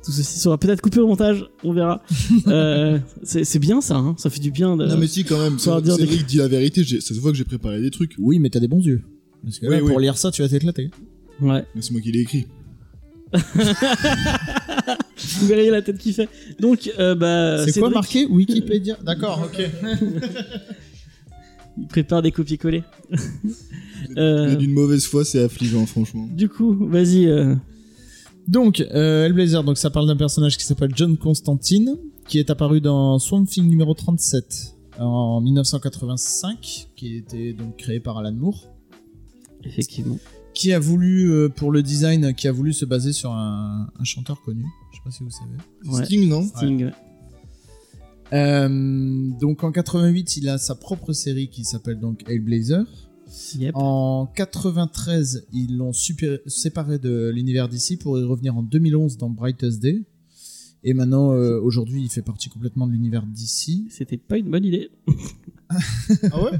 Speaker 3: tout ceci sera peut-être coupé au montage, on verra. Euh, c'est c'est bien ça, hein, ça fait du bien. De...
Speaker 5: Non, mais si, quand même, c'est
Speaker 3: Faut leur dire des-
Speaker 5: Eric dit la vérité, j'ai- ça se voit que j'ai préparé des trucs.
Speaker 4: Oui, mais t'as des bons yeux. Parce que
Speaker 5: Oui,
Speaker 4: là,
Speaker 5: oui.
Speaker 4: pour lire ça, tu vas t'éclater.
Speaker 3: Euh, Ouais.
Speaker 5: Mais c'est moi qui l'ai écrit.
Speaker 3: Vous verriez la tête qu'il fait. Donc, euh, bah,
Speaker 4: c'est quoi
Speaker 3: Cédric,
Speaker 4: marqué Wikipédia D'accord, ok.
Speaker 3: Il prépare des copier-coller.
Speaker 5: Mais
Speaker 3: Euh,
Speaker 5: D'une mauvaise foi, c'est affligeant, franchement.
Speaker 3: du coup, vas-y. euh,
Speaker 4: Donc, euh, Hellblazer, donc ça parle d'un personnage qui s'appelle John Constantine, qui est apparu dans Swamp Thing numéro 37 en 1985, qui était donc créé par Alan Moore,
Speaker 3: Effectivement.
Speaker 4: qui a voulu, euh, pour le design, qui a voulu se baser sur un, un chanteur connu, je sais pas si vous savez.
Speaker 3: Ouais.
Speaker 5: Sting, non
Speaker 3: Sting, ouais.
Speaker 4: Euh, donc en 88, il a sa propre série qui s'appelle donc Hellblazer.
Speaker 3: Yep.
Speaker 4: En 93, ils l'ont supé- séparé de l'univers d'ici pour y revenir en 2011 dans Brightest Day. Et maintenant, euh, aujourd'hui, il fait partie complètement de l'univers d'ici.
Speaker 3: C'était pas une bonne idée.
Speaker 4: Ah ouais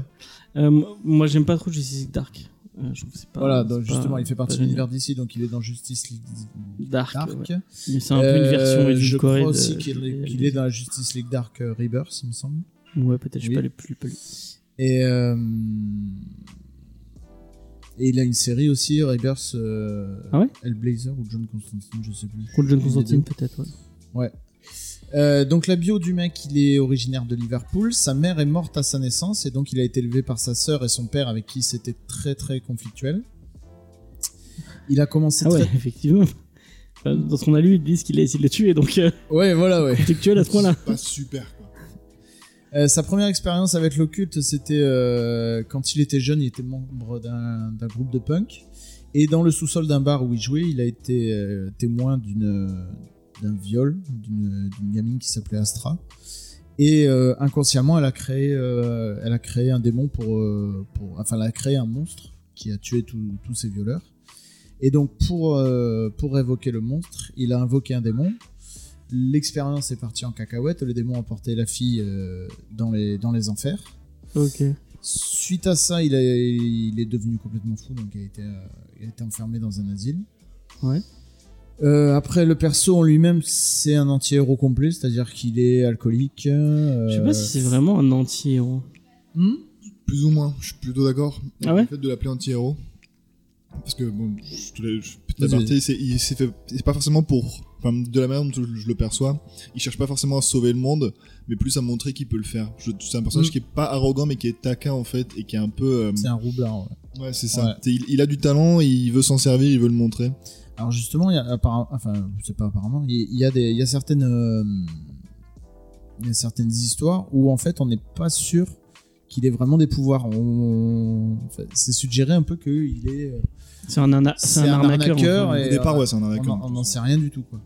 Speaker 3: Euh, moi- moi, j'aime pas trop Justice League Dark. Euh, je trouve que c'est pas-
Speaker 4: Voilà, donc
Speaker 3: c'est pas-
Speaker 4: justement, il fait
Speaker 3: pas
Speaker 4: partie de l'univers d'ici, donc il est dans Justice League
Speaker 3: Dark.
Speaker 4: Dark.
Speaker 3: ouais. Mais c'est un peu une
Speaker 4: Euh,
Speaker 3: version
Speaker 4: Je crois
Speaker 3: édulcorée. de-
Speaker 4: aussi qu'il est,
Speaker 3: de-
Speaker 4: qu'il est dans la Justice League Dark euh, Rebirth, il me semble.
Speaker 3: Ouais, peut-être, je suis
Speaker 4: Oui.
Speaker 3: pas le plus. pas le-
Speaker 4: Et, euh, et il a une série aussi, Rebirth euh,
Speaker 3: Ah ouais
Speaker 4: Hellblazer ou John Constantine, je sais plus.
Speaker 3: Contre John
Speaker 4: Une des
Speaker 3: Constantine,
Speaker 4: deux.
Speaker 3: peut-être, ouais.
Speaker 4: Euh, donc la bio du mec, il est originaire de Liverpool. Sa mère est morte à sa naissance et donc il a été élevé par sa sœur et son père avec qui c'était très très conflictuel. Il a commencé
Speaker 3: Ah ouais,
Speaker 4: très...
Speaker 3: effectivement. Enfin, dans ce qu'on a lu, ils disent qu'il a essayé de le tuer, donc euh,
Speaker 4: Ouais, voilà, ouais.
Speaker 3: intellectuel à ce point-là.
Speaker 5: C'est Pas super, quoi.
Speaker 4: Euh, sa première expérience avec l'occulte, c'était euh, quand il était jeune, il était membre d'un d'un groupe de punk. Et dans le sous-sol d'un bar où il jouait, il a été euh, témoin d'une- d'un viol d'une d'une gamine qui s'appelait Astra. Et euh, inconsciemment, elle a créé, euh, elle a créé un démon pour, euh, pour- enfin, elle a créé un monstre qui a tué tous tous ses violeurs. Et donc, pour euh, pour évoquer le monstre, il a invoqué un démon L'expérience est partie en cacahuète. Le démon a porté la fille euh, dans, les, dans les enfers.
Speaker 3: Ok.
Speaker 4: Suite à ça, il, a- il est devenu complètement fou, donc il a été, euh, il a été enfermé dans un asile.
Speaker 3: Ouais.
Speaker 4: Euh, après, le perso en lui-même, c'est un anti-héros complet, c'est-à-dire qu'il est alcoolique. euh,
Speaker 3: Je sais pas si c'est vraiment un hein. anti-héros.
Speaker 4: hmm
Speaker 5: Plus ou moins, je suis plutôt d'accord.
Speaker 3: Ah ouais
Speaker 5: Le fait de l'appeler anti-héros. Parce que, bon, je te l'ai- je- petite
Speaker 4: Vas-y,
Speaker 5: aparté, c'est il s'est fait- c'est pas forcément pour enfin, de la manière dont je, je le perçois, il cherche pas forcément à sauver le monde, mais plus à montrer qu'il peut le faire. Je- C'est un personnage
Speaker 4: Mm.
Speaker 5: qui est pas arrogant, mais qui est taquin en fait, et qui est un peu. euh,
Speaker 4: C'est un roublard. ouais.
Speaker 5: ouais, c'est ça.
Speaker 4: Ouais.
Speaker 5: T'es- Il, il a du talent, il veut s'en servir, il veut le montrer.
Speaker 4: Alors justement, il y a apparemment, enfin, c'est pas apparemment, il il y a des, il y a certaines, euh, il y a certaines histoires où en fait on n'est pas sûr qu'il ait vraiment des pouvoirs. On, enfin, c'est suggéré un peu qu'il est, euh,
Speaker 3: C'est un, arna- c'est un arnaqueur. en fait.
Speaker 4: et
Speaker 5: Au départ,
Speaker 4: on-
Speaker 5: ouais, c'est un
Speaker 4: on en-
Speaker 5: arnaqueur.
Speaker 4: on n'en sait rien du tout quoi.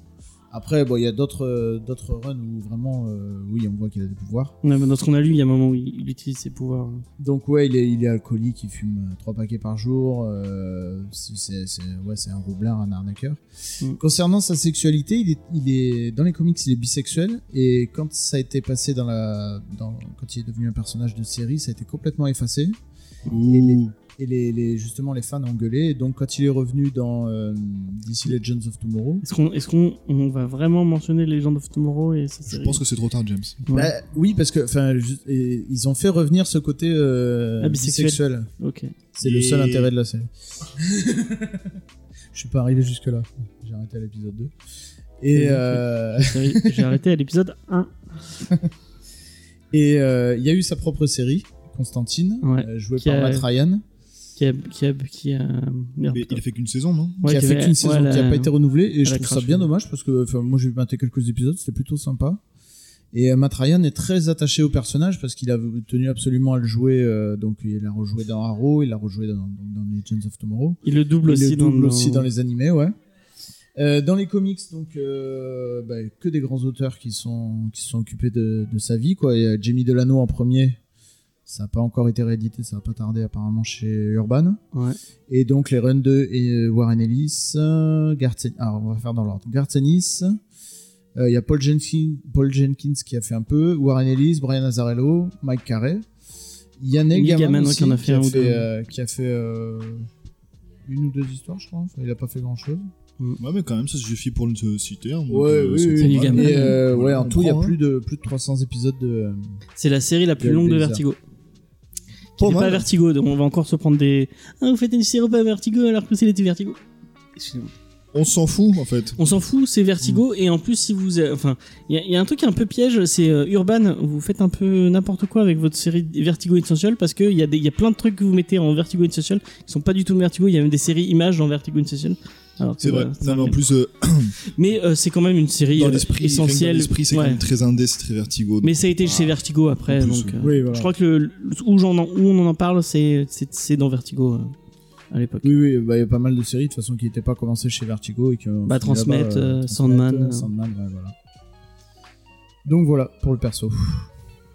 Speaker 4: Après, bon, il y a d'autres, euh, d'autres runs où vraiment, euh, oui, on voit qu'il a des pouvoirs.
Speaker 3: Ouais, mais Dans ce qu'on a lu, il y a un moment où il il utilise ses pouvoirs.
Speaker 4: Donc ouais, il est, il est alcoolique, il fume euh, trois paquets par jour. euh, c'est- c'est c'est- ouais, c'est un roublard, un arnaqueur.
Speaker 3: Mm.
Speaker 4: Concernant sa sexualité, il est, il est dans les comics, il est bisexuel et quand ça a été passé dans la, dans, quand il est devenu un personnage de série, ça a été complètement effacé.
Speaker 5: Ouh.
Speaker 4: Et les, les- justement, les fans ont gueulé. Et donc quand il est revenu dans euh, DC Legends of Tomorrow,
Speaker 3: Est-ce qu'on est qu'on on va vraiment mentionner Legend of Tomorrow et sa
Speaker 5: Je
Speaker 3: série
Speaker 5: pense que c'est trop tard, James.
Speaker 3: Ouais.
Speaker 4: bah, oui, parce que enfin, ju- et ils ont fait revenir ce côté euh,
Speaker 3: Ah, bisexuel.
Speaker 4: bisexuel.
Speaker 3: Ok.
Speaker 4: C'est le seul
Speaker 5: Et-
Speaker 4: intérêt de la série. Je suis pas arrivé jusque là. J'ai arrêté à l'épisode 2. Et
Speaker 3: Oui,
Speaker 4: euh,
Speaker 3: J'ai j'ai arrêté à l'épisode 1.
Speaker 4: et, euh, il y a eu sa propre série, Constantine,
Speaker 3: Ouais,
Speaker 4: euh, jouée
Speaker 3: qui
Speaker 4: par
Speaker 3: a-
Speaker 4: Matt Ryan,
Speaker 3: Qui a. Qui a, qui a... Merde,
Speaker 5: Mais
Speaker 3: putain.
Speaker 5: il a fait qu'une saison, non
Speaker 3: Ouais,
Speaker 4: qui a
Speaker 3: qui
Speaker 4: fait
Speaker 3: avait-
Speaker 4: qu'une saison,
Speaker 3: ouais,
Speaker 4: qui
Speaker 3: la-
Speaker 4: a pas été renouvelée. Et
Speaker 3: elle
Speaker 4: je
Speaker 3: a
Speaker 4: trouve ça
Speaker 3: craché.
Speaker 4: bien dommage parce que enfin, moi j'ai maté quelques épisodes, c'était plutôt sympa. Et euh, Matt Ryan est très attaché au personnage parce qu'il a tenu absolument à le jouer. euh, donc il l'a rejoué dans Arrow, il l'a rejoué dans, dans Legends of Tomorrow.
Speaker 3: Il le double
Speaker 4: Il
Speaker 3: aussi
Speaker 4: le double
Speaker 3: dans,
Speaker 4: aussi dans les animés, ouais. Euh, dans les comics, donc, euh, bah, que des grands auteurs qui sont qui se sont occupés de, de sa vie, quoi. Il y a Jamie Delano en premier. Ça n'a pas encore été réédité, ça va pas tarder apparemment chez Urban.
Speaker 3: Ouais.
Speaker 4: Et donc les runs de et, euh, Warren Ellis, euh, Gartsen- alors on va faire dans l'ordre. Gartsenis, euh, il y a Paul Jenkins, Paul Jenkins qui a fait un peu, Warren Ellis, Brian Azarello, Mike Carré, Yannick
Speaker 3: Neil
Speaker 4: Gaman,
Speaker 3: Gaiman, ouais,
Speaker 4: aussi,
Speaker 3: qui en a fait
Speaker 4: qui
Speaker 3: un
Speaker 4: a
Speaker 3: ou deux.
Speaker 4: fait, euh, qui a fait euh, une ou deux histoires, je crois. Enfin, il a pas fait grand chose.
Speaker 5: Ouais, mais quand même, ça suffit pour le citer. hein, donc,
Speaker 4: Ouais,
Speaker 5: euh,
Speaker 4: oui,
Speaker 5: c'est
Speaker 4: oui,
Speaker 5: pas
Speaker 3: oui.
Speaker 5: mal.
Speaker 3: Gamin.
Speaker 4: Et euh, ouais, en
Speaker 5: On
Speaker 4: tout, il y a
Speaker 5: prend, hein.
Speaker 4: plus de plus de 300 épisodes de.
Speaker 3: C'est la série la plus
Speaker 4: Quel
Speaker 3: longue de
Speaker 4: plaisir.
Speaker 3: Vertigo. Qui
Speaker 5: Pas
Speaker 3: n'est pas
Speaker 5: mal.
Speaker 3: Vertigo, donc on va encore se prendre des. Ah, vous faites une série pas Vertigo alors que c'est l'été Vertigo. Excusez-moi.
Speaker 5: On s'en fout, en fait.
Speaker 3: On s'en fout, c'est
Speaker 5: Mm.
Speaker 3: Vertigo. Et en plus, si vous, avez- enfin, il y, a- il y a un truc un peu piège, c'est euh, Urban. Vous faites un peu n'importe quoi avec votre série Vertigo Essential parce qu'il y a des, il y a plein de trucs que vous mettez en Vertigo Essential qui sont pas du tout Vertigo. Il y a même des séries images dans Vertigo Essential. Alors que,
Speaker 5: C'est vrai.
Speaker 3: voilà,
Speaker 5: Non, mais en
Speaker 3: un-
Speaker 5: plus, euh,
Speaker 3: Mais euh, c'est quand même une série
Speaker 5: dans
Speaker 3: euh,
Speaker 5: l'esprit, rien que dans
Speaker 3: essentielle.
Speaker 5: l'esprit, c'est quand
Speaker 3: Ouais.
Speaker 5: même très indé, c'est très vertigo. donc.
Speaker 3: Mais ça a été chez Vertigo après,
Speaker 5: En plus,
Speaker 3: donc.
Speaker 5: oui.
Speaker 3: euh,
Speaker 4: Oui, voilà.
Speaker 3: Je crois que le, le- où, j'en en- où on en parle, c'est c'est- c'est dans Vertigo euh, à l'époque.
Speaker 4: Oui, oui, bah, il y a pas mal de séries de toute façon qui n'étaient pas commencées chez Vertigo et qui ont
Speaker 3: Bah,
Speaker 4: fini là-bas,
Speaker 3: Transmet, euh,
Speaker 4: Transmet,
Speaker 3: Sandman,
Speaker 4: euh,
Speaker 3: euh.
Speaker 4: Sandman, ouais, voilà. Donc voilà pour le perso.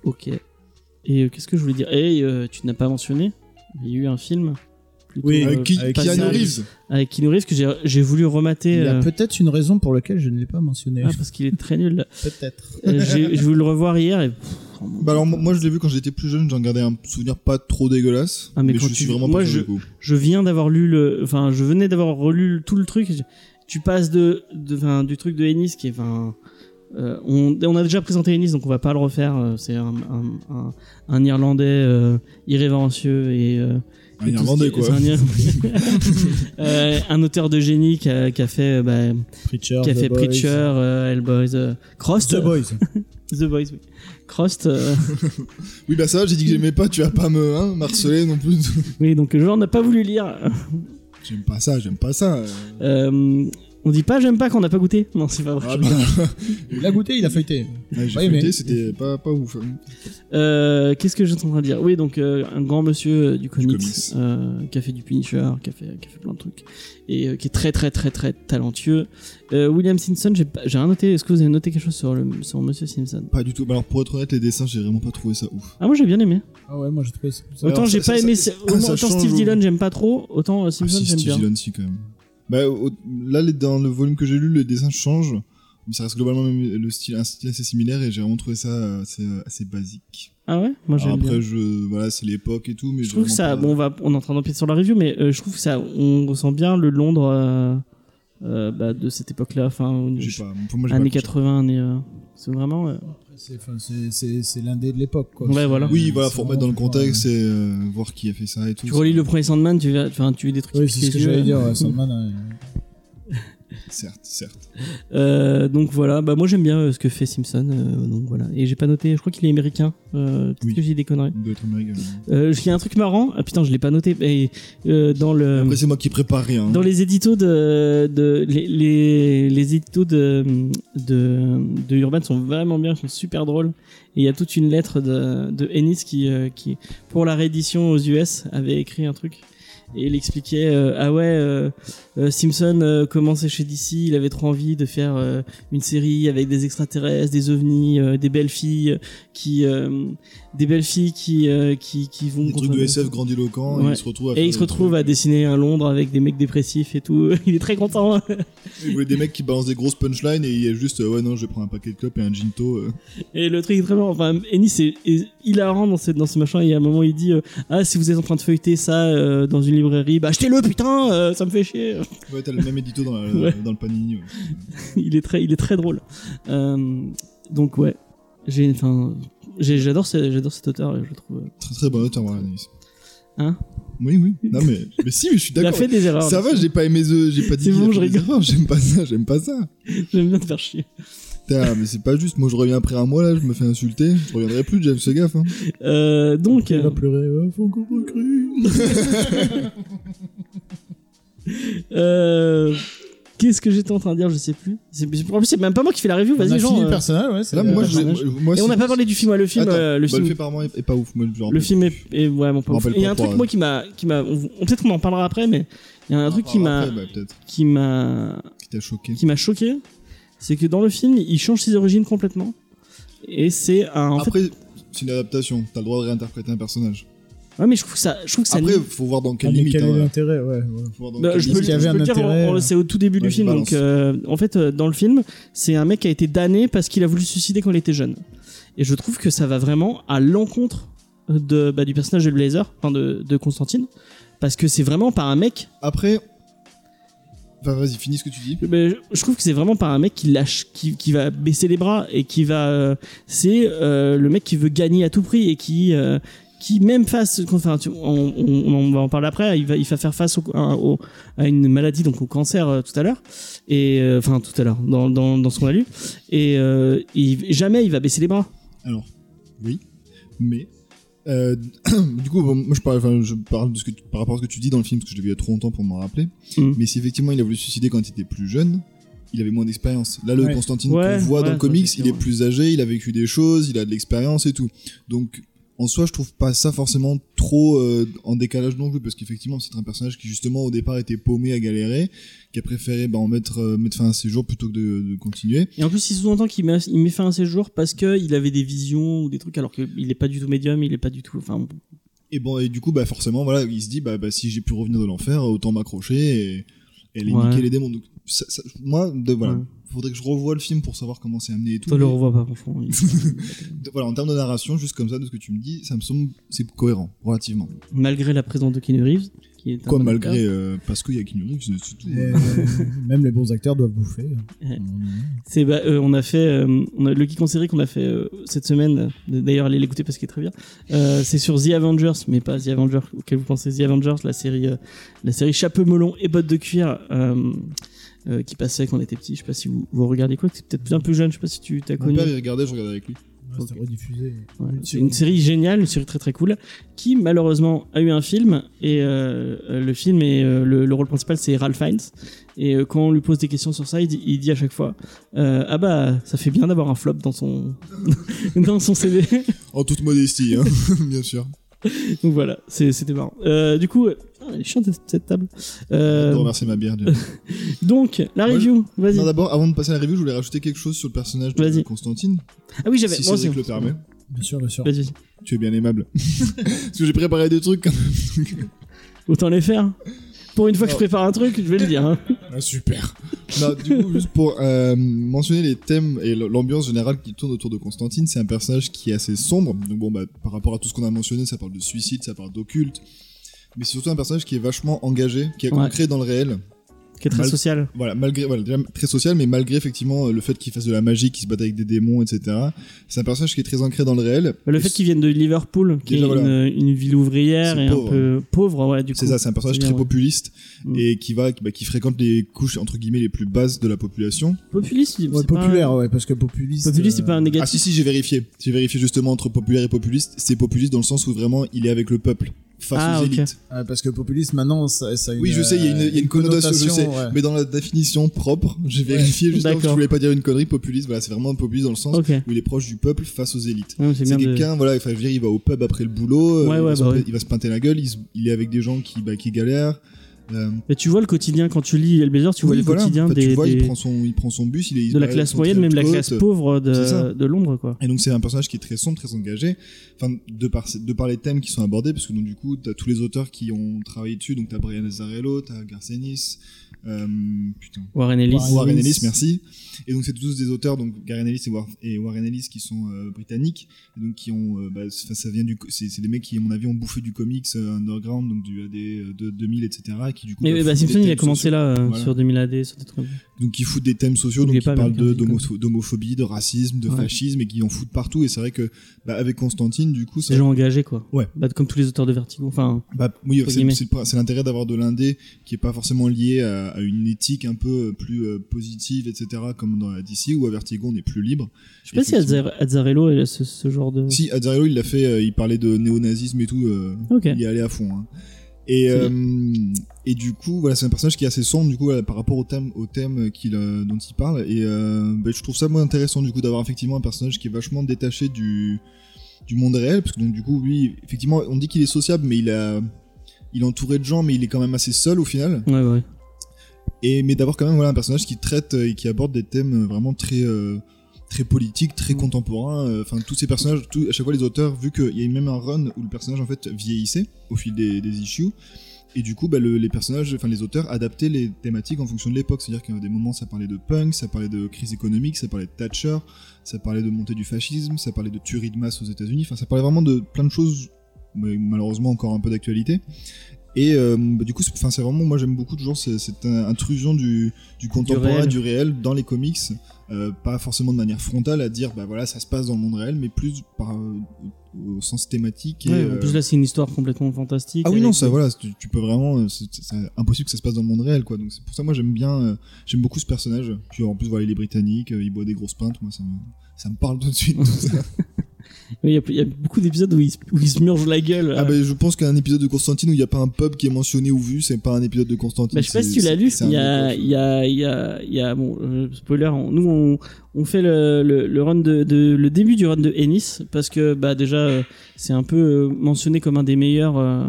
Speaker 3: Ok. Et euh, qu'est-ce que je voulais dire Eh, euh, tu n'as pas mentionné Il y a eu un film. plutôt,
Speaker 4: Oui,
Speaker 5: Avec qui
Speaker 3: euh,
Speaker 4: avec
Speaker 5: Keanu
Speaker 3: passage-
Speaker 5: Reeves
Speaker 3: Avec Keanu Reeves que j'ai- j'ai voulu remater.
Speaker 4: Il y a
Speaker 3: euh,
Speaker 4: peut-être une raison pour laquelle je ne l'ai pas mentionné.
Speaker 3: ah, parce qu'il est très nul.
Speaker 4: peut-être.
Speaker 3: Euh, j'ai j'ai voulu le revoir hier et. oh
Speaker 5: Bah alors moi je l'ai vu quand j'étais plus jeune, j'en gardais un souvenir pas trop dégueulasse.
Speaker 3: Ah, mais
Speaker 5: mais
Speaker 3: quand
Speaker 5: je
Speaker 3: tu-
Speaker 5: suis vraiment
Speaker 3: moi,
Speaker 5: pas sûr
Speaker 3: je-
Speaker 5: du coup.
Speaker 3: je viens d'avoir lu le enfin je venais d'avoir relu le- tout le truc Je- tu passes de, de- enfin, du truc de Ennis qui est enfin euh, on, on a déjà présenté Ennis donc on va pas le refaire euh, c'est un, un- un- un irlandais euh, irrévérencieux et, euh,
Speaker 5: Un
Speaker 3: et tout ce
Speaker 5: irlandais
Speaker 3: qui-
Speaker 5: quoi.
Speaker 3: c'est un, Ir- Euh, un auteur de génie qui a, qui a fait euh, bah,
Speaker 4: Preacher,
Speaker 3: qui a
Speaker 4: The
Speaker 3: fait
Speaker 4: Boys.
Speaker 3: Preacher euh, Hellboys euh, Crossed
Speaker 4: The Boys.
Speaker 3: The Boys, oui. Crossed euh,
Speaker 5: Oui bah ça va, j'ai dit que j'aimais pas, tu vas pas me hein, marceler non plus.
Speaker 3: oui donc genre on n'a pas voulu lire
Speaker 5: j'aime pas ça, j'aime pas ça. euh.
Speaker 3: Euh, on dit pas j'aime pas qu'on n'a pas goûté non c'est pas vrai
Speaker 5: Ah, bah,
Speaker 4: Il a goûté, il a feuilleté.
Speaker 5: ouais, j'ai
Speaker 4: Ouais, mais-
Speaker 5: feuilleté, c'était pas, pas ouf. hein.
Speaker 3: Euh, qu'est-ce que j'étais en train de dire Oui, donc euh, un grand monsieur euh, du comics,
Speaker 5: comics.
Speaker 3: euh, qui a fait du Punisher, qui a fait, qui a fait plein de trucs, et euh, qui est très très très très talentueux. Euh, William Simpson, j'ai pas- j'ai rien noté. Est-ce que vous avez noté quelque chose sur, le, sur Monsieur Simpson
Speaker 5: Pas du tout. Bah alors pour être honnête, les dessins j'ai vraiment pas trouvé ça ouf.
Speaker 3: Ah, moi j'ai bien aimé.
Speaker 4: Ah ouais, moi j'ai trouvé ça.
Speaker 5: Alors,
Speaker 3: autant j'ai
Speaker 5: ça-
Speaker 3: pas
Speaker 5: ça-
Speaker 3: aimé.
Speaker 5: ça-
Speaker 3: ce- autant
Speaker 5: ça
Speaker 3: autant
Speaker 5: change
Speaker 3: Steve
Speaker 5: au-
Speaker 3: Dillon, j'aime pas trop. Autant euh,
Speaker 5: Ah,
Speaker 3: Simpson,
Speaker 5: si,
Speaker 3: j'aime
Speaker 5: Steve
Speaker 3: bien.
Speaker 5: Dillon si quand même. Bah au- là les- dans le volume que j'ai lu, les dessins changent. Mais ça reste globalement même le style, un style assez similaire et j'ai vraiment trouvé ça assez, assez basique.
Speaker 3: Ah ouais Moi
Speaker 5: Alors
Speaker 3: j'aime bien.
Speaker 5: après, je, voilà, c'est l'époque et tout, mais
Speaker 3: Je trouve que
Speaker 5: vraiment
Speaker 3: ça.
Speaker 5: pas-
Speaker 3: Bon, on, va, on est en train d'empiéter sur la review, mais euh, je trouve que ça. On ressent bien le Londres euh, euh, bah, de cette époque-là. Enfin,
Speaker 5: J'ai pas. Pour moi, j'ai
Speaker 3: années
Speaker 5: pas accroché.
Speaker 3: 80, années. euh, c'est vraiment. euh,
Speaker 4: C'est- enfin, c'est- C'est c'est l'indé de l'époque, quoi.
Speaker 3: Ouais,
Speaker 4: C'est-
Speaker 3: voilà.
Speaker 5: Oui, voilà,
Speaker 4: c'est
Speaker 5: faut remettre dans le
Speaker 4: vraiment-
Speaker 5: contexte et euh, voir qui a fait ça et tout.
Speaker 3: Tu relis le premier Sandman, tu, verras- enfin, tu vois des trucs
Speaker 4: Oui,
Speaker 3: qui
Speaker 4: c'est
Speaker 3: piquent
Speaker 4: ce que
Speaker 3: les yeux.
Speaker 4: j'allais dire, ouais, Sandman. ouais.
Speaker 5: Certes, certes.
Speaker 3: Euh, donc voilà, bah moi j'aime bien euh, ce que fait Simpson. euh, donc voilà, et j'ai pas noté. Je crois qu'il est américain. Euh, Peut-être
Speaker 5: Oui.
Speaker 3: que j'ai des conneries.
Speaker 5: Il doit être américain.
Speaker 3: Euh, Il y a un truc marrant. Ah putain, je l'ai pas noté. mais, euh, dans le
Speaker 5: Après, c'est moi qui prépare rien. hein.
Speaker 3: dans les éditos de, de les, les, les éditos de, de de Urban sont vraiment bien, sont super drôles. Et il y a toute une lettre de de Ennis qui euh, qui pour la réédition aux US avait écrit un truc. Et il expliquait euh, ah ouais euh, euh, Simpson euh, commençait chez DC, il avait trop envie de faire euh, une série avec des extraterrestres, des ovnis, euh, des belles filles qui euh, des belles filles qui euh, qui qui vont
Speaker 5: Des trucs
Speaker 3: contre-
Speaker 5: de SF grandiloquents et
Speaker 3: Ouais.
Speaker 5: il se retrouve à faire
Speaker 3: et il se
Speaker 5: des
Speaker 3: retrouve à
Speaker 5: trucs,
Speaker 3: dessiner un Londres avec des mecs dépressifs et tout. Il est très content. hein.
Speaker 5: euh, Il voulait des mecs qui balancent des grosses punchlines et il y a juste euh, ouais non je vais prendre un paquet de clopes et un ginto. euh.
Speaker 3: Et le truc est très bon. Enfin, Ennis est, est hilarant dans ce, dans ce machin. Et à un moment, il dit euh, Ah, si vous êtes en train de feuilleter ça euh, dans une librairie, bah achetez-le, putain, euh, ça me fait chier.
Speaker 5: Ouais t'as le même édito dans, la-
Speaker 3: Ouais.
Speaker 5: dans le panini. ouais.
Speaker 3: il, est très, il est très drôle. Euh, donc, ouais. J'ai, enfin, j'ai- j'adore, ce- j'adore cet auteur, je trouve.
Speaker 5: Très très bon auteur Warren Ellis.
Speaker 3: Hein
Speaker 5: Oui oui. Non mais mais si mais je suis
Speaker 3: Il a
Speaker 5: d'accord.
Speaker 3: fait des erreurs.
Speaker 5: Ça va j'ai pas aimé The- j'ai pas dit.
Speaker 3: C'est
Speaker 5: qu'il a
Speaker 3: bon,
Speaker 5: fait
Speaker 3: je
Speaker 5: des
Speaker 3: rigole.
Speaker 5: erreurs, J'aime pas ça j'aime pas ça.
Speaker 3: J'aime bien te faire chier.
Speaker 5: Putain mais c'est pas juste moi je reviens après un mois là je me fais insulter je reviendrai plus James fais gaffe. Hein.
Speaker 3: Euh, donc.
Speaker 4: Il
Speaker 3: euh,
Speaker 4: a pleuré, Ah, faut encore pas cru.
Speaker 3: euh, Qu'est-ce que j'étais en train de dire Je sais plus. C'est, en plus, c'est même pas moi qui fais la review.
Speaker 4: On a
Speaker 3: Vas-y, Jean.
Speaker 4: fini le
Speaker 3: euh,
Speaker 4: personnage, ouais. c'est-
Speaker 5: Là moi
Speaker 4: euh,
Speaker 5: je
Speaker 3: personnage.
Speaker 5: moi
Speaker 3: Et on
Speaker 5: c'est-
Speaker 3: n'a pas parlé du film, ouais, le film,
Speaker 5: Attends,
Speaker 3: euh, le
Speaker 5: bah,
Speaker 3: film,
Speaker 5: fait par moi est, est pas ouf moi je
Speaker 3: le film est, est vraiment pas
Speaker 5: Je me
Speaker 3: ouf.
Speaker 5: rappelle
Speaker 3: Et Il y a
Speaker 5: pas
Speaker 3: un truc
Speaker 5: pourquoi. hein.
Speaker 3: moi qui m'a, qui m'a, on, on- peut-être qu'on en parlera après, mais il y a un
Speaker 5: Ah,
Speaker 3: truc qui m'a,
Speaker 5: bah, peut-être
Speaker 3: qui m'a,
Speaker 5: qui t'a choqué.
Speaker 3: qui m'a choqué, c'est que dans le film, il change ses origines complètement. Et c'est un, en
Speaker 5: Après, c'est une adaptation. T'as le droit de réinterpréter un personnage.
Speaker 3: fait, ouais, mais je trouve que ça, je trouve que ça.
Speaker 5: Après, faut voir dans
Speaker 4: ah,
Speaker 5: quelle
Speaker 4: mais
Speaker 5: limite.
Speaker 4: quel est
Speaker 5: hein.
Speaker 4: l'intérêt, ouais. ouais.
Speaker 5: Faut voir dans
Speaker 3: Bah,
Speaker 5: quelle
Speaker 3: je
Speaker 5: limite.
Speaker 3: peux,
Speaker 4: euh, qu'il y
Speaker 3: je
Speaker 4: avait
Speaker 3: peux
Speaker 4: un
Speaker 3: le dire,
Speaker 4: intérêt,
Speaker 3: on- on-
Speaker 4: euh.
Speaker 3: c'est au tout début
Speaker 5: Ouais,
Speaker 3: du film.
Speaker 5: balance.
Speaker 3: Donc, euh, en fait, euh, dans le film, c'est un mec qui a été damné parce qu'il a voulu se suicider quand il était jeune. Et je trouve que ça va vraiment à l'encontre de, bah, du personnage de Blazer, enfin de, de Constantine, parce que c'est vraiment par un mec
Speaker 5: Après, enfin vas-y, finis ce que tu dis.
Speaker 3: Mais Ben, je- je trouve que c'est vraiment pas un mec qui lâche, qui, qui va baisser les bras et qui va. euh, c'est euh, le mec qui veut gagner à tout prix et qui. euh, qui même face, enfin, tu- on, on- on va en parler après, il va, il va faire face au, à, au- à une maladie, donc au cancer euh, tout à l'heure, et euh, enfin tout à l'heure, dans, dans, dans ce qu'on a lu, et euh, il- jamais il va baisser les bras.
Speaker 5: Alors, oui, mais euh, du coup, bon, moi je parle, enfin, je parle de ce que tu- par rapport à ce que tu dis dans le film parce que je l'ai vu il y a trop longtemps pour m'en rappeler.
Speaker 3: Mm.
Speaker 5: Mais si effectivement il a voulu se suicider quand il était plus jeune, il avait moins d'expérience. Là, le
Speaker 4: Ouais.
Speaker 5: Constantine
Speaker 3: Ouais,
Speaker 5: qu'on voit
Speaker 3: ouais,
Speaker 5: dans le comics, il est
Speaker 3: effectivement.
Speaker 5: plus âgé, il a vécu des choses, il a de l'expérience et tout. Donc en soi, je trouve pas ça forcément trop euh, en décalage non plus, parce qu'effectivement, c'est un personnage qui justement au départ était paumé à galérer, qui a préféré bah, en mettre, euh, mettre fin à ses jours plutôt que de- de continuer.
Speaker 3: Et en plus, il sous-entend qu'il met, il met fin à ses jours parce que il avait des visions ou des trucs, alors qu'il est pas du tout médium, il est pas du tout. Enfin, bon.
Speaker 5: Et bon, et du coup, bah forcément, voilà, il se dit, bah, bah si j'ai pu revenir de l'enfer, euh, autant m'accrocher et, et les
Speaker 3: Ouais.
Speaker 5: niquer les démons. Donc, ça- ça- moi, de, voilà,
Speaker 3: Ouais.
Speaker 5: faudrait que je revoie le film pour savoir comment c'est amené et tout.
Speaker 3: Toi, le
Speaker 5: mais-
Speaker 3: revois pas, franchement. il-
Speaker 5: de- voilà, en termes de narration, juste comme ça, de ce que tu me dis, ça me semble, c'est cohérent, relativement.
Speaker 3: malgré la présence de Keanu Reeves, qui est un
Speaker 5: Quoi,
Speaker 3: bon
Speaker 5: malgré,
Speaker 3: acteur.
Speaker 5: euh, parce qu'il y a Keanu Reeves, c'est- c'est tout.
Speaker 4: Et, euh, même les bons acteurs doivent bouffer. hein.
Speaker 3: C'est bah, euh, on a fait euh, on a, le geek en série qu'on a fait euh, cette semaine. euh, D'ailleurs, allez l'écouter parce qu'il est très bien. Euh, c'est sur The Avengers, mais pas The Avengers auquel vous pensez. The Avengers, la série, euh, la série chapeau melon et bottes de cuir. euh, euh, qui passait quand on était petit, je sais pas si vous, vous regardez quoi, c'est peut-être un peu jeune, je sais pas si tu t'as
Speaker 5: Mon
Speaker 3: connu.
Speaker 5: père, il regardait, je regardais avec lui.
Speaker 4: Ouais, C'était
Speaker 3: Ok.
Speaker 4: rediffusé.
Speaker 3: Ouais, c'est
Speaker 4: série.
Speaker 3: une série géniale, une série très très cool, qui malheureusement a eu un film et euh, euh, le film et euh, le, le rôle principal c'est Ralph Fiennes et euh, quand on lui pose des questions sur ça, il dit, il dit à chaque fois euh, ah bah ça fait bien d'avoir un flop dans son dans son CV
Speaker 5: En toute modestie, hein, bien sûr.
Speaker 3: donc voilà c'est- c'était marrant. Euh, du coup euh, ah, elle est chiante cette table. Euh,
Speaker 5: Je dois remercier ma bière. déjà.
Speaker 3: donc la
Speaker 5: bah. Moi,
Speaker 3: review vas-y
Speaker 5: Non, d'abord, avant de passer à la review, je voulais rajouter quelque chose sur le personnage de
Speaker 3: Vas-y.
Speaker 5: Constantine.
Speaker 3: ah oui j'avais
Speaker 5: Si
Speaker 3: moi aussi.
Speaker 5: Cédric le permet.
Speaker 4: Bien sûr, bien sûr.
Speaker 3: Vas-y
Speaker 5: Tu es bien aimable. Parce que j'ai préparé des trucs quand
Speaker 3: autant les faire. Pour une fois que je
Speaker 5: Oh.
Speaker 3: prépare un truc, je vais le dire. hein.
Speaker 5: Ah, super. Non, du coup, juste pour euh, mentionner les thèmes et l- l'ambiance générale qui tourne autour de Constantine, c'est un personnage qui est assez sombre. Donc bon, bah, par rapport à tout ce qu'on a mentionné, ça parle de suicide, ça parle d'occulte. Mais c'est surtout un personnage qui est vachement engagé, qui est
Speaker 3: Ouais.
Speaker 5: ancré dans le réel.
Speaker 3: qui est très
Speaker 5: Mal-
Speaker 3: social.
Speaker 5: Voilà, malgré, voilà, déjà très social, mais malgré effectivement euh, le fait qu'il fasse de la magie, qu'il se batte avec des démons, etc. C'est un personnage qui est très ancré dans le réel.
Speaker 3: Le
Speaker 5: Et
Speaker 3: fait
Speaker 5: c-
Speaker 3: qu'il vienne de Liverpool, qui
Speaker 5: Déjà,
Speaker 3: est une, une ville ouvrière
Speaker 5: C'est
Speaker 3: et
Speaker 5: pauvre. hein.
Speaker 3: un peu pauvre, ouais, du coup.
Speaker 5: C'est ça, c'est un personnage
Speaker 3: C'est
Speaker 5: très
Speaker 3: bien, ouais.
Speaker 5: populiste
Speaker 3: Mm.
Speaker 5: et qui va, qui, bah, qui fréquente les couches entre guillemets les plus basses de la population.
Speaker 3: Populiste,
Speaker 4: Ouais,
Speaker 3: c'est pas-
Speaker 4: populaire, ouais, parce que populiste.
Speaker 3: Populiste, c'est
Speaker 4: euh,
Speaker 3: pas un négatif.
Speaker 5: Ah si si, j'ai vérifié. J'ai vérifié justement entre populaire et populiste. C'est populiste dans le sens où vraiment il est avec le peuple face
Speaker 3: Ah,
Speaker 5: aux
Speaker 3: ok.
Speaker 5: élites.
Speaker 4: Ah, parce que populiste, maintenant, ça, ça a une,
Speaker 5: Oui, je sais, il y a une, il y a une
Speaker 4: euh,
Speaker 5: connotation, je sais.
Speaker 4: ouais.
Speaker 5: Mais dans la définition propre, j'ai vérifié justement parce que je
Speaker 3: D'accord.
Speaker 5: voulais pas dire une connerie. Populiste, voilà, c'est vraiment populiste dans le sens
Speaker 3: Ok.
Speaker 5: où il est proche du peuple face aux élites.
Speaker 3: Ouais, c'est bien
Speaker 5: C'est
Speaker 3: de-
Speaker 5: quelqu'un, voilà, enfin, je veux dire, il va au pub après le boulot, euh,
Speaker 3: Ouais,
Speaker 5: il,
Speaker 3: ouais,
Speaker 5: va se
Speaker 3: bah
Speaker 5: pe-
Speaker 3: ouais.
Speaker 5: il va se pinter la gueule, il, se- il est avec des gens qui, bah, qui galèrent. Euh,
Speaker 3: Mais tu vois le quotidien quand tu lis Hellblazer, tu vois
Speaker 5: oui,
Speaker 3: le
Speaker 5: voilà.
Speaker 3: quotidien
Speaker 5: Enfin,
Speaker 3: des,
Speaker 5: Tu vois,
Speaker 3: des-
Speaker 5: il, prend son, il prend son euh, bus, il est il se
Speaker 3: de la
Speaker 5: balade
Speaker 3: classe
Speaker 5: sur
Speaker 3: moyenne, même la
Speaker 5: Trent
Speaker 3: classe
Speaker 5: Haute.
Speaker 3: pauvre
Speaker 5: C'est ça.
Speaker 3: de, de Londres, quoi.
Speaker 5: Et donc, c'est un personnage qui est très sombre, très engagé, enfin, de par, de par les thèmes qui sont abordés, parce que donc, du coup, t'as tous les auteurs qui ont travaillé dessus, donc t'as Brian Azzarello, t'as Garcenis, euh, putain,
Speaker 3: Warren Ellis.
Speaker 4: Warren
Speaker 5: Warren
Speaker 4: Ellis.
Speaker 5: Ellis, merci. Et donc c'est tous des auteurs, donc Warren Ellis et, War- et Warren Ellis qui sont euh, britanniques, et donc qui ont, euh, bah, c'est- enfin, ça vient du, co- c'est c'est des mecs qui à mon avis ont bouffé du comics euh, underground, donc du AD euh, de 2000, etc. Et qui du coup.
Speaker 3: Mais
Speaker 5: bah,
Speaker 3: ouais, bah,
Speaker 5: foutent
Speaker 3: Simpson,
Speaker 5: des
Speaker 3: il a
Speaker 5: thèmes
Speaker 3: commencé
Speaker 5: sociaux.
Speaker 3: là, euh,
Speaker 5: Voilà.
Speaker 3: sur 2000 AD, sur des trucs comme ça.
Speaker 5: Donc ils foutent des thèmes sociaux, donc
Speaker 3: Oubliez
Speaker 5: ils
Speaker 3: pas
Speaker 5: parlent de-
Speaker 3: American Psycho.
Speaker 5: d'homo- d'homophobie, de racisme, de
Speaker 3: Ouais.
Speaker 5: fascisme, et qui en foutent partout. Et c'est vrai que bah, avec Constantine, du coup, ça,
Speaker 3: Des gens engagés, quoi.
Speaker 5: Ouais.
Speaker 3: Bah, comme tous les auteurs de Vertigo. Enfin,
Speaker 5: Bah, oui,
Speaker 3: Entre
Speaker 5: c'est-
Speaker 3: guillemets.
Speaker 5: c'est le prin- c'est l'intérêt d'avoir de l'indé qui est pas forcément lié à, à une éthique un peu euh, plus euh, positive, etc., comme dans la DC ou à Vertigo, on est plus libre.
Speaker 3: je sais pas si
Speaker 5: Effectivement.
Speaker 3: Azzar- Azzarello est ce, ce genre de.
Speaker 5: Si, Azzarello, il l'a fait, euh, il parlait de néonazisme et tout, euh,
Speaker 3: Ok.
Speaker 5: il y allait à fond. hein. Et,
Speaker 3: C'est
Speaker 5: euh, et du coup, voilà, c'est un personnage qui est assez sombre, du coup, voilà, par rapport au thème, au thème qu'il, euh, dont il parle. Et euh, bah, je trouve ça, moi, intéressant, du coup, d'avoir effectivement un personnage qui est vachement détaché du, du monde réel, parce que donc, du coup, lui, effectivement, on dit qu'il est sociable, mais il a... Il est entouré de gens, mais il est quand même assez seul au final.
Speaker 3: Ouais, ouais.
Speaker 5: Et mais d'avoir quand même voilà un personnage qui traite euh, et qui aborde des thèmes euh, vraiment très euh, très politiques, très
Speaker 3: Mm.
Speaker 5: contemporains. euh, Enfin tous ces personnages, tout, à chaque fois les auteurs, vu qu'il y a eu même un run où le personnage en fait vieillissait au fil des, des issues. Et du coup, bah, le- les personnages, enfin les auteurs adaptaient les thématiques en fonction de l'époque. C'est-à-dire qu'à des moments, ça parlait de punk, ça parlait de crise économique, ça parlait de Thatcher, ça parlait de montée du fascisme, ça parlait de tuerie de masse aux États-Unis. Enfin, ça parlait vraiment de plein de choses, mais malheureusement encore un peu d'actualité. Et euh, bah, du coup, c'est enfin, c'est vraiment, moi j'aime beaucoup toujours ce- cette, euh, intrusion du, du contemporain,
Speaker 3: réel.
Speaker 5: du réel. dans les comics. Euh, pas forcément de manière frontale à dire, bah voilà, ça se passe dans le monde réel, mais plus par, euh, au, au sens thématique. et,
Speaker 3: Ouais, En
Speaker 5: euh,
Speaker 3: plus, là, c'est une histoire complètement fantastique.
Speaker 5: ah oui,
Speaker 3: avec-
Speaker 5: non, ça, voilà, tu, tu peux vraiment. euh, C'est c'est impossible que ça se passe dans le monde réel, quoi. Donc, c'est pour ça, moi, j'aime bien. euh, j'aime beaucoup ce personnage. Puis, en plus, voilà, il est britannique, euh, il boit des grosses pintes. Moi, ça me, ça me parle tout de suite. tout ça.
Speaker 3: Il y, a- il y a beaucoup d'épisodes où il, se- où il se murge la gueule. euh.
Speaker 5: ah, bah, je pense qu'un épisode de Constantine où il n'y a pas un pub qui est mentionné ou vu, c'est pas un épisode de Constantine.
Speaker 3: Bah, je sais pas
Speaker 5: c'est-
Speaker 3: si tu l'as
Speaker 5: c'est-
Speaker 3: lu,
Speaker 5: c'est un
Speaker 3: il y a,
Speaker 5: knockoff.
Speaker 3: il y, a, il y, a, il y a, bon, euh, spoiler, on- nous on, on fait le, le, le run de, de- le début du run de Ennis parce que bah déjà euh, c'est un peu euh, mentionné comme un des meilleurs euh,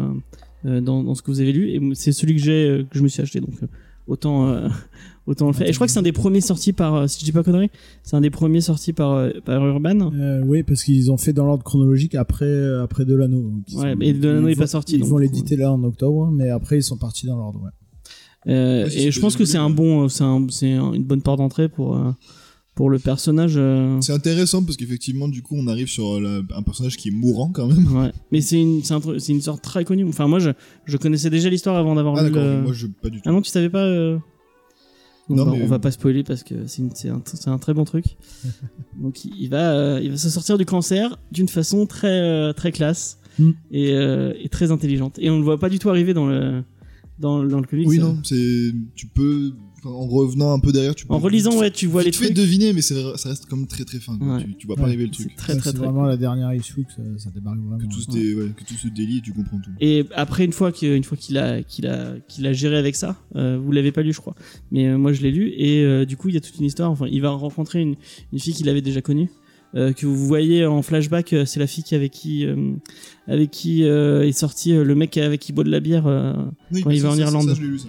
Speaker 3: euh, dans, dans ce que vous avez lu et c'est celui que j'ai euh, que je me suis acheté donc euh, autant euh, autant le faire. Et je crois que c'est un des premiers sortis par, euh, si je dis pas connerie, c'est un des premiers sortis par euh, par Urban.
Speaker 4: Euh, oui, parce qu'ils ont fait dans l'ordre chronologique après, euh, après Delano. hein, qui
Speaker 3: Ouais,
Speaker 4: sont-
Speaker 3: mais Delano
Speaker 4: ils
Speaker 3: est pas
Speaker 4: vont-
Speaker 3: sorti,
Speaker 4: Ils
Speaker 3: donc,
Speaker 4: vont l'éditer là en octobre, hein, mais après ils sont partis dans l'ordre. Ouais.
Speaker 3: Euh,
Speaker 5: Ouais, c'est
Speaker 3: et
Speaker 5: ce
Speaker 3: je
Speaker 5: que
Speaker 3: pense
Speaker 5: j'ai
Speaker 3: que
Speaker 5: lu.
Speaker 3: c'est un bon, euh, c'est un, c'est un- une bonne porte d'entrée pour euh, pour le personnage. euh,
Speaker 5: C'est intéressant parce qu'effectivement, du coup, on arrive sur la- un personnage qui est mourant quand même.
Speaker 3: Ouais. Mais c'est une, c'est un truc- c'est une sorte très connue. Enfin, moi, je, je connaissais déjà l'histoire avant d'avoir
Speaker 5: Ah,
Speaker 3: lu
Speaker 5: d'accord,
Speaker 3: le-
Speaker 5: moi, je pas du tout.
Speaker 3: Ah non, tu savais pas. euh, donc,
Speaker 5: Non,
Speaker 3: bah,
Speaker 5: mais-
Speaker 3: On va pas spoiler parce que c'est une- c'est un, c'est un très bon truc. donc, il, il va, euh, il va se sortir du cancer d'une façon très, euh, très classe
Speaker 5: Hmm.
Speaker 4: Mm.
Speaker 3: et, euh, et très intelligente. Et on le voit pas du tout arriver dans le, dans, dans le comics.
Speaker 5: Oui,
Speaker 3: Euh,
Speaker 5: non, c'est. Tu peux. enfin, En revenant un peu derrière, tu peux.
Speaker 3: En relisant, ouais, tu vois les
Speaker 5: tu fais
Speaker 3: trucs.
Speaker 5: deviner, mais c'est- ça reste comme très très fin. quoi.
Speaker 3: Ouais.
Speaker 5: Tu, tu vois
Speaker 4: Ouais.
Speaker 5: pas arriver le
Speaker 3: C'est
Speaker 5: truc.
Speaker 3: très,
Speaker 4: Ça,
Speaker 3: très,
Speaker 4: c'est
Speaker 3: très.
Speaker 4: vraiment la dernière issue que ça, ça débarque vraiment. hein.
Speaker 5: Que tout, se
Speaker 3: Ouais.
Speaker 5: dé- ouais, que tout se délie et tu comprends tout.
Speaker 3: Et après, une fois que- une fois qu'il a, qu'il a, qu'il a géré avec ça, euh, vous l'avez pas lu, je crois, mais euh, moi je l'ai lu, et euh, du coup, il y a toute une histoire. Enfin, il va rencontrer une, une fille qu'il avait déjà connue, euh, que vous voyez en flashback, euh, c'est la fille qui- avec qui, euh, avec qui euh, est sorti euh, le mec avec qui boit de la bière. euh.
Speaker 5: Oui,
Speaker 3: Quand il va
Speaker 5: ça,
Speaker 3: en
Speaker 5: ça, ça,
Speaker 3: Irlande.
Speaker 5: je l'ai lu, ça.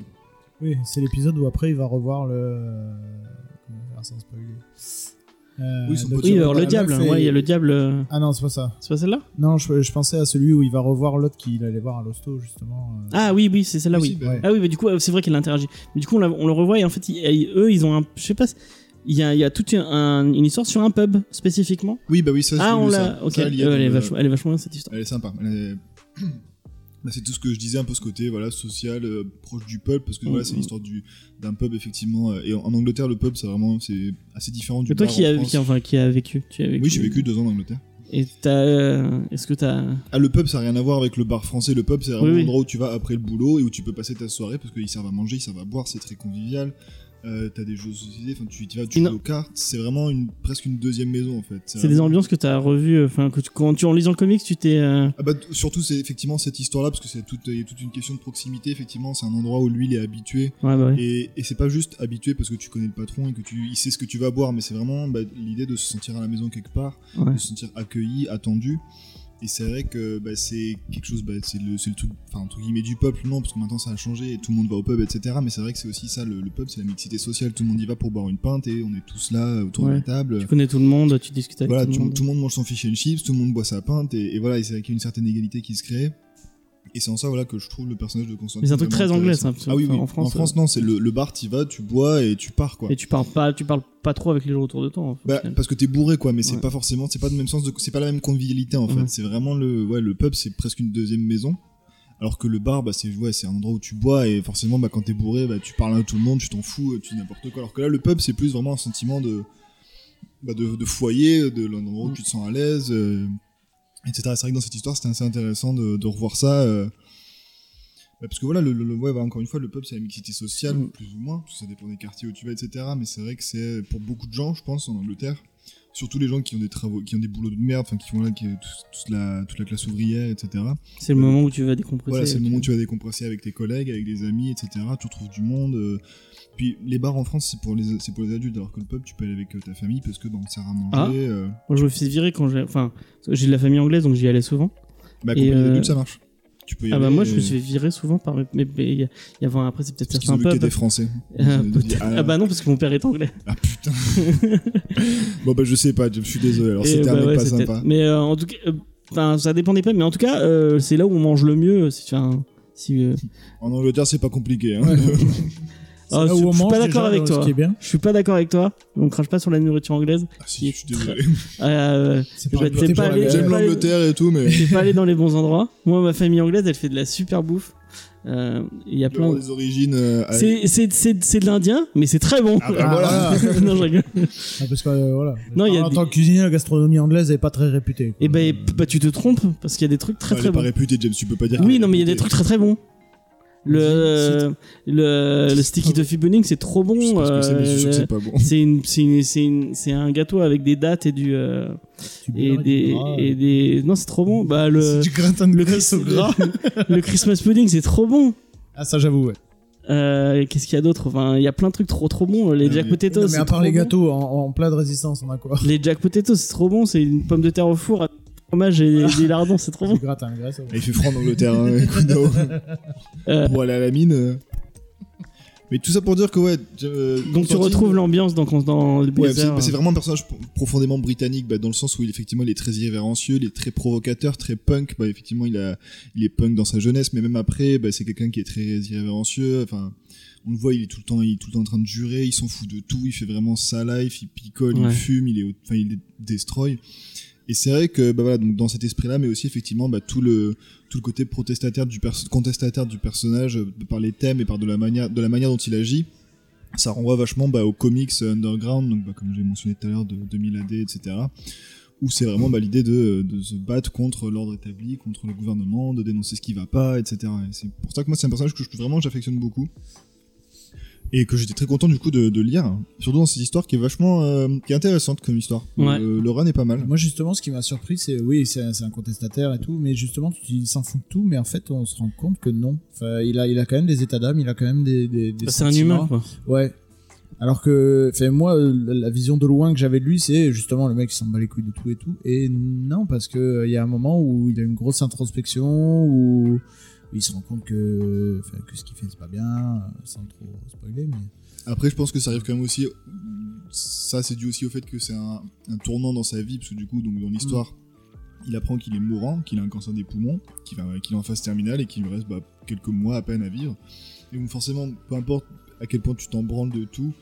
Speaker 4: Oui, c'est l'épisode où après il va revoir le. euh, Comment faire sans spoiler Euh,
Speaker 5: Oui, son
Speaker 4: donc,
Speaker 5: pote.
Speaker 3: Oui,
Speaker 5: Sur-
Speaker 3: alors
Speaker 4: la
Speaker 3: le
Speaker 4: meuf
Speaker 3: diable,
Speaker 4: est-
Speaker 3: ouais, il y a le diable. euh,
Speaker 4: Ah non, c'est pas ça.
Speaker 3: C'est pas celle-là
Speaker 4: Non, je, je pensais à celui où il va revoir l'autre qu'il allait voir à l'hosto, justement. euh.
Speaker 3: Ah oui, oui, c'est celle-là,
Speaker 5: Oui,
Speaker 3: oui.
Speaker 5: si, bah,
Speaker 4: Ouais.
Speaker 3: Ah oui, bah du coup, euh, c'est vrai qu'elle interagit. Mais du coup, on, la- on le revoit et en fait, ils- ils- eux, ils ont un. Je sais pas. Il y a, il y a toute un- un- une histoire sur un pub spécifiquement.
Speaker 5: Oui, bah oui, ça je
Speaker 3: Ah,
Speaker 5: l'ai
Speaker 3: on
Speaker 5: lu,
Speaker 3: l'a.
Speaker 5: ça.
Speaker 3: Ok.
Speaker 5: Ça, elle y a
Speaker 3: Euh, elle,
Speaker 5: dans
Speaker 3: est
Speaker 5: le-
Speaker 3: vachement, elle est vachement bien cette histoire.
Speaker 5: Elle est sympa. Elle est- Bah, c'est tout ce que je disais, un peu ce côté voilà, social, euh, proche du pub, parce que
Speaker 3: Mm,
Speaker 5: voilà, c'est
Speaker 3: mm.
Speaker 5: l'histoire du- d'un pub, effectivement. euh, Et en en Angleterre, le pub, c'est vraiment c'est assez différent du
Speaker 3: Mais toi
Speaker 5: bar
Speaker 3: qui
Speaker 5: en
Speaker 3: as,
Speaker 5: France.
Speaker 3: qui- enfin, qui a vécu, tu as vécu.
Speaker 5: Oui, j'ai vécu deux ans en Angleterre.
Speaker 3: Et t'as, euh, est-ce que t'as,
Speaker 5: Ah, le pub, ça n'a rien à voir avec le bar français. Le pub, c'est vraiment
Speaker 3: Oui, oui.
Speaker 5: l'endroit où tu vas après le boulot et où tu peux passer ta soirée parce qu'ils servent à manger, ils servent à boire, c'est très convivial. Euh, t'as des jeux de société, enfin, tu, tu vas, tu
Speaker 3: Une-
Speaker 5: joues aux cartes. C'est vraiment une, presque une deuxième maison en fait.
Speaker 3: c'est des ambiances que t'as revues, euh, enfin, que tu- quand tu en lisant le comics, tu t'es, euh,
Speaker 5: Ah bah, t- surtout, c'est effectivement cette histoire-là parce que c'est toute, il y a toute une question de proximité. Effectivement, c'est un endroit où lui, il est habitué.
Speaker 3: ouais, bah ouais.
Speaker 5: Et, et c'est pas juste habitué parce que tu connais le patron et que tu, il sait ce que tu vas boire, mais c'est vraiment bah, l'idée de se sentir à la maison quelque part,
Speaker 3: Ouais.
Speaker 5: de se sentir accueilli, attendu. Et c'est vrai que bah, c'est quelque chose, bah, c'est le, c'est le truc, enfin entre guillemets du peuple, non, parce que maintenant ça a changé et tout le monde va au pub, etc. Mais c'est vrai que c'est aussi ça, le, le pub, c'est la mixité sociale. Tout le monde y va pour boire une pinte et on est tous là autour de
Speaker 3: Ouais.
Speaker 5: la table.
Speaker 3: Tu connais tout le monde, tu discutes avec
Speaker 5: euh, Voilà,
Speaker 3: tout le monde.
Speaker 5: mange son fish and chips, tout le monde boit sa pinte, et, et voilà, et c'est avec une certaine égalité qui se crée. Et c'est en ça voilà, que je trouve le personnage de Constantine.
Speaker 3: Mais c'est un truc
Speaker 5: vraiment
Speaker 3: très anglais,
Speaker 5: intéressant.
Speaker 3: ça, parce que,
Speaker 5: Ah oui,
Speaker 3: enfin,
Speaker 5: oui.
Speaker 3: en
Speaker 5: En
Speaker 3: France, euh.
Speaker 5: France, non, c'est le, le bar, t'y vas, tu bois et tu pars, quoi.
Speaker 3: Et tu parles pas, tu parles pas trop avec les gens autour de toi. en fait,
Speaker 5: Bah,
Speaker 3: au final.
Speaker 5: parce que t'es bourré, quoi, mais c'est
Speaker 3: Ouais.
Speaker 5: pas forcément, c'est pas le même sens, de, c'est pas la même convivialité en
Speaker 3: Ouais.
Speaker 5: fait. C'est vraiment le, ouais, le pub, c'est presque une deuxième maison. Alors que le bar, bah, c'est ouais, c'est un endroit où tu bois et forcément, bah, quand t'es bourré, bah, tu parles à tout le monde, tu t'en fous, tu dis n'importe quoi. Alors que là, le pub, c'est plus vraiment un sentiment de, bah, de, de foyer, de l'endroit où
Speaker 3: Mm.
Speaker 5: tu te sens à l'aise, euh, etc. C'est vrai que dans cette histoire, c'était assez intéressant de, de revoir ça. euh, bah, parce que voilà, le, le- le- ouais, bah, encore une fois, le pub, c'est la mixité sociale,
Speaker 3: Mm.
Speaker 5: plus ou moins, parce que ça dépend des quartiers où tu vas, etc. Mais c'est vrai que c'est pour beaucoup de gens, je pense, en Angleterre, surtout les gens qui ont des travaux, qui ont des boulots de merde, enfin qui font là, qui, tout- toute, la, toute la classe ouvrière, etc.
Speaker 3: c'est le moment où tu vas décompresser.
Speaker 5: Voilà, c'est le
Speaker 3: tu-
Speaker 5: moment où tu vas décompresser avec tes collègues, avec des amis, etc. Tu retrouves du monde. euh. Puis les bars en France, c'est pour les, c'est pour les adultes, alors que le pub, tu peux aller avec euh, ta famille parce que bah, on te sert à manger.
Speaker 3: Ah.
Speaker 5: euh.
Speaker 3: Moi, je me fais virer quand j'ai, enfin, j'ai de la famille anglaise, donc j'y allais souvent.
Speaker 5: Bah,
Speaker 3: Et,
Speaker 5: accompagner les
Speaker 3: euh,
Speaker 5: adultes, ça marche. Tu peux y
Speaker 3: Ah bah
Speaker 5: aller,
Speaker 3: moi, je me
Speaker 5: euh,
Speaker 3: suis fait virer souvent par mes, mes- mes- il y a- il y a vraiment- après, c'est peut-être
Speaker 5: parce qu'ils
Speaker 3: certains
Speaker 5: ont vu que
Speaker 3: pubs.
Speaker 5: t'étais français.
Speaker 3: Euh,
Speaker 5: Ils ont dit,
Speaker 3: peut-être.
Speaker 5: ah,
Speaker 3: Ah bah non, parce que mon père est anglais.
Speaker 5: Ah putain. bon bah je sais pas, je suis désolé. Alors
Speaker 3: Et,
Speaker 5: c'était
Speaker 3: bah
Speaker 5: un mec
Speaker 3: ouais,
Speaker 5: pas
Speaker 3: c'était-
Speaker 5: sympa.
Speaker 3: Mais euh, en tout cas, euh, enfin, ça dépendait pas. Mais en tout cas, euh, c'est là où on mange le mieux. euh, Si, enfin, si, euh,
Speaker 5: En Angleterre c'est pas compliqué. Hein.
Speaker 4: C'est
Speaker 3: Ah,
Speaker 4: là
Speaker 3: je-
Speaker 4: où
Speaker 3: je
Speaker 4: on
Speaker 3: suis
Speaker 4: mange,
Speaker 3: pas
Speaker 4: déjà,
Speaker 3: d'accord avec
Speaker 4: euh,
Speaker 3: toi.
Speaker 4: Ce qui est bien,
Speaker 3: je suis pas d'accord avec toi. On crache pas sur la nourriture anglaise.
Speaker 5: Ah, si, je suis désolé.
Speaker 3: Euh,
Speaker 4: c'est
Speaker 3: bah,
Speaker 4: pas,
Speaker 3: t'es pas allé-
Speaker 5: J'aime
Speaker 3: pas les-
Speaker 5: l'Angleterre et tout, mais
Speaker 3: je suis pas allé dans les bons endroits. Moi, ma famille anglaise, elle fait de la super bouffe. Euh, Il y a plein.
Speaker 5: Leur- les origines. euh, à-
Speaker 3: C'est c'est- c'est- c'est de l'indien, mais c'est très bon.
Speaker 5: Ah bah voilà.
Speaker 3: non, je rigole.
Speaker 4: Ah, parce que euh, voilà.
Speaker 3: Non, il y a
Speaker 4: en
Speaker 3: des-
Speaker 4: tant que cuisinier, la gastronomie anglaise est pas très réputée. quoi. Euh,
Speaker 3: Et ben, p- bah, tu te trompes parce qu'il y a des trucs très
Speaker 5: Ah, elle
Speaker 3: très
Speaker 5: est pas
Speaker 3: bons.
Speaker 5: réputée, James. Tu peux pas dire.
Speaker 3: oui,
Speaker 5: qu'elle
Speaker 3: non,
Speaker 5: est
Speaker 3: mais il y a des
Speaker 5: réputée.
Speaker 3: trucs très très bons. Le, le, le sticky toffee pudding, c'est trop bon.
Speaker 5: Je sais pas ce que c'est, mais je suis sûr que
Speaker 3: Euh,
Speaker 5: c'est pas bon.
Speaker 3: c'est une, c'est une- c'est une- c'est un gâteau avec des dates et du euh,
Speaker 4: Tu
Speaker 3: et
Speaker 4: bois, euh, tu
Speaker 3: des
Speaker 4: bois,
Speaker 3: et des. Non, c'est trop bon. Bah
Speaker 4: C'est
Speaker 3: le
Speaker 4: du gratin de
Speaker 3: le,
Speaker 4: graisse au
Speaker 3: Christ-
Speaker 4: gras.
Speaker 3: le- le Christmas pudding, c'est trop bon.
Speaker 4: Ah, ça, j'avoue, ouais.
Speaker 3: Euh, Qu'est-ce qu'il y a d'autre Enfin, il y a plein de trucs trop trop bons. Les
Speaker 5: Non,
Speaker 3: jack
Speaker 5: mais-
Speaker 3: potatoes.
Speaker 4: Non, mais
Speaker 3: c'est
Speaker 4: à part
Speaker 3: trop
Speaker 4: les
Speaker 3: bon.
Speaker 4: gâteaux en, en plat de résistance, on a quoi
Speaker 3: Les jack potatoes, c'est trop bon. C'est une pomme de terre au four, avec du fromage et des lardons, c'est trop
Speaker 4: Du
Speaker 3: bon.
Speaker 4: gratin de graisse. au gras.
Speaker 5: Ah, Il fait froid en Angleterre. Hein, écoute, non.
Speaker 3: Euh,
Speaker 5: Pour aller à la mine. euh. Mais tout ça pour dire que ouais. euh,
Speaker 3: Donc tu
Speaker 5: Constantine-
Speaker 3: retrouves l'ambiance dans, dans le
Speaker 5: Ouais,
Speaker 3: Blizzard.
Speaker 5: c'est bah, c'est vraiment un personnage pro- profondément britannique, bah, dans le sens où il, effectivement, il est très irrévérencieux, il est très provocateur, très punk. Bah, effectivement, il, a, il est punk dans sa jeunesse, mais même après, bah, c'est quelqu'un qui est très irrévérencieux. Enfin, on le voit, il est tout le temps, il est tout le temps en train de jurer, il s'en fout de tout, il fait vraiment sa life, il picole,
Speaker 3: Ouais.
Speaker 5: il fume, il est, au- enfin, il est destroy. Et c'est vrai que bah, voilà, donc, dans cet esprit-là, mais aussi effectivement bah, tout le tout le côté protestataire du perso- contestataire du personnage euh, par les thèmes et par de la manière de la manière dont il agit ça renvoie vachement bah, aux comics euh, underground, donc, bah, comme j'ai mentionné tout à l'heure, de 2000 AD, etc. Où c'est vraiment bah, l'idée de, de se battre contre l'ordre établi, contre le gouvernement, de dénoncer ce qui va pas, etc. Et c'est pour ça que moi, c'est un personnage que je, vraiment j'affectionne beaucoup. Et que j'étais très content du coup de, de lire, surtout dans cette histoire qui est vachement euh, qui est intéressante comme histoire.
Speaker 3: Ouais.
Speaker 5: Euh, le run est pas mal.
Speaker 4: Moi, justement, ce qui m'a surpris, c'est oui, c'est un, c'est un contestataire et tout, mais justement, tu, il s'en fout de tout, mais en fait, on se rend compte que non. Enfin, il, a, il a quand même des états d'âme, il a quand même des. des, des
Speaker 3: C'est un
Speaker 4: sentiments.
Speaker 3: humain, quoi.
Speaker 4: Ouais. Alors que, enfin, moi, euh, la la vision de loin que j'avais de lui, c'est justement le mec qui s'en bat les couilles de tout et tout. Et non, parce que euh, il y a un moment où il a une grosse introspection, où il se rend compte que, enfin, que ce qu'il fait, c'est pas bien, euh, sans trop spoiler, mais.
Speaker 5: Après, je pense que ça arrive quand même aussi. Ça, c'est dû aussi au fait que c'est un, un tournant dans sa vie, parce que du coup, donc dans l'histoire, il apprend qu'il est mourant, qu'il a un cancer des poumons, qu'il va- qu'il est en phase terminale et qu'il lui reste bah, quelques mois à peine à vivre. Et donc, forcément, peu importe à quel point tu t'en branles de tout,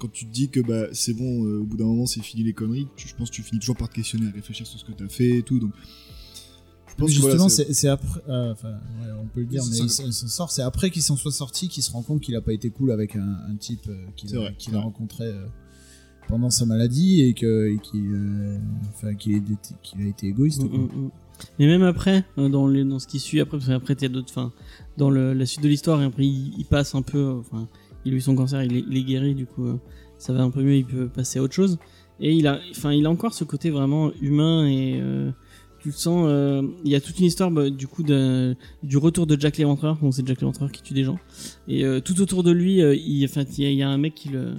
Speaker 5: quand tu te dis que bah, c'est bon, euh, au bout d'un moment, c'est fini les conneries, tu- je pense que tu finis toujours par te questionner, à réfléchir sur ce que t'as fait et tout. Donc, je pense
Speaker 4: Mais
Speaker 5: que voilà,
Speaker 4: justement,
Speaker 5: c'est-
Speaker 4: c'est c'est après. euh, Enfin, ouais, on peut le dire,
Speaker 5: Il s'en
Speaker 4: mais
Speaker 5: sort.
Speaker 4: il s'en- il s'en sort. C'est après qu'il s'en soit sorti qu'il se rend compte qu'il a pas été cool avec un, un type euh, qu'il
Speaker 5: C'est vrai,
Speaker 4: qu'il
Speaker 5: c'est
Speaker 4: a
Speaker 5: vrai.
Speaker 4: rencontré euh, pendant sa maladie et que- et qu'il euh, enfin, qu'il ait été- qu'il a été égoïste.
Speaker 3: Mm,
Speaker 4: quoi.
Speaker 3: mm, mm. Mais même après, euh, dans, les, dans ce qui suit, après, parce que après, t'as d'autres, enfin, dans le- la suite de l'histoire, et après, il, il passe un peu, euh, enfin, il a eu son cancer, il est, il est guéri, du coup, euh, ça va un peu mieux, il peut passer à autre chose. Et il a, enfin, il a encore ce côté vraiment humain et euh, tu le sens. euh, il y a toute une histoire, bah, du coup, d'un- du retour de Jack l'Éventreur. Donc, c'est Jack l'Éventreur qui tue des gens. Et euh, tout autour de lui, euh, il, enfin, il y, a- il y a un mec qui le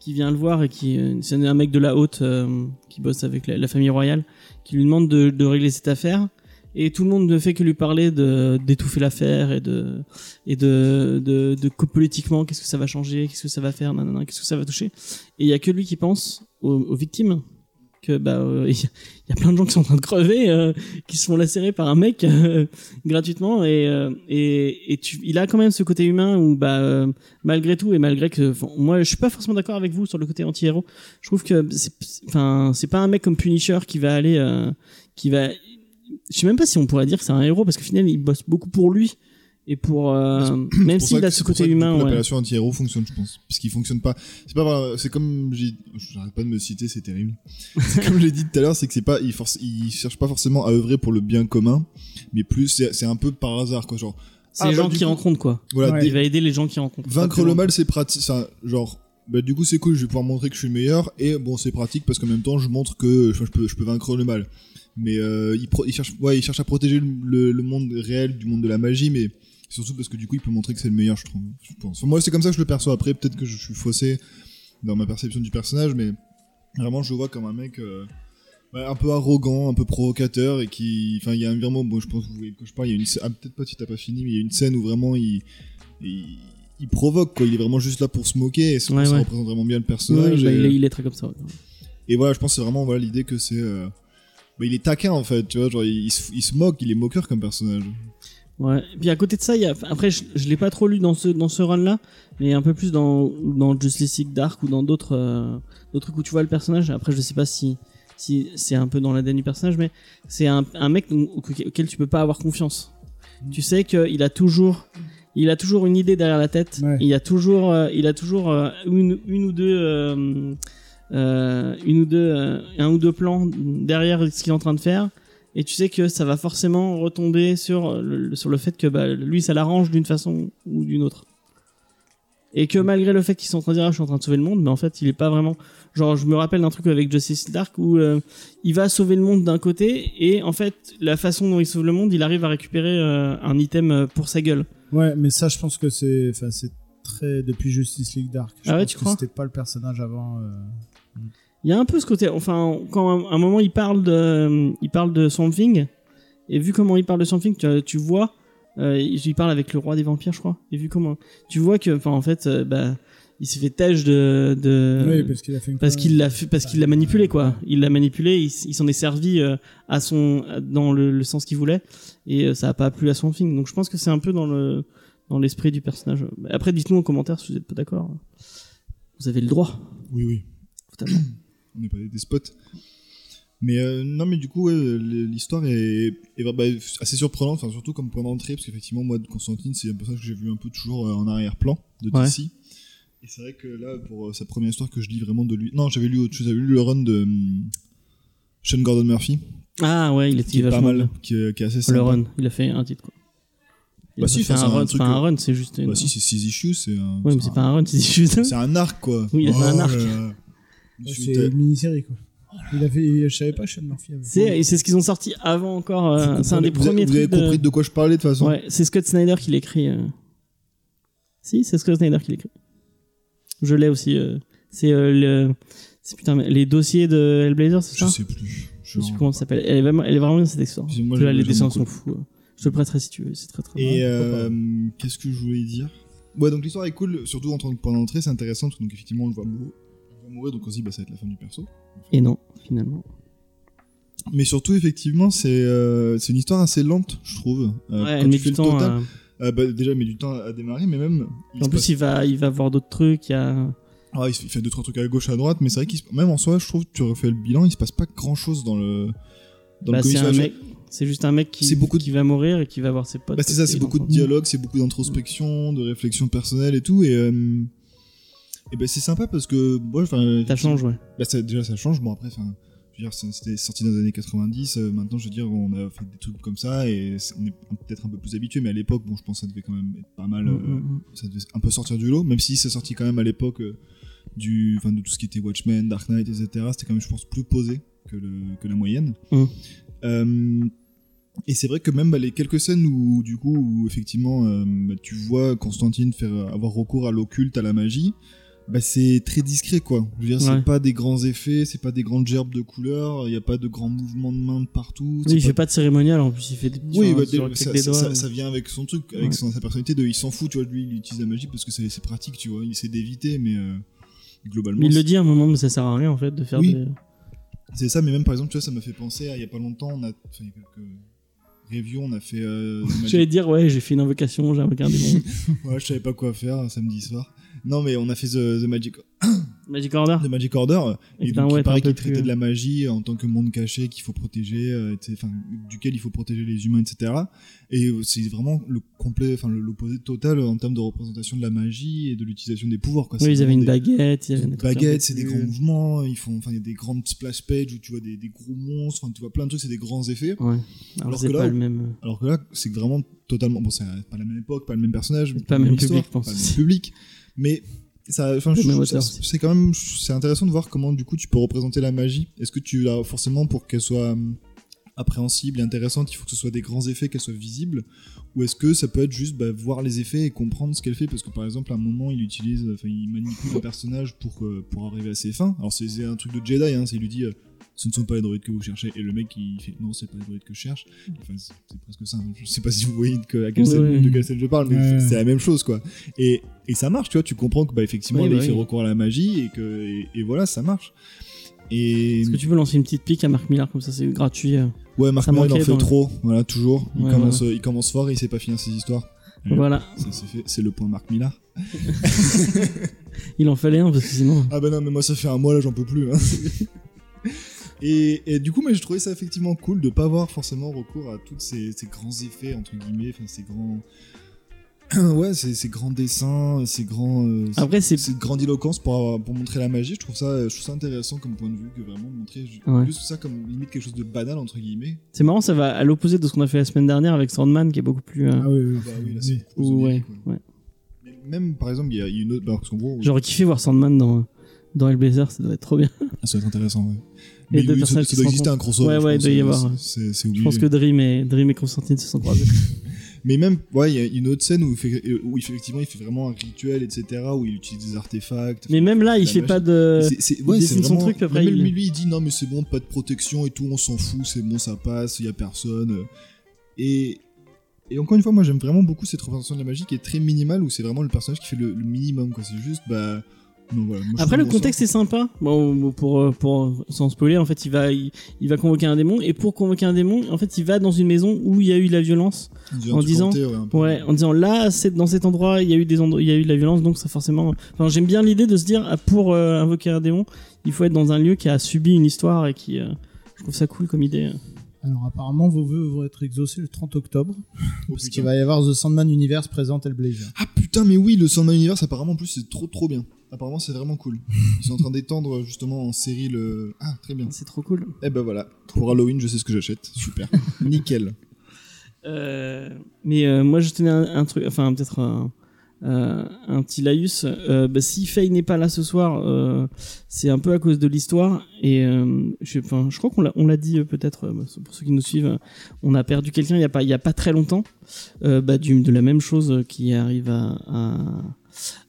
Speaker 3: qui vient le voir et qui euh, c'est un mec de la haute euh, qui bosse avec la- la famille royale qui lui demande de, de régler cette affaire. Et tout le monde ne fait que lui parler de d'étouffer l'affaire et de et de de, de co- politiquement qu'est-ce que ça va changer, qu'est-ce que ça va faire, nanana, qu'est-ce que ça va toucher. Et il y a que lui qui pense aux, aux victimes que bah euh, il y, a- il y a plein de gens qui sont en train de crever, euh, qui se font lacérer par un mec euh, gratuitement et euh, et, et tu, il a quand même ce côté humain où bah euh, malgré tout et malgré que enfin, moi je suis pas forcément d'accord avec vous sur le côté anti-héros je trouve que c'est enfin c'est pas un mec comme Punisher qui va aller euh, qui va je sais même pas si on pourrait dire que c'est un héros parce que finalement il bosse beaucoup pour lui et pour euh, même
Speaker 5: pour ça
Speaker 3: s'il
Speaker 5: que-
Speaker 3: a
Speaker 5: c'est
Speaker 3: ce
Speaker 5: pour ça
Speaker 3: côté
Speaker 5: que, du coup,
Speaker 3: humain ouais.
Speaker 5: L'appellation anti-héros fonctionne, je pense. Parce qu'il fonctionne pas. C'est pas vrai, C'est comme. j'ai- J'arrête pas de me citer, c'est terrible. C'est comme je l'ai dit tout à l'heure, c'est que c'est pas. Ils, force- ils cherchent pas forcément à œuvrer pour le bien commun, mais plus. C'est c'est un peu par hasard, quoi. Genre,
Speaker 3: c'est
Speaker 5: Ah,
Speaker 3: les
Speaker 5: bah,
Speaker 3: gens
Speaker 5: du
Speaker 3: qui
Speaker 5: coup-
Speaker 3: rencontrent quoi
Speaker 5: voilà,
Speaker 4: Ouais.
Speaker 5: dé-
Speaker 3: il va aider les gens qui rencontrent
Speaker 5: vaincre le mal, c'est pratique. enfin, Genre. Bah, du coup, c'est cool, je vais pouvoir montrer que je suis le meilleur, et bon, c'est pratique parce qu'en même temps, je montre que je, je peux, je peux vaincre le mal. Mais euh, il, pro- il cherche, ouais, il cherche à protéger le, le- le monde réel du monde de la magie, mais surtout parce que du coup, il peut montrer que c'est le meilleur, je trouve. Je pense. Enfin, moi, c'est comme ça que je le perçois. Après, peut-être que je suis faussé dans ma perception du personnage, mais vraiment, je le vois comme un mec euh, bah, un peu arrogant, un peu provocateur, et qui. Enfin, il y a un virement, bon, je pense que vous voyez de quoi je parle, il y a une scè- ah, peut-être pas si t'as pas fini, mais il y a une scène où vraiment il. il il provoque quoi, il est vraiment juste là pour se moquer et je trouve
Speaker 3: Ouais,
Speaker 5: que ça
Speaker 3: ouais.
Speaker 5: représente vraiment bien le
Speaker 3: Oui,
Speaker 5: personnage.
Speaker 3: bah,
Speaker 5: et-
Speaker 3: il, est, il est très comme ça ouais.
Speaker 5: et voilà, je pense que c'est vraiment voilà l'idée que c'est. euh, bah, il est taquin en fait, tu vois, genre il, il se, il se moque, il est moqueur comme personnage.
Speaker 3: Ouais. Et puis à côté de ça, il y a... après, je, je l'ai pas trop lu dans ce, dans ce run-là, mais un peu plus dans, dans Justice League Dark ou dans d'autres euh, d'autres trucs où tu vois le personnage. Après, je sais pas si, si c'est un peu dans l'ADN du personnage, mais c'est un, un mec au- au- auquel tu peux pas avoir confiance. Tu sais qu'il a toujours. Il a toujours une idée derrière la tête.
Speaker 4: Ouais.
Speaker 3: Il a toujours, euh, il a toujours euh, une, une ou deux, euh, euh, une ou deux, euh, un ou deux plans derrière ce qu'il est en train de faire et tu sais que ça va forcément retomber sur le, sur le fait que bah, lui ça l'arrange d'une façon ou d'une autre et que malgré le fait qu'ils sont en train de dire Ah, je suis en train de sauver le monde mais en fait il est pas vraiment genre je me rappelle d'un truc avec Justice Dark où euh, il va sauver le monde d'un côté et en fait la façon dont il sauve le monde il arrive à récupérer euh, un item euh, pour sa gueule
Speaker 4: Ouais, mais ça, je pense que c'est, enfin, c'est très depuis Justice League Dark. Je
Speaker 3: Ah ouais,
Speaker 4: pense
Speaker 3: tu
Speaker 4: que
Speaker 3: crois
Speaker 4: C'était pas le personnage avant. euh,
Speaker 3: il y a un peu ce côté enfin quand à un, moment il parle de euh, il parle de something et vu comment il parle de something tu, tu vois euh, il il parle avec le roi des vampires je crois et vu comment tu vois que enfin en fait euh, bah il s'est fait tâche de, de
Speaker 4: oui, parce qu'il a fait une.
Speaker 3: Euh, parce qu'il l'a fait- parce qu'il l'a manipulé quoi il l'a manipulé il, s- il s'en est servi euh, à son dans le, le sens qu'il voulait et euh, ça a pas plu à something donc je pense que c'est un peu dans le dans l'esprit du personnage après dites-nous en commentaire si vous êtes pas d'accord vous avez le droit
Speaker 5: Oui, oui.
Speaker 3: Totalement.
Speaker 5: On n'est pas des despotes. Mais euh, non, mais du coup, ouais, l- l'histoire est, est, bah, assez surprenante, enfin, surtout comme point d'entrée, parce qu'effectivement, moi, de Constantine, c'est un personnage que j'ai vu un peu toujours euh, en arrière-plan de
Speaker 3: Ouais.
Speaker 5: DC. Et c'est vrai que là, pour euh, sa première histoire que je lis vraiment de lui. Non, j'avais lu autre chose, j'avais lu le run de hum, Sean Gordon Murphy,
Speaker 3: ah ouais il était
Speaker 5: qui est pas
Speaker 3: vachement bien.
Speaker 5: mal, qui est, qui est assez
Speaker 3: Le
Speaker 5: sympa.
Speaker 3: run, il a fait un titre quoi. Il
Speaker 5: Bah
Speaker 3: a
Speaker 5: si,
Speaker 3: fait
Speaker 5: enfin,
Speaker 3: un
Speaker 5: c'est un
Speaker 3: run, c'est
Speaker 5: truc,
Speaker 3: pas un
Speaker 5: euh,
Speaker 3: run, c'est juste. une-
Speaker 5: Bah si, c'est 6 issues, c'est un.
Speaker 3: ouais, mais c'est pas un run, c'est juste.
Speaker 5: C'est un arc, quoi. Oh,
Speaker 3: Oui, il a fait un
Speaker 5: là
Speaker 3: arc.
Speaker 5: là. Je
Speaker 4: Ouais,
Speaker 5: suis
Speaker 4: C'est
Speaker 5: ta-
Speaker 4: une mini-série quoi. Il a fait, je savais pas, Sean Murphy. avait-
Speaker 3: C'est et c'est ce qu'ils ont sorti avant encore. euh,
Speaker 5: Vous
Speaker 3: c'est un des
Speaker 5: comprenez- vous
Speaker 3: premiers
Speaker 5: avez- Vous avez
Speaker 3: trucs.
Speaker 5: compris de quoi je parlais, de toute
Speaker 3: de...
Speaker 5: façon
Speaker 3: Ouais, c'est Scott Snyder qui l'écrit. euh. Si, c'est Scott Snyder qui l'écrit. Je l'ai aussi. euh. C'est euh, le. C'est putain, mais les dossiers de Hellblazer, c'est
Speaker 5: Je
Speaker 3: ça
Speaker 5: sais plus.
Speaker 3: Je sais plus comment ça s'appelle. Elle est vraiment, elle est vraiment bien cette histoire.
Speaker 5: Puis moi,
Speaker 3: Je-
Speaker 5: j'aime-
Speaker 3: les
Speaker 5: j'aime
Speaker 3: dessins
Speaker 5: beaucoup.
Speaker 3: sont fous. euh. Je te le prêterai si tu veux, c'est très très
Speaker 5: Et
Speaker 3: bien.
Speaker 5: euh, qu'est-ce que je voulais dire Ouais, donc l'histoire est cool, surtout en tant que point d'entrée, c'est intéressant parce que donc effectivement on le voit mourir, on le voit mourir, donc on se dit bah ça va être la fin du perso.
Speaker 3: Et non, finalement.
Speaker 5: Mais surtout effectivement c'est euh, c'est une histoire assez lente, je trouve.
Speaker 3: Ouais,
Speaker 5: Euh, quand
Speaker 3: elle
Speaker 5: tu
Speaker 3: met
Speaker 5: fais
Speaker 3: du
Speaker 5: le
Speaker 3: temps.
Speaker 5: total-
Speaker 3: à-
Speaker 5: euh, bah, déjà elle met du temps à démarrer, mais même il,
Speaker 3: En
Speaker 5: se
Speaker 3: plus,
Speaker 5: passe-
Speaker 3: il va, il va voir d'autres trucs. Il y a.
Speaker 5: Ah, il se- il fait deux trois trucs à gauche à droite, mais c'est vrai qu'il se- même en soi je trouve tu refais le bilan, il se passe pas grand chose dans le dans
Speaker 3: Bah,
Speaker 5: le
Speaker 3: c'est un
Speaker 5: comics.
Speaker 3: mec. C'est juste un mec qui,
Speaker 5: C'est beaucoup de-
Speaker 3: qui va mourir et qui va voir ses potes.
Speaker 5: Bah, c'est ça,
Speaker 3: parce
Speaker 5: c'est
Speaker 3: qu'il
Speaker 5: beaucoup de
Speaker 3: l'entend.
Speaker 5: dialogue, c'est beaucoup d'introspection, de réflexion personnelle et tout. Et, euh, et ben c'est sympa parce que moi, enfin,
Speaker 3: Ça change, ouais.
Speaker 5: bah, ça- déjà ça change. Bon après, enfin, je veux dire, c'est- c'était sorti dans les années 90. euh, maintenant, je veux dire, on a fait des trucs comme ça et c'est- on est peut-être un peu plus habitué. Mais à l'époque, bon, je pense que ça devait quand même être pas mal. euh,
Speaker 3: Mm, mm, mm.
Speaker 5: ça devait un peu sortir du lot, même si ça sortit quand même à l'époque euh, du, enfin, de tout ce qui était Watchmen, Dark Knight, etc. C'était quand même, je pense, plus posé que, le- que la moyenne.
Speaker 3: Mm.
Speaker 5: Euh, et c'est vrai que même bah, les quelques scènes où, du coup, où effectivement, euh, bah, tu vois Constantine faire avoir recours à l'occulte, à la magie, bah, c'est très discret, quoi. Je veux dire,
Speaker 3: Ouais.
Speaker 5: c'est pas des grands effets, c'est pas des grandes gerbes de couleurs, il n'y a pas de grands mouvements de mains de partout.
Speaker 3: Oui, il
Speaker 5: c'est
Speaker 3: fait pas de cérémonial en plus, il fait des petits
Speaker 5: oui,
Speaker 3: sur-
Speaker 5: bah,
Speaker 3: sur
Speaker 5: dé-
Speaker 3: le
Speaker 5: ça,
Speaker 3: clic des
Speaker 5: ça-
Speaker 3: doigts.
Speaker 5: ça- ça vient avec son truc, avec
Speaker 3: Ouais.
Speaker 5: son, sa personnalité de il s'en fout, tu vois, lui il utilise la magie parce que c'est c'est pratique, tu vois, il essaie d'éviter, mais euh, globalement
Speaker 3: Mais il le dit à un moment, mais ça sert à rien en fait de faire
Speaker 5: Oui.
Speaker 3: des.
Speaker 5: c'est ça, mais même par exemple, tu vois, ça m'a fait penser à il y a pas longtemps, on a, enfin, il y a quelques reviews, on a fait. euh, The Magic
Speaker 3: J'allais dire, ouais, j'ai fait une invocation, j'ai invoqué un démon.
Speaker 5: Ouais, je savais pas quoi faire euh, samedi soir. Non, mais on a fait The, The Magic,
Speaker 3: Magic Order.
Speaker 5: The Magic Order,
Speaker 3: Et
Speaker 5: et
Speaker 3: putain,
Speaker 5: donc
Speaker 3: ouais,
Speaker 5: il paraît
Speaker 3: t'es un peu
Speaker 5: qu'il
Speaker 3: plus,
Speaker 5: traitait
Speaker 3: euh,
Speaker 5: de la magie en tant que monde caché qu'il faut protéger, euh, etc., enfin, duquel il faut protéger les humains, etc. Et euh, c'est vraiment le complet, enfin le- l'opposé total en termes de représentation de la magie et de l'utilisation des pouvoirs. Quoi. C'est
Speaker 3: Oui, ils avaient
Speaker 5: vraiment
Speaker 3: une
Speaker 5: des-
Speaker 3: baguette. il y avait
Speaker 5: des
Speaker 3: un truc un peu
Speaker 5: baguettes, c'est des
Speaker 3: plus- euh,
Speaker 5: grands mouvements, ils font, enfin, il y a des grandes splash pages où tu vois des, des gros monstres, enfin, tu vois plein de trucs, c'est des grands effets.
Speaker 3: Ouais. Alors
Speaker 5: Alors
Speaker 3: c'est
Speaker 5: que là,
Speaker 3: pas
Speaker 5: on-
Speaker 3: le même.
Speaker 5: Euh, Alors que là, c'est vraiment totalement. Bon, c'est euh, pas la même époque, pas le même personnage,
Speaker 3: Pas le même
Speaker 5: histoire,
Speaker 3: public, je pense.
Speaker 5: Pas le même public. Mais ça, enfin, je
Speaker 3: Même
Speaker 5: trouve ça-
Speaker 3: auteur aussi.
Speaker 5: c'est quand même, c'est intéressant de voir comment du coup tu peux représenter la magie. Est-ce que tu l'as forcément pour qu'elle soit hum, appréhensible et intéressante, il faut que ce soit des grands effets, qu'elle soit visible, ou est-ce que ça peut être juste bah, voir les effets et comprendre ce qu'elle fait Parce que par exemple, à un moment, il utilise, enfin, il manipule un personnage pour euh, pour arriver à ses fins. Alors c'est c'est un truc de Jedi, hein, c'est il lui dit. euh, ce ne sont pas les droïdes que vous cherchez. Et le mec, il fait non, c'est pas les droïdes que je cherche. Enfin, c'est c'est presque ça. hein. Je sais pas si vous voyez de, que- à quelle scène-
Speaker 3: Ouais.
Speaker 5: de quelle scène je parle, mais
Speaker 4: Ouais.
Speaker 5: c'est la même chose, quoi. Et, et ça marche, tu vois. Tu comprends que, bah, effectivement,
Speaker 3: Oui,
Speaker 5: là,
Speaker 3: bah
Speaker 5: il fait
Speaker 3: oui.
Speaker 5: recours à la magie et que, et, et voilà, ça marche. Et
Speaker 3: Est-ce que tu veux lancer une petite pique à Marc Millar comme ça, c'est gratuit. euh.
Speaker 5: ouais, Marc
Speaker 3: ça
Speaker 5: Millar, il en
Speaker 3: manquait dans
Speaker 5: fait
Speaker 3: le-
Speaker 5: trop, voilà, toujours. Il,
Speaker 3: Ouais,
Speaker 5: commence, il commence fort et il sait pas finir ses histoires. Ouais.
Speaker 3: Voilà,
Speaker 5: Ça, C'est fait, c'est le point Marc Millar.
Speaker 3: il en fallait un parce que sinon.
Speaker 5: Ah bah non, mais moi ça fait un mois là, j'en peux plus. hein. et, et du coup, mais je trouvais ça effectivement cool de pas avoir forcément recours à tous ces, ces grands effets, entre guillemets, enfin ces grands. ouais, ces, ces grands dessins, ces grands. euh,
Speaker 3: Après, Ah c'est.
Speaker 5: cette grandiloquence pour, avoir- pour montrer la magie, je trouve, ça, je trouve ça intéressant comme point de vue, que vraiment montrer ju-
Speaker 3: Ouais.
Speaker 5: juste ça comme limite quelque chose de banal, entre guillemets.
Speaker 3: C'est marrant, ça va à l'opposé de ce qu'on a fait la semaine dernière avec Sandman, qui est beaucoup plus. euh,
Speaker 4: Ah oui, oui,
Speaker 5: Bah oui, là,
Speaker 4: oui.
Speaker 5: c'est plus
Speaker 3: ou- ouais,
Speaker 5: onirique, quoi.
Speaker 3: ouais.
Speaker 5: Mais Même par exemple, il y, a il y a une autre. bah, parce qu'en gros,
Speaker 3: J'aurais kiffé voir Sandman dans, dans Hellblazer, ça doit être trop bien.
Speaker 5: ça doit être intéressant,
Speaker 3: Et
Speaker 5: ouais. Mais
Speaker 3: deux
Speaker 5: oui, ça,
Speaker 3: personnages
Speaker 5: ça
Speaker 3: qui se
Speaker 5: doit exister un
Speaker 3: Ouais,
Speaker 5: crossover. je
Speaker 3: ouais, il
Speaker 5: pense,
Speaker 3: doit y
Speaker 5: euh,
Speaker 3: avoir,
Speaker 5: C'est c'est
Speaker 3: Je
Speaker 5: obligé.
Speaker 3: pense que Dream et, Dream et Constantine se sont croisés.
Speaker 5: Mais même, ouais, il y a une autre scène où, il fait- où effectivement il fait vraiment un rituel, etc., où il utilise des artefacts.
Speaker 3: Mais même là, il
Speaker 5: La
Speaker 3: fait
Speaker 5: magie.
Speaker 3: pas de.
Speaker 5: C'est- c'est- ouais,
Speaker 3: il
Speaker 5: c'est
Speaker 3: dessine son
Speaker 5: vraiment-
Speaker 3: truc, puis après,
Speaker 5: mais
Speaker 3: il-
Speaker 5: lui, lui, il dit non, mais c'est bon, pas de protection et tout, on s'en fout, c'est bon, ça passe, il y a personne. euh. Et, et encore une fois, moi j'aime vraiment beaucoup cette représentation de la magie qui est très minimale, où c'est vraiment le personnage qui fait le, le minimum, quoi. C'est juste, bah. Non, voilà, moi, je
Speaker 3: Après
Speaker 5: fais
Speaker 3: le
Speaker 5: mon
Speaker 3: contexte
Speaker 5: sort.
Speaker 3: est sympa. Bon pour euh, pour sans spoiler en fait il va il, il va convoquer un démon et pour convoquer un démon en fait il va dans une maison où il y a eu de la violence.
Speaker 5: On dirait
Speaker 3: en
Speaker 5: un truc
Speaker 3: disant-
Speaker 5: hanté, ouais, un peu.
Speaker 3: Ouais en disant là c'est dans cet endroit il y a eu des endro- il y a eu de la violence donc ça forcément. Enfin j'aime bien l'idée de se dire ah, pour euh, invoquer un démon il faut être dans un lieu qui a subi une histoire et qui euh, je trouve ça cool comme idée.
Speaker 4: Alors apparemment, vos vœux vont être exaucés le 30 octobre,
Speaker 5: Oh,
Speaker 4: parce qu'il
Speaker 5: putain.
Speaker 4: va y avoir The Sandman Universe présente Hellblazer.
Speaker 5: Ah putain, mais oui, le Sandman Universe, apparemment, en plus, c'est trop trop bien. Apparemment, c'est vraiment cool. Ils sont en train d'étendre euh, justement en série le. Ah, très bien.
Speaker 3: C'est trop cool.
Speaker 5: Eh ben voilà, pour Halloween, je sais ce que j'achète. Super. Nickel.
Speaker 3: Euh, mais euh, moi je tenais un, un truc, enfin peut-être un, euh, un petit laïus. Euh, bah, si Faye n'est pas là ce soir, euh, c'est un peu à cause de l'histoire. Et euh, je, enfin, je crois qu'on l'a- on l'a dit euh, peut-être, euh, pour ceux qui nous suivent, euh, on a perdu quelqu'un il n'y a, pas- il y a pas très longtemps. Euh, bah, du- de la même chose euh, qui arrive à, à-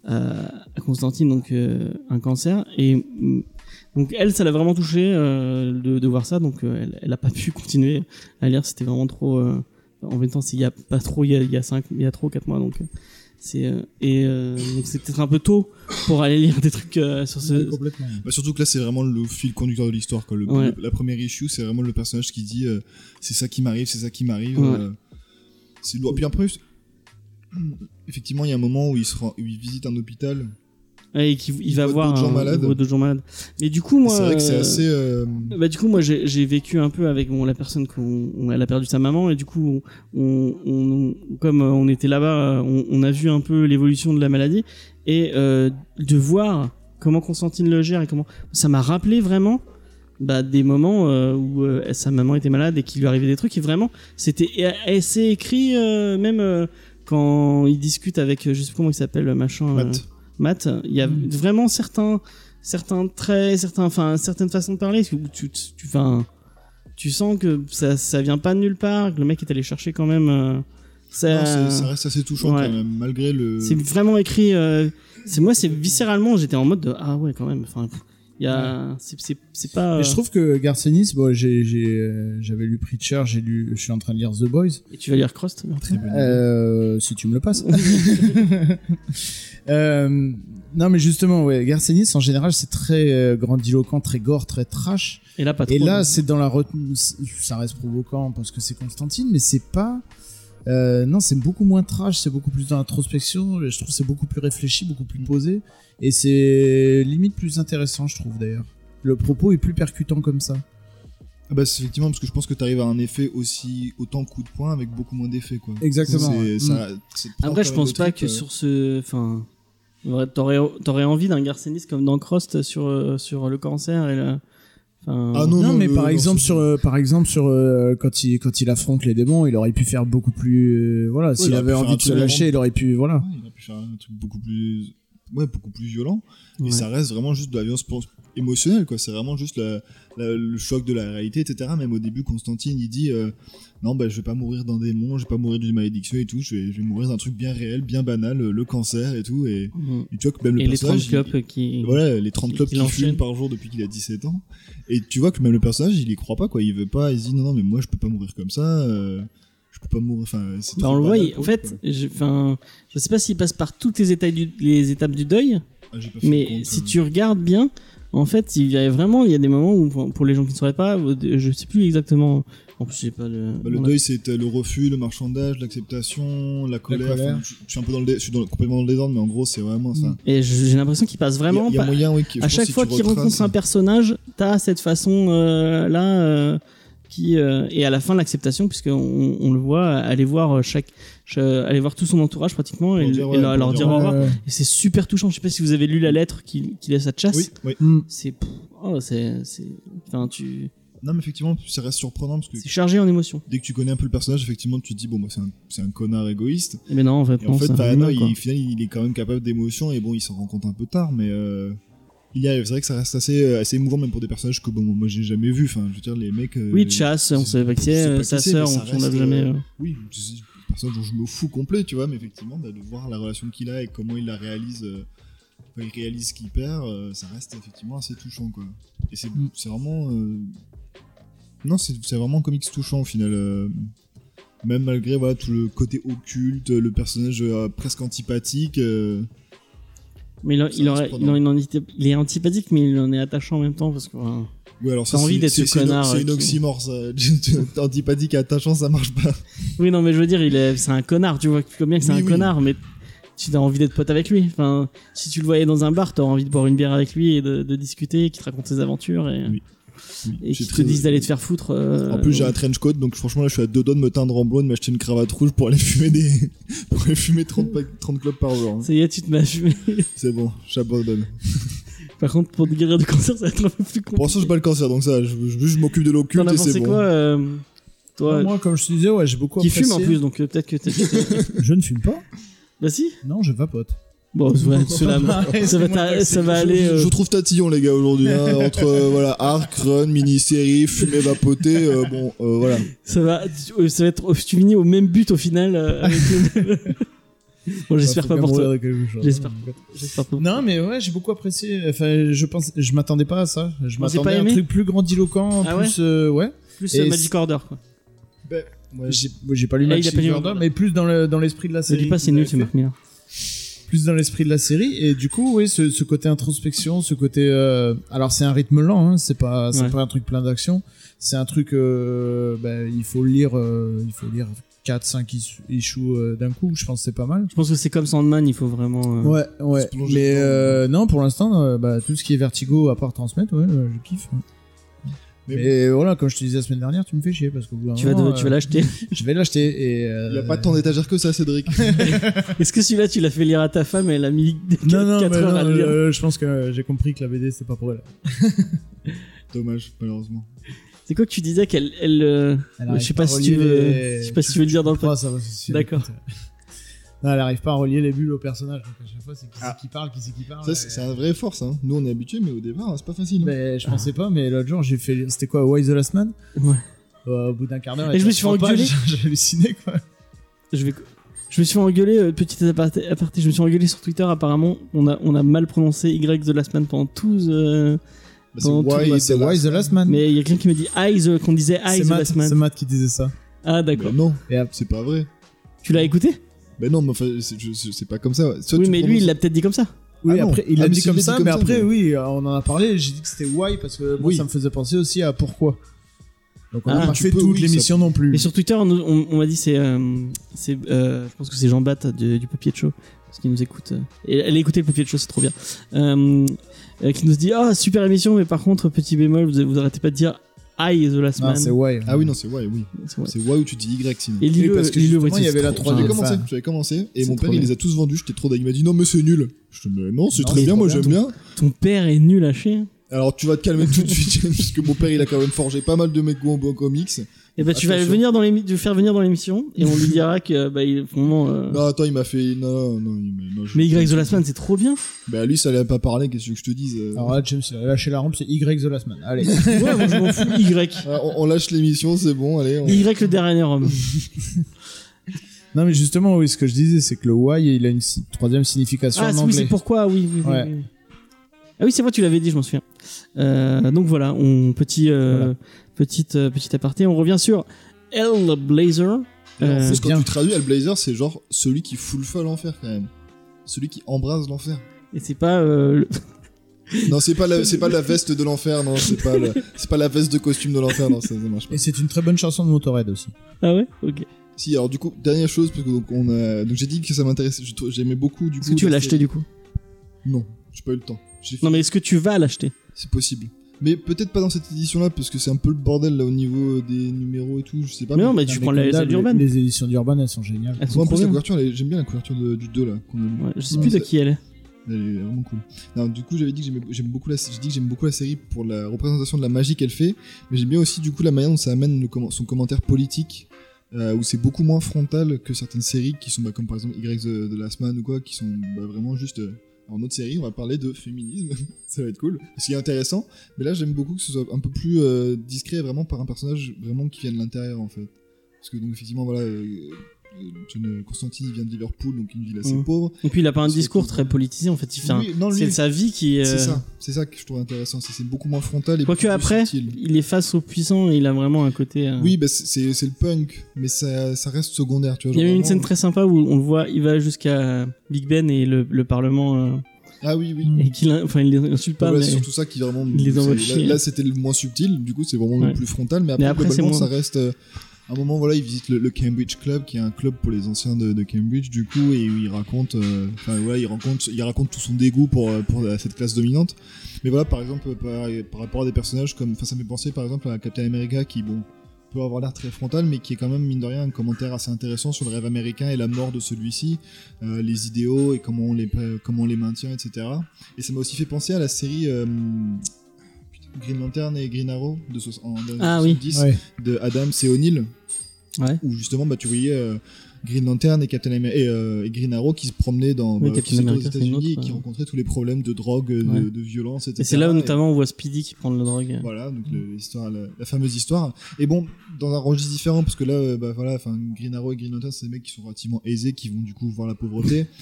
Speaker 3: à- à Constantine, donc euh, un cancer. Et mm, donc elle, ça l'a vraiment touché euh, de, de voir ça. Donc euh, elle n'a pas pu continuer à lire, c'était vraiment trop. euh, en même temps, c'est il y a pas trop, il y a, il y a cinq, il y a trop quatre mois, donc euh, c'est euh, et euh, donc c'est peut-être un peu tôt pour aller lire des trucs euh, sur ce.
Speaker 4: Complètement.
Speaker 5: Bah, surtout que là, c'est vraiment le fil conducteur de l'histoire. quoi. Le-
Speaker 3: Ouais.
Speaker 5: le- La première issue, c'est vraiment le personnage qui dit euh, c'est ça qui m'arrive, c'est ça qui m'arrive.
Speaker 3: Ouais.
Speaker 5: euh, c'est lourd. Puis après, c'est- effectivement, il y a un moment où il, se rend- où il visite un hôpital
Speaker 3: Ouais, et qu'il il va
Speaker 5: voit
Speaker 3: voir
Speaker 5: d'autres gens
Speaker 3: un-
Speaker 5: malades.
Speaker 3: il voit d'autres gens malades. Mais du coup, moi,
Speaker 5: c'est vrai que c'est
Speaker 3: euh,
Speaker 5: assez. euh,
Speaker 3: bah du coup moi j'ai j'ai vécu un peu avec bon, la personne qu'on on- elle a perdu sa maman et du coup on, on, on- comme euh, on était là-bas euh, on, on a vu un peu l'évolution de la maladie et euh, de voir comment Constantine le gère et comment ça m'a rappelé vraiment bah, des moments euh, où euh, sa maman était malade et qu'il lui arrivait des trucs et vraiment c'était et- et c'est écrit euh, même euh, quand il discute avec euh, je sais plus comment il s'appelle le machin euh,
Speaker 5: Matt.
Speaker 3: Matt, il y a
Speaker 4: Mm.
Speaker 3: vraiment certains, certains traits, certains, enfin, certaines façons de parler. où Tu, tu, tu, enfin, tu sens que ça, ça vient pas de nulle part, que le mec est allé chercher quand même. euh, ça-
Speaker 5: Non, c'est- ça reste assez touchant
Speaker 3: ouais.
Speaker 5: quand même, malgré le.
Speaker 3: c'est vraiment écrit. euh, c'est moi, c'est viscéralement, j'étais en mode de, ah ouais, quand même. Enfin, il y a, c'est- c'est c'est pas.
Speaker 4: Mais je trouve que Garcenis, bon, j'ai- j'ai, euh, j'avais lu Preacher, j'ai lu, je suis en train de lire The Boys.
Speaker 3: Et tu vas lire Crost après
Speaker 4: Euh, si tu me le passes. Euh, non, mais justement, ouais, Garcenis, en général, c'est très euh, grandiloquent, très gore, très trash.
Speaker 3: Et là, pas trop. hein.
Speaker 4: Et là,
Speaker 3: non.
Speaker 4: c'est dans la retenue. c'est- Ça reste provoquant parce que c'est Constantine, mais c'est pas. euh, non, c'est beaucoup moins trash, c'est beaucoup plus dans l'introspection. et Je trouve que c'est beaucoup plus réfléchi, beaucoup plus posé. Et c'est limite plus intéressant, je trouve d'ailleurs. Le propos est plus percutant comme ça.
Speaker 5: Ah bah, c'est effectivement, parce que je pense que tu arrives à un effet aussi autant coup de poing avec beaucoup moins d'effet. quoi.
Speaker 4: Exactement,
Speaker 5: C'est-
Speaker 4: ouais.
Speaker 5: ça- c'est propre
Speaker 3: Mm. Après, je
Speaker 5: avec
Speaker 3: pense
Speaker 5: le
Speaker 3: pas
Speaker 5: trip,
Speaker 3: que
Speaker 5: euh,
Speaker 3: sur ce. Enfin. ouais, T'aurais t'aurais envie d'un Garcenis comme dans Crost sur, euh, sur le cancer et le. enfin,
Speaker 5: Ah non,
Speaker 4: Non, mais
Speaker 5: le-
Speaker 4: par,
Speaker 5: non,
Speaker 4: exemple,
Speaker 5: c'est-
Speaker 4: sur, euh, par exemple, sur euh, quand il quand il affronte les démons, il aurait pu faire beaucoup plus. euh, voilà, s'il
Speaker 5: il aurait
Speaker 4: avait
Speaker 5: pu faire
Speaker 4: envie de se
Speaker 5: absolument-
Speaker 4: lâcher, il aurait pu. Voilà.
Speaker 5: ouais, il a pu faire un truc beaucoup plus. Ouais, beaucoup plus violent.
Speaker 3: ouais.
Speaker 5: Et ça reste vraiment juste de la violence pense- émotionnelle, quoi. C'est vraiment juste la- la- le choc de la réalité, etc. Même au début, Constantine, il dit euh, Non, bah, je vais pas mourir d'un démon, je vais pas mourir d'une malédiction et tout, je vais, je vais mourir d'un truc bien réel, bien banal, euh, le cancer et tout. Et,
Speaker 3: Mm.
Speaker 5: et tu vois que même le
Speaker 3: et les 30
Speaker 5: personnage. il-
Speaker 3: clopes qui.
Speaker 5: voilà, les 30
Speaker 3: qui-
Speaker 5: clubs
Speaker 3: qui
Speaker 5: qu'il
Speaker 3: l'enchaînent.
Speaker 5: fume par jour depuis qu'il a 17 ans. Et tu vois que même le personnage, il y croit pas, quoi. Il veut pas, il se dit non, non, mais moi je peux pas mourir comme ça, euh, je peux pas mourir. Enfin, c'est
Speaker 3: Bah,
Speaker 5: trop
Speaker 3: on le voit,
Speaker 5: banal
Speaker 3: il-
Speaker 5: pour
Speaker 3: en
Speaker 5: lui,
Speaker 3: fait,
Speaker 5: quoi.
Speaker 3: je, enfin, je sais pas s'il passe par toutes les, étapes du, les étapes du deuil,
Speaker 5: Ah, j'ai pas fait le
Speaker 3: mais
Speaker 5: compte,
Speaker 3: si
Speaker 5: euh.
Speaker 3: tu regardes bien, en fait, il y a vraiment, il y a des moments où, pour- pour les gens qui ne sauraient pas, je sais plus exactement. En plus, je sais pas le.
Speaker 5: Bah, le
Speaker 3: on a-
Speaker 5: deuil, c'est euh, le refus, le marchandage, l'acceptation, la colère.
Speaker 4: colère.
Speaker 5: Enfin, je, je suis un peu dans le, dé- je suis dans- complètement dans le désordre, mais en gros, c'est vraiment ça.
Speaker 3: Et je- j'ai l'impression qu'il passe Mm. vraiment.
Speaker 5: Il y a- il y a
Speaker 3: par-
Speaker 5: moyen, oui, que- je
Speaker 3: à
Speaker 5: pense
Speaker 3: chaque
Speaker 5: si
Speaker 3: fois
Speaker 5: tu
Speaker 3: qu'il
Speaker 5: retraces-
Speaker 3: rencontre un personnage, t'as cette façon euh, là euh, qui euh, et à la fin l'acceptation puisque on, on le voit aller voir euh, chaque, ch- aller voir tout son entourage pratiquement et,
Speaker 5: Pour dire,
Speaker 3: et
Speaker 5: ouais,
Speaker 3: leur,
Speaker 5: pour
Speaker 3: leur
Speaker 5: dire
Speaker 3: dire au
Speaker 5: ouais.
Speaker 3: revoir.
Speaker 4: Euh,
Speaker 3: Et c'est super touchant. Je sais pas si vous avez lu la lettre qui, qui laisse à chasse.
Speaker 5: Oui, oui.
Speaker 3: C'est pff, oh, c'est c'est enfin tu
Speaker 5: Non, mais effectivement, ça reste surprenant parce que
Speaker 3: c'est chargé en émotions.
Speaker 5: dès que tu connais un peu le personnage, effectivement, tu te dis bon, bah, c'est un- c'est un connard égoïste.
Speaker 3: Mais ben non en fait,
Speaker 5: Et
Speaker 3: non,
Speaker 5: en fait,
Speaker 3: c'est un
Speaker 5: Paranoïa,
Speaker 3: humain, quoi.
Speaker 5: il, finalement, il est quand même capable d'émotion et bon, il s'en rend compte un peu tard, mais euh, il y arrive. C'est vrai que ça reste assez, euh, assez émouvant, même pour des personnages que bon, moi j'ai jamais vu. Enfin, je veux dire, les mecs. euh,
Speaker 3: Oui, chasse, on savait pas qui
Speaker 5: je sais
Speaker 3: c'est,
Speaker 5: pas
Speaker 3: euh,
Speaker 5: qui
Speaker 3: sa
Speaker 5: c'est,
Speaker 3: sœur,
Speaker 5: mais
Speaker 3: on
Speaker 5: ça
Speaker 3: on l'a
Speaker 5: reste,
Speaker 3: jamais.
Speaker 5: euh,
Speaker 3: euh,
Speaker 5: Oui, c'est un personnage dont je me fous complet, tu vois, mais effectivement, bah, de voir la relation qu'il a et comment il la réalise, euh, quand il réalise qu'il perd, euh, ça reste effectivement assez touchant, quoi. Et c'est
Speaker 4: Mm.
Speaker 5: c'est vraiment. euh, Non, c'est c'est vraiment un comics touchant au final. euh, Même malgré voilà, tout le côté occulte, le personnage euh, presque antipathique. euh,
Speaker 3: Mais il, en-
Speaker 5: ça
Speaker 3: il, en-
Speaker 5: reste
Speaker 3: il, en- il en était- il est antipathique, mais il en est attachant en même temps parce que. voilà.
Speaker 5: Oui, alors ça,
Speaker 3: T'as envie
Speaker 5: c'est-
Speaker 3: d'être
Speaker 5: c'est-
Speaker 3: ce
Speaker 5: c'est une-
Speaker 3: connard,
Speaker 5: C'est une
Speaker 3: euh, qui-
Speaker 5: oxymore, ça. Antipathique et attachant, ça marche pas.
Speaker 3: Oui, non, mais je veux dire, il est, c'est un connard, tu vois, tu vois bien que c'est
Speaker 5: Oui,
Speaker 3: un
Speaker 5: oui.
Speaker 3: connard, mais tu as envie d'être pote avec lui. Enfin, si tu le voyais dans un bar, t'aurais envie de boire une bière avec lui et de, de discuter, qu'il te raconte ses aventures et,
Speaker 5: Oui.
Speaker 3: et
Speaker 5: C'est
Speaker 3: qu'il te
Speaker 5: très-
Speaker 3: dise d'aller te faire foutre. euh,
Speaker 5: En plus, j'ai
Speaker 3: euh,
Speaker 5: un trench coat, donc franchement, là, je suis à deux doigts de me teindre en blond, de m'acheter une cravate rouge pour aller fumer des, pour aller fumer 30, pa- 30 clubs par jour. hein.
Speaker 3: Ça y est, tu te m'as fumé.
Speaker 5: C'est bon, j'abandonne.
Speaker 3: Par contre, pour te guérir du cancer, ça va être un peu plus compliqué.
Speaker 5: Pour l'instant, j'ai pas le cancer, donc ça, je, je, je m'occupe de
Speaker 3: T'en
Speaker 5: l'occulte
Speaker 3: as
Speaker 5: et c'est
Speaker 3: pensé
Speaker 5: bon.
Speaker 3: quoi, euh, toi,
Speaker 4: Moi, comme je te disais, ouais, j'ai beaucoup
Speaker 3: qui
Speaker 4: apprécié.
Speaker 3: fume en plus, donc euh, peut-être que t'as.
Speaker 4: Je ne fume pas.
Speaker 3: bah si
Speaker 4: Non, je vapote.
Speaker 3: Bon, ouais, cela- ça va, t'a- ça va aller.
Speaker 5: je,
Speaker 3: euh,
Speaker 5: je trouve tatillon, les gars, aujourd'hui. hein, entre euh, voilà, arc, run, mini-série, fumer, vapoter. euh, bon, euh, voilà.
Speaker 3: Ça va, tu- euh, ça va être, tu finis au même but au final. euh, avec le- bon, j'espère
Speaker 4: Faut
Speaker 3: pas
Speaker 4: bien
Speaker 3: pour toi.
Speaker 4: mourir de quelque chose.
Speaker 3: J'espère. J'espère pas.
Speaker 4: Non, mais ouais, j'ai beaucoup apprécié. Enfin, je pense, je m'attendais pas à ça. Je
Speaker 3: On s'est pas
Speaker 4: m'attendais à un
Speaker 3: aimé
Speaker 4: truc plus grandiloquent,
Speaker 3: Ah
Speaker 4: plus euh, ouais.
Speaker 3: Plus
Speaker 4: Et
Speaker 3: euh,
Speaker 4: c'est-
Speaker 3: Magic Order, quoi.
Speaker 5: Ouais,
Speaker 4: J'ai j'ai pas lu
Speaker 3: Ah,
Speaker 4: Magic
Speaker 3: il a pas lu
Speaker 4: Order,
Speaker 3: Order.
Speaker 4: mais plus dans le dans l'esprit de la
Speaker 3: Ne
Speaker 4: série.
Speaker 3: dis pas c'est
Speaker 4: qu'il
Speaker 3: nul,
Speaker 4: avait
Speaker 3: c'est
Speaker 4: fait.
Speaker 3: Mark Miller.
Speaker 4: plus dans l'esprit de la série. Et du coup, oui, ce, ce côté introspection, ce côté. euh, alors, c'est un rythme lent, hein, c'est pas, c'est
Speaker 3: Ouais.
Speaker 4: pas un truc plein d'action. C'est un truc. euh, ben, il faut lire, euh, il faut lire 4-5 issues euh, d'un coup. Je pense que c'est pas mal.
Speaker 3: Je pense que c'est comme Sandman, il faut vraiment. euh,
Speaker 4: Ouais, ouais.
Speaker 5: se plonger
Speaker 4: Mais
Speaker 5: dedans.
Speaker 4: euh, non, pour l'instant, euh, bah, tout ce qui est vertigo, à part transmettre, ouais, euh, je kiffe.
Speaker 5: Mais
Speaker 4: Mais voilà, comme je te disais la semaine dernière, tu me fais chier parce qu'au bout d'un
Speaker 3: Tu vas,
Speaker 4: moment,
Speaker 3: tu vas
Speaker 4: euh,
Speaker 3: l'acheter.
Speaker 4: je vais l'acheter et euh,
Speaker 5: Il a pas tant d'étagères que ça, Cédric.
Speaker 3: Est-ce que celui-là, tu l'as fait lire à ta femme et elle a mis
Speaker 4: Non, non,
Speaker 3: 4
Speaker 4: mais
Speaker 3: heures à
Speaker 4: non,
Speaker 3: le lire
Speaker 4: euh, je pense que j'ai compris que la BD c'est pas pour elle.
Speaker 5: Dommage, malheureusement.
Speaker 3: C'est quoi que tu disais qu'elle. Elle, euh,
Speaker 4: Elle
Speaker 3: je
Speaker 4: arrive
Speaker 3: sais pas, si
Speaker 4: relier
Speaker 3: tu veux,
Speaker 4: les-
Speaker 3: je sais pas si tu veux le dire dans le
Speaker 4: Ah, ça va, c'est sûr.
Speaker 3: D'accord.
Speaker 4: Non, elle arrive pas à relier les bulles au personnage. Donc à chaque fois, c'est qui c'est
Speaker 5: Ah.
Speaker 4: qui parle, qui c'est qui parle.
Speaker 5: Ça, c'est
Speaker 4: et-
Speaker 5: c'est un vrai force. Hein. Nous, on est habitués, mais au départ, hein, c'est pas facile. hein.
Speaker 4: Mais je pensais pas, mais l'autre jour, j'ai fait. C'était quoi, Why the Last Man
Speaker 3: Ouais.
Speaker 4: Euh, au bout d'un quart d'heure.
Speaker 3: Et je me suis fait
Speaker 4: en
Speaker 3: engueuler.
Speaker 4: J'ai halluciné quoi.
Speaker 3: Je vais. Je me suis engueulé, euh, petite aparté, aparté, je me suis engueulé sur Twitter apparemment, on a, on a mal prononcé Y de Last Man pendant tout... euh,
Speaker 5: Bah, c'est
Speaker 3: Pendant tout
Speaker 5: why,
Speaker 3: le-
Speaker 5: c'est
Speaker 4: C'est Why
Speaker 5: last-
Speaker 4: the Last Man
Speaker 3: mais il y a quelqu'un qui me dit I the- qu'on disait I
Speaker 4: c'est
Speaker 3: the
Speaker 4: Matt,
Speaker 3: Last Man.
Speaker 4: c'est Matt qui disait ça.
Speaker 3: Ah d'accord.
Speaker 5: Bah, non,
Speaker 4: Et après-
Speaker 5: c'est pas vrai.
Speaker 3: Tu l'as écouté
Speaker 5: Ben non, mais enfin, c'est je- je- c'est pas comme ça. Soit
Speaker 3: Oui
Speaker 5: tu
Speaker 3: mais lui
Speaker 5: prononces-
Speaker 3: il l'a peut-être dit comme ça.
Speaker 4: Oui,
Speaker 5: Ah non.
Speaker 4: après, il
Speaker 5: Ah,
Speaker 4: l'a
Speaker 5: mais
Speaker 4: dit
Speaker 5: s'il
Speaker 4: comme
Speaker 5: l'a dit
Speaker 4: ça,
Speaker 5: comme
Speaker 4: mais
Speaker 5: ça,
Speaker 4: après,
Speaker 5: mais-
Speaker 4: oui, euh, on en a parlé. J'ai dit que c'était why parce que moi,
Speaker 5: Oui.
Speaker 4: ça me faisait penser aussi à pourquoi. Donc, on
Speaker 3: Ah,
Speaker 4: a pas
Speaker 5: tu
Speaker 4: fait
Speaker 5: peux,
Speaker 4: toute
Speaker 5: oui,
Speaker 4: l'émission non plus.
Speaker 3: Et sur Twitter on, on- on m'a dit c'est... euh, c'est, euh, je pense que c'est Jean Bat de- du Papier de Show, parce qu'il nous écoute. euh, et elle a écouté le Papier de Show, c'est trop bien. Euh, euh, qui nous dit ah super émission mais par contre petit bémol vous, vous arrêtez pas de dire I the Last
Speaker 4: Ah,
Speaker 3: Man.
Speaker 4: c'est why.
Speaker 5: Ah oui, non, c'est why, oui.
Speaker 3: C'est vrai.
Speaker 5: C'est why où tu dis Y sinon.
Speaker 3: Et lis-le,
Speaker 4: Oui, parce que
Speaker 3: lis-le,
Speaker 4: justement,
Speaker 3: ouais,
Speaker 4: il y
Speaker 3: c'est
Speaker 4: avait la
Speaker 3: trop-
Speaker 4: troisième
Speaker 5: J'avais
Speaker 4: Enfin,
Speaker 5: commencé,
Speaker 4: enfin,
Speaker 5: j'avais commencé, et
Speaker 3: c'est
Speaker 5: mon
Speaker 3: trop
Speaker 5: père il
Speaker 3: bien.
Speaker 5: les a tous vendus, j'étais trop dingue, il m'a dit non mais c'est nul. Je te dis mais non c'est
Speaker 4: Non,
Speaker 5: très
Speaker 4: c'est
Speaker 5: bien,
Speaker 4: trop
Speaker 5: moi
Speaker 4: bien,
Speaker 5: j'aime bien.
Speaker 3: Ton père est nul à chier.
Speaker 5: Alors tu vas te calmer tout de suite, James, parce que mon père il a quand même forgé pas mal de mecs bons bons comics.
Speaker 3: Et bah tu vas
Speaker 5: Attention.
Speaker 3: venir dans l'émi- tu vas faire venir dans l'émission et on lui dira que bah il pour le moment, euh,
Speaker 5: Non attends il m'a fait non non il m'a- non. je-
Speaker 3: Mais Y The Last Man c'est trop bien.
Speaker 5: Bah lui ça allait pas parler, qu'est-ce que je te dise. euh.
Speaker 4: Alors là, James, il a lâché la rampe, c'est Y The Last Man. Allez.
Speaker 3: Ouais, moi je m'en fous Y.
Speaker 5: Ah, on, on lâche l'émission, c'est bon, allez. on-
Speaker 3: Y le dernier homme.
Speaker 4: non, mais justement, oui, ce que je disais, c'est que le why, il a une si- troisième signification
Speaker 3: Ah
Speaker 4: en
Speaker 3: oui c'est
Speaker 4: anglais.
Speaker 3: pourquoi oui. oui, oui,
Speaker 4: Ouais.
Speaker 3: oui. Ah oui c'est vrai tu l'avais dit je m'en souviens. Euh, donc voilà on petit euh,
Speaker 4: Voilà.
Speaker 3: petite euh, petite aparté on revient sur Hellblazer.
Speaker 5: Alors,
Speaker 3: Euh,
Speaker 5: parce que quand
Speaker 4: bien.
Speaker 5: tu traduis Hellblazer, c'est genre celui qui fout le feu à l'enfer quand même. Celui qui embrasse l'enfer.
Speaker 3: et c'est pas euh, le-
Speaker 5: Non, c'est pas la, c'est pas la veste de l'enfer, non, c'est pas, le- c'est pas la veste de costume de l'enfer, non, ça, ça marche pas.
Speaker 4: Et c'est une très bonne chanson de Motorhead aussi.
Speaker 3: ah ouais ok.
Speaker 5: Si, alors du coup, dernière chose, parce que donc, on a, donc j'ai dit que ça m'intéressait, je trou- j'aimais beaucoup du coup.
Speaker 3: Est-ce que tu vas
Speaker 5: la
Speaker 3: l'acheter du coup
Speaker 5: série. Non, j'ai pas eu le temps. J'ai fait-
Speaker 3: Non mais est-ce que tu vas l'acheter
Speaker 5: C'est possible. Mais peut-être pas dans cette édition-là, parce que c'est un peu le bordel là au niveau des numéros et tout, je sais pas.
Speaker 3: Mais non mais tu prends la Ah,
Speaker 4: comme
Speaker 3: celle
Speaker 4: d'hab,
Speaker 3: d'Urban.
Speaker 4: Les, les éditions d'Urban, elles sont géniales.
Speaker 3: Elles sont
Speaker 5: Moi, en
Speaker 3: trop
Speaker 5: plus, la
Speaker 3: bien.
Speaker 5: couverture, elle est- j'aime bien la couverture de- du 2 là, qu'on a lu.
Speaker 3: Ouais, je sais
Speaker 5: Ouais,
Speaker 3: plus de
Speaker 5: ça-
Speaker 3: qui elle est.
Speaker 5: Elle est vraiment cool. Non, du coup, j'avais dit que j'aimais- j'aime beaucoup la, j'ai dit que j'aime beaucoup la série pour la représentation de la magie qu'elle fait, mais j'aime bien aussi du coup la manière dont ça amène le comment- son commentaire politique, euh, où c'est beaucoup moins frontal que certaines séries qui sont bah, comme par exemple Y the, the Last Man ou quoi, qui sont bah, vraiment juste. euh, en autre série, on va parler de féminisme, ça va être cool, ce qui est intéressant. Mais là, j'aime beaucoup que ce soit un peu plus euh, discret, vraiment par un personnage vraiment qui vient de l'intérieur en fait. Parce que donc effectivement, voilà, euh, euh, John Constantine il vient de Liverpool, donc une ville assez
Speaker 3: Mhm.
Speaker 5: pauvre.
Speaker 3: Et puis il a pas un
Speaker 5: C'est-
Speaker 3: discours très politisé en fait. Il fait un-
Speaker 5: Lui- non, lui,
Speaker 3: C'est sa vie qui. euh,
Speaker 5: c'est ça, c'est ça que je trouve intéressant, c'est c'est beaucoup moins frontal et
Speaker 3: Quoique
Speaker 5: plus
Speaker 3: après,
Speaker 5: subtil.
Speaker 3: il est face aux puissants et il a vraiment un côté. euh,
Speaker 5: Oui, bah, c'est- c'est c'est le punk, mais ça, ça reste secondaire, tu vois.
Speaker 3: Il y a
Speaker 5: genre
Speaker 3: eu une
Speaker 5: vraiment-
Speaker 3: scène très sympa où on le voit, il va jusqu'à Big Ben et le, le Parlement euh,
Speaker 5: Ah oui, oui.
Speaker 3: et qu'il in- enfin il les insulte pas.
Speaker 5: Ouais,
Speaker 3: mais...
Speaker 5: C'est surtout ça qui vraiment.
Speaker 3: il les
Speaker 5: c'est-
Speaker 3: envoie
Speaker 5: là-
Speaker 3: chier.
Speaker 5: Là, c'était le moins subtil, du coup, c'est vraiment
Speaker 3: Ouais.
Speaker 5: le plus frontal, mais après,
Speaker 3: Mais après, c'est
Speaker 5: globalement,
Speaker 3: moins-
Speaker 5: ça reste. euh, à un moment, voilà, il visite le, le Cambridge Club, qui est un club pour les anciens de, de Cambridge, du coup, et où il raconte, euh, enfin, voilà, il raconte, il raconte tout son dégoût pour, euh, pour euh, cette classe dominante. Mais voilà, par exemple, par, par rapport à des personnages comme, enfin, ça me fait penser, par exemple, à Captain America, qui, bon, peut avoir l'air très frontal, mais qui est quand même, mine de rien, un commentaire assez intéressant sur le rêve américain et la mort de celui-ci, euh, les idéaux et comment on les, euh, comment on les maintient, etc. Et ça m'a aussi fait penser à la série euh, putain, Green Lantern et Green Arrow de soix- en, de
Speaker 3: Ah oui.
Speaker 5: 70,
Speaker 4: Ouais.
Speaker 5: de Adams et O'Neill,
Speaker 3: Ouais.
Speaker 5: où justement bah, tu voyais euh, Green Lantern et, Captain Amer- et, euh, et Green Arrow qui se promenaient dans
Speaker 3: Oui,
Speaker 5: bah, qui
Speaker 3: Captain
Speaker 5: s'étaient aux
Speaker 3: America, c'est une
Speaker 5: États-Unis et
Speaker 3: autre,
Speaker 5: qui
Speaker 3: ouais.
Speaker 5: rencontraient tous les problèmes de drogue, de,
Speaker 3: Ouais.
Speaker 5: de violence, etc.
Speaker 3: Et c'est là où
Speaker 5: Et-
Speaker 3: notamment on voit Speedy qui prend de la drogue.
Speaker 5: voilà, donc le- l'histoire, la, la fameuse histoire. Et bon, dans un registre différent, parce que là, euh, bah voilà, enfin, Green Arrow et Green Lantern, c'est des mecs qui sont relativement aisés, qui vont du coup voir la pauvreté.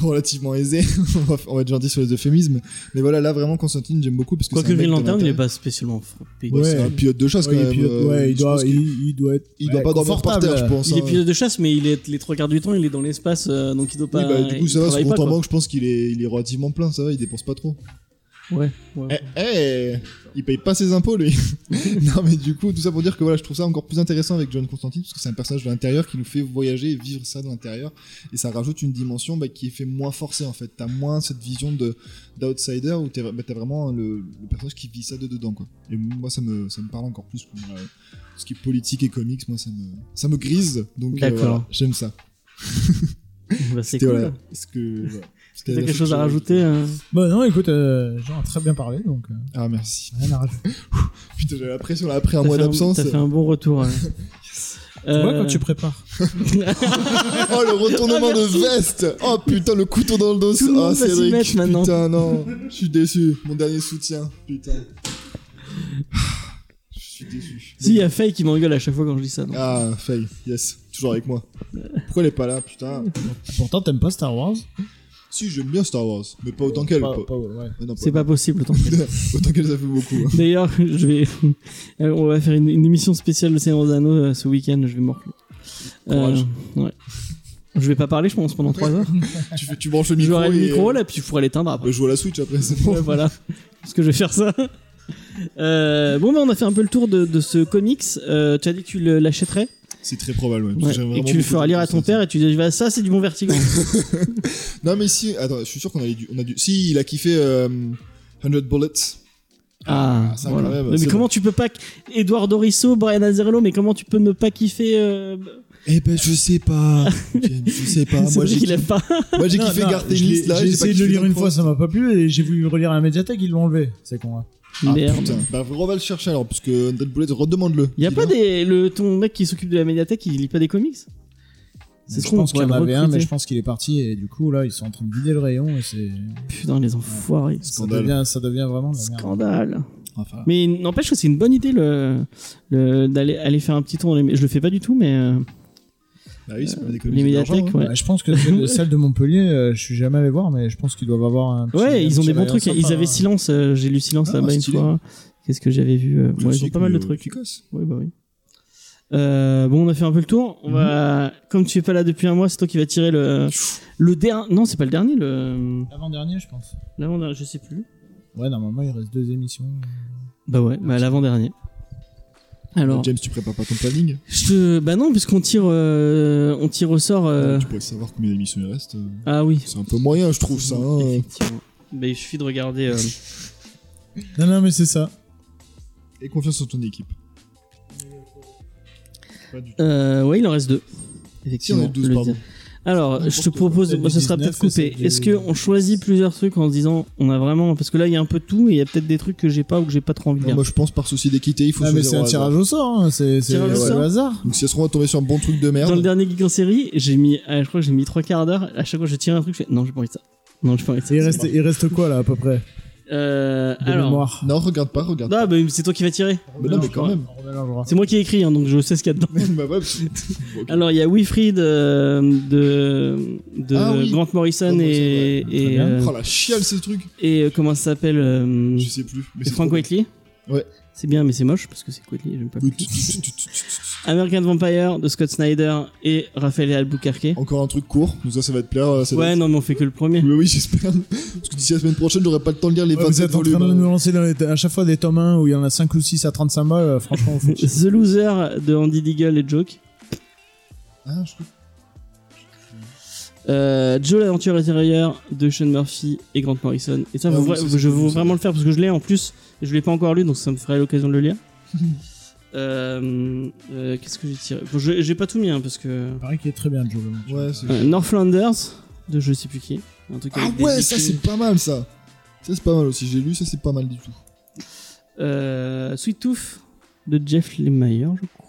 Speaker 5: relativement aisée. on, va, on va être gentil sur les euphémismes. Mais voilà, là vraiment, Constantine, j'aime beaucoup. parce que
Speaker 3: Quoique
Speaker 5: c'est un mec
Speaker 3: Green Lantern, il
Speaker 5: d'un
Speaker 3: est
Speaker 5: intérêt-
Speaker 3: pas spécialement frappé.
Speaker 5: Ouais,
Speaker 4: Ouais.
Speaker 5: c'est un pilote de chasse
Speaker 4: Ouais,
Speaker 5: quand
Speaker 4: il,
Speaker 5: même.
Speaker 4: pilote-
Speaker 5: euh,
Speaker 4: ouais, il
Speaker 5: je
Speaker 4: doit,
Speaker 5: pense qu'il-
Speaker 4: il, il doit être.
Speaker 5: il
Speaker 4: ouais,
Speaker 5: doit pas dormir par
Speaker 4: confortable.
Speaker 5: terre, je pense.
Speaker 3: Il est
Speaker 5: hein.
Speaker 3: pilote de chasse, mais il est les trois quarts du temps, il est dans l'espace, euh, donc il doit
Speaker 5: Oui,
Speaker 3: pas.
Speaker 5: bah, du coup,
Speaker 3: il
Speaker 5: ça va, son
Speaker 3: travaille
Speaker 5: compte
Speaker 3: pas,
Speaker 5: en
Speaker 3: quoi.
Speaker 5: banque, je pense qu'il est, il est relativement plein, ça va, il dépense pas trop.
Speaker 3: Ouais. ouais.
Speaker 5: Eh, eh, il paye pas ses impôts, lui. non, mais du coup, tout ça pour dire que voilà, je trouve ça encore plus intéressant avec John Constantine, parce que c'est un personnage de l'intérieur qui nous fait voyager et vivre ça de l'intérieur. Et ça rajoute une dimension bah, qui est fait moins forcée, en fait. T'as moins cette vision de d'outsider où t'es- bah, t'as vraiment le, le personnage qui vit ça de dedans, quoi. Et moi, ça me, ça me parle encore plus. que, euh, ce qui est politique et comics, moi, ça me, ça me grise. Donc, euh,
Speaker 3: D'accord.
Speaker 5: voilà, j'aime ça.
Speaker 3: Bah, c'est
Speaker 5: C'était,
Speaker 3: cool.
Speaker 5: voilà, ce que. voilà, c'était
Speaker 3: T'as
Speaker 5: la euh,
Speaker 3: quelque
Speaker 5: chose
Speaker 3: chose à
Speaker 5: que-
Speaker 3: rajouter hein
Speaker 4: Bon, non, écoute, euh, Jean a très bien parlé, donc euh,
Speaker 5: Ah, merci.
Speaker 4: rien à rajouter.
Speaker 5: Putain, j'avais la pression là, après un
Speaker 3: T'as
Speaker 5: mois
Speaker 3: fait un-
Speaker 5: d'absence.
Speaker 3: T'as fait un bon retour. hein.
Speaker 4: Tu vois,
Speaker 3: Euh,
Speaker 4: quand tu prépares.
Speaker 5: Oh le retournement de veste Oh putain le couteau dans le dos
Speaker 3: Ah, Tout le
Speaker 5: Ah
Speaker 3: monde va s'y
Speaker 5: Cédric
Speaker 3: mettre maintenant.
Speaker 5: Putain non Je suis déçu Mon dernier soutien Putain Je suis déçu
Speaker 3: Si, il y a Faye qui m'engueule à chaque fois quand je dis ça. donc.
Speaker 5: Ah Faye Yes Toujours avec moi Pourquoi elle est pas là Putain
Speaker 4: Pourtant, t'aimes pas Star Wars
Speaker 5: Si j'aime bien Star Wars Mais pas autant qu'elle
Speaker 4: Pas-
Speaker 5: quoi.
Speaker 4: pas- ouais.
Speaker 5: Ah, non,
Speaker 3: C'est pas possible, autant.
Speaker 5: Autant qu'elle ça fait beaucoup hein.
Speaker 3: D'ailleurs, je vais, euh, on va faire une, une émission spéciale de Seigneur des Anneaux euh, ce week-end. Je vais morfler.
Speaker 5: Courage.
Speaker 3: Euh, ouais. Je vais pas parler, je pense, pendant 3 heures.
Speaker 5: hein. tu, fais, tu branches le micro
Speaker 3: J'aurai le
Speaker 5: et- euh,
Speaker 3: micro là, puis je pourrai l'éteindre après.
Speaker 5: Je joue à la Switch après c'est bon
Speaker 3: Ouais, voilà. Parce que je vais faire ça. Euh, bon, bah, on a fait un peu le tour de, de ce comics. Euh, tu as dit que tu le- l'achèterais
Speaker 5: C'est très probable ouais, parce que
Speaker 3: Ouais.
Speaker 5: j'aime
Speaker 3: et
Speaker 5: vraiment
Speaker 3: que tu le
Speaker 5: beaucoup
Speaker 3: feras lire à ton
Speaker 5: Constantine.
Speaker 3: père et tu dis bah, ça, c'est du bon vertigo.
Speaker 5: Non mais si Attends je suis sûr qu'on a dû on a dû Si il a kiffé euh, 100 Bullets
Speaker 3: Ah,
Speaker 5: ça,
Speaker 3: voilà.
Speaker 5: quand même,
Speaker 3: mais
Speaker 5: c'est
Speaker 3: comment tu peux pas. Edouard Dorisso, Brian Azzarello, mais comment tu peux ne pas kiffer. euh,
Speaker 5: Eh ben je sais pas. James, je sais pas. Bah, Moi
Speaker 3: Cédric,
Speaker 5: j'ai
Speaker 3: il aime pas.
Speaker 5: moi, j'ai
Speaker 4: Non,
Speaker 5: kiffé
Speaker 4: non,
Speaker 5: Gartenis,
Speaker 4: je l'ai-
Speaker 5: là.
Speaker 4: J'ai
Speaker 5: pas
Speaker 4: essayé de
Speaker 5: kiffé
Speaker 4: le lire une
Speaker 5: Dark
Speaker 4: fois,
Speaker 5: Horse.
Speaker 4: ça m'a pas plu et j'ai voulu relire à la médiathèque, ils l'ont enlevé. C'est con, hein.
Speaker 5: Ah,
Speaker 3: Merde.
Speaker 5: putain. Bah on va le chercher alors parce que Undead Bullet redemande-le.
Speaker 3: Y a
Speaker 5: Il
Speaker 3: pas
Speaker 5: est là.
Speaker 3: des. Le, ton mec qui s'occupe de la médiathèque, il lit pas des comics C'est
Speaker 4: Je
Speaker 3: trop,
Speaker 4: pense
Speaker 3: on
Speaker 4: qu'il y en
Speaker 3: pourrait le
Speaker 4: avait un, mais
Speaker 3: recruter.
Speaker 4: je pense qu'il est parti et du coup, là, ils sont en train de vider le rayon et c'est.
Speaker 3: Putain, les enfoirés.
Speaker 4: Ça
Speaker 5: Scandale.
Speaker 4: devient, ça devient vraiment de la merde.
Speaker 3: Scandale.
Speaker 5: Enfin,
Speaker 3: Mais n'empêche que c'est une bonne idée le, le- d'aller aller faire un petit tour. dans les- Je le fais pas du tout, mais euh,
Speaker 5: bah oui, c'est pas des comédies
Speaker 3: les médiathèques,
Speaker 5: d'argent, hein.
Speaker 3: ouais.
Speaker 4: Bah, je pense que celle de, celle de Montpellier, euh, je suis jamais allé voir, mais je pense qu'ils doivent avoir un. petit- un
Speaker 3: Ouais, ils ont
Speaker 4: petit
Speaker 3: des bons
Speaker 4: rayon
Speaker 3: trucs.
Speaker 4: sympa,
Speaker 3: Ils avaient
Speaker 4: hein.
Speaker 3: silence. euh, J'ai lu silence
Speaker 5: Ah,
Speaker 3: là-bas une
Speaker 5: stylé.
Speaker 3: fois. Qu'est-ce que j'avais vu euh, ouais, Ils ont
Speaker 5: Classique,
Speaker 3: pas mal de
Speaker 5: mais, euh,
Speaker 3: trucs.
Speaker 5: efficace.
Speaker 3: Ouais, bah oui. Euh, bon, on a fait un peu le tour. On
Speaker 4: Mhm.
Speaker 3: va, comme tu es pas là depuis un mois, c'est toi qui va tirer le le dernier. Non, c'est pas le dernier. Le
Speaker 4: Avant-dernier, je pense.
Speaker 3: l'avant, je sais plus.
Speaker 4: Ouais, normalement, il reste deux émissions.
Speaker 3: Bah ouais, bah l'avant dernier. Alors,
Speaker 5: James, tu prépares pas ton planning
Speaker 3: je te... bah non, puisqu'on tire, euh, on tire au sort. euh,
Speaker 5: Tu pourrais savoir combien d'émissions il reste. euh,
Speaker 3: Ah oui.
Speaker 5: C'est un peu moyen, je trouve ça. hein.
Speaker 3: Effectivement. Bah, il suffit de regarder. euh,
Speaker 4: Non, non, mais c'est ça.
Speaker 5: Et confiance en ton équipe. Pas du tout.
Speaker 3: Euh, ouais, il en reste deux.
Speaker 5: Si on
Speaker 3: Effectivement.
Speaker 5: est 12,
Speaker 3: le
Speaker 5: pardon.
Speaker 3: dire. Alors, je te propose,
Speaker 4: celle
Speaker 3: bah,
Speaker 4: du
Speaker 3: ce sera
Speaker 4: 19,
Speaker 3: peut-être coupé.
Speaker 4: celle du-
Speaker 3: Est-ce que on choisit plusieurs trucs en se disant, on a vraiment, parce que là, il y a un peu de tout, et il y a peut-être des trucs que j'ai pas ou que j'ai pas trop envie de
Speaker 5: Non,
Speaker 3: lire.
Speaker 5: moi, je pense par souci d'équité, il faut
Speaker 4: Ah, mais
Speaker 5: choisir
Speaker 4: c'est
Speaker 5: au
Speaker 4: un
Speaker 5: hasard.
Speaker 4: tirage au sort, hein. c'est c'est-
Speaker 3: Tirage
Speaker 5: au
Speaker 4: c'est
Speaker 5: sort.
Speaker 4: le hasard.
Speaker 5: Donc, si ça se trouve, on va tomber sur un bon truc de
Speaker 3: Dans le
Speaker 5: merde.
Speaker 3: dernier Geek en série, j'ai mis, ah, je crois que j'ai mis trois quarts d'heure. À chaque fois, je tire un truc, je fais, non, j'ai pas envie de ça. Non, j'ai pas envie de ça.
Speaker 4: Et il reste, il reste quoi là à peu près
Speaker 3: Euh,
Speaker 4: de
Speaker 3: alors.
Speaker 4: mémoire
Speaker 5: Non, regarde pas, regarde pas.
Speaker 3: Ah, bah, c'est toi qui vas tirer.
Speaker 5: Mais non, mais quand même.
Speaker 4: On remélangera.
Speaker 3: C'est moi qui ai écrit, hein, donc je sais ce qu'il y a dedans.
Speaker 5: Bah ouais, parce que- Ok.
Speaker 3: Alors, il y a Wilfried euh, de, de
Speaker 5: Ah oui.
Speaker 3: Grant Morrison
Speaker 5: Grant
Speaker 3: et,
Speaker 5: Morrison,
Speaker 3: et,
Speaker 4: bien.
Speaker 3: euh,
Speaker 5: Oh la chiale ces trucs
Speaker 3: et, euh, comment ça s'appelle euh,
Speaker 5: Je sais plus. Mais
Speaker 3: C'est Frank
Speaker 5: trop
Speaker 3: Whiteley
Speaker 5: Ouais.
Speaker 3: C'est bien, mais c'est moche parce que c'est Whiteley, j'aime pas.
Speaker 5: bien.
Speaker 3: American Vampire de Scott Snyder et Raphaël Albuquerque.
Speaker 5: Encore un truc court, nous ça, ça va te plaire. euh, Oh, ça va
Speaker 3: Ouais,
Speaker 5: être-
Speaker 3: non, mais on fait que le premier.
Speaker 5: Oui, oui, j'espère. Parce que d'ici la semaine prochaine, j'aurai pas le temps de lire les
Speaker 4: Ouais, vous
Speaker 5: 27
Speaker 4: êtes en train
Speaker 5: volumes.
Speaker 4: de nous
Speaker 5: hein.
Speaker 4: lancer dans les- à chaque fois des tomes 1 où il y en a 5 ou 6 à 35 balles, euh, franchement, on fout.
Speaker 3: The Loser de Andy Deagle et Joke.
Speaker 5: Ah, je crois.
Speaker 3: Euh, Joe l'aventure intérieure de Sean Murphy et Grant Morrison. Et ça,
Speaker 5: Ah
Speaker 3: vous-
Speaker 5: oui, ça, c'est
Speaker 3: je
Speaker 5: cool,
Speaker 3: veux
Speaker 5: ça.
Speaker 3: vraiment le faire parce que je l'ai en plus. Je l'ai pas encore lu, donc ça me ferait l'occasion de le lire. Euh, euh, Qu'est-ce que j'ai tiré Bon, je- J'ai pas tout mis hein, parce que.
Speaker 4: Il paraît qu'il est très bien, Joe. Valentine.
Speaker 5: Ouais, c'est-
Speaker 3: Euh, Northlanders de je sais plus qui. Un truc
Speaker 5: Ah
Speaker 3: avec des
Speaker 5: ouais, ça
Speaker 3: vikings.
Speaker 5: c'est pas mal ça. Ça c'est pas mal aussi, j'ai lu, ça c'est pas mal du tout.
Speaker 3: Euh, Sweet Tooth de Jeff Lemire, je crois.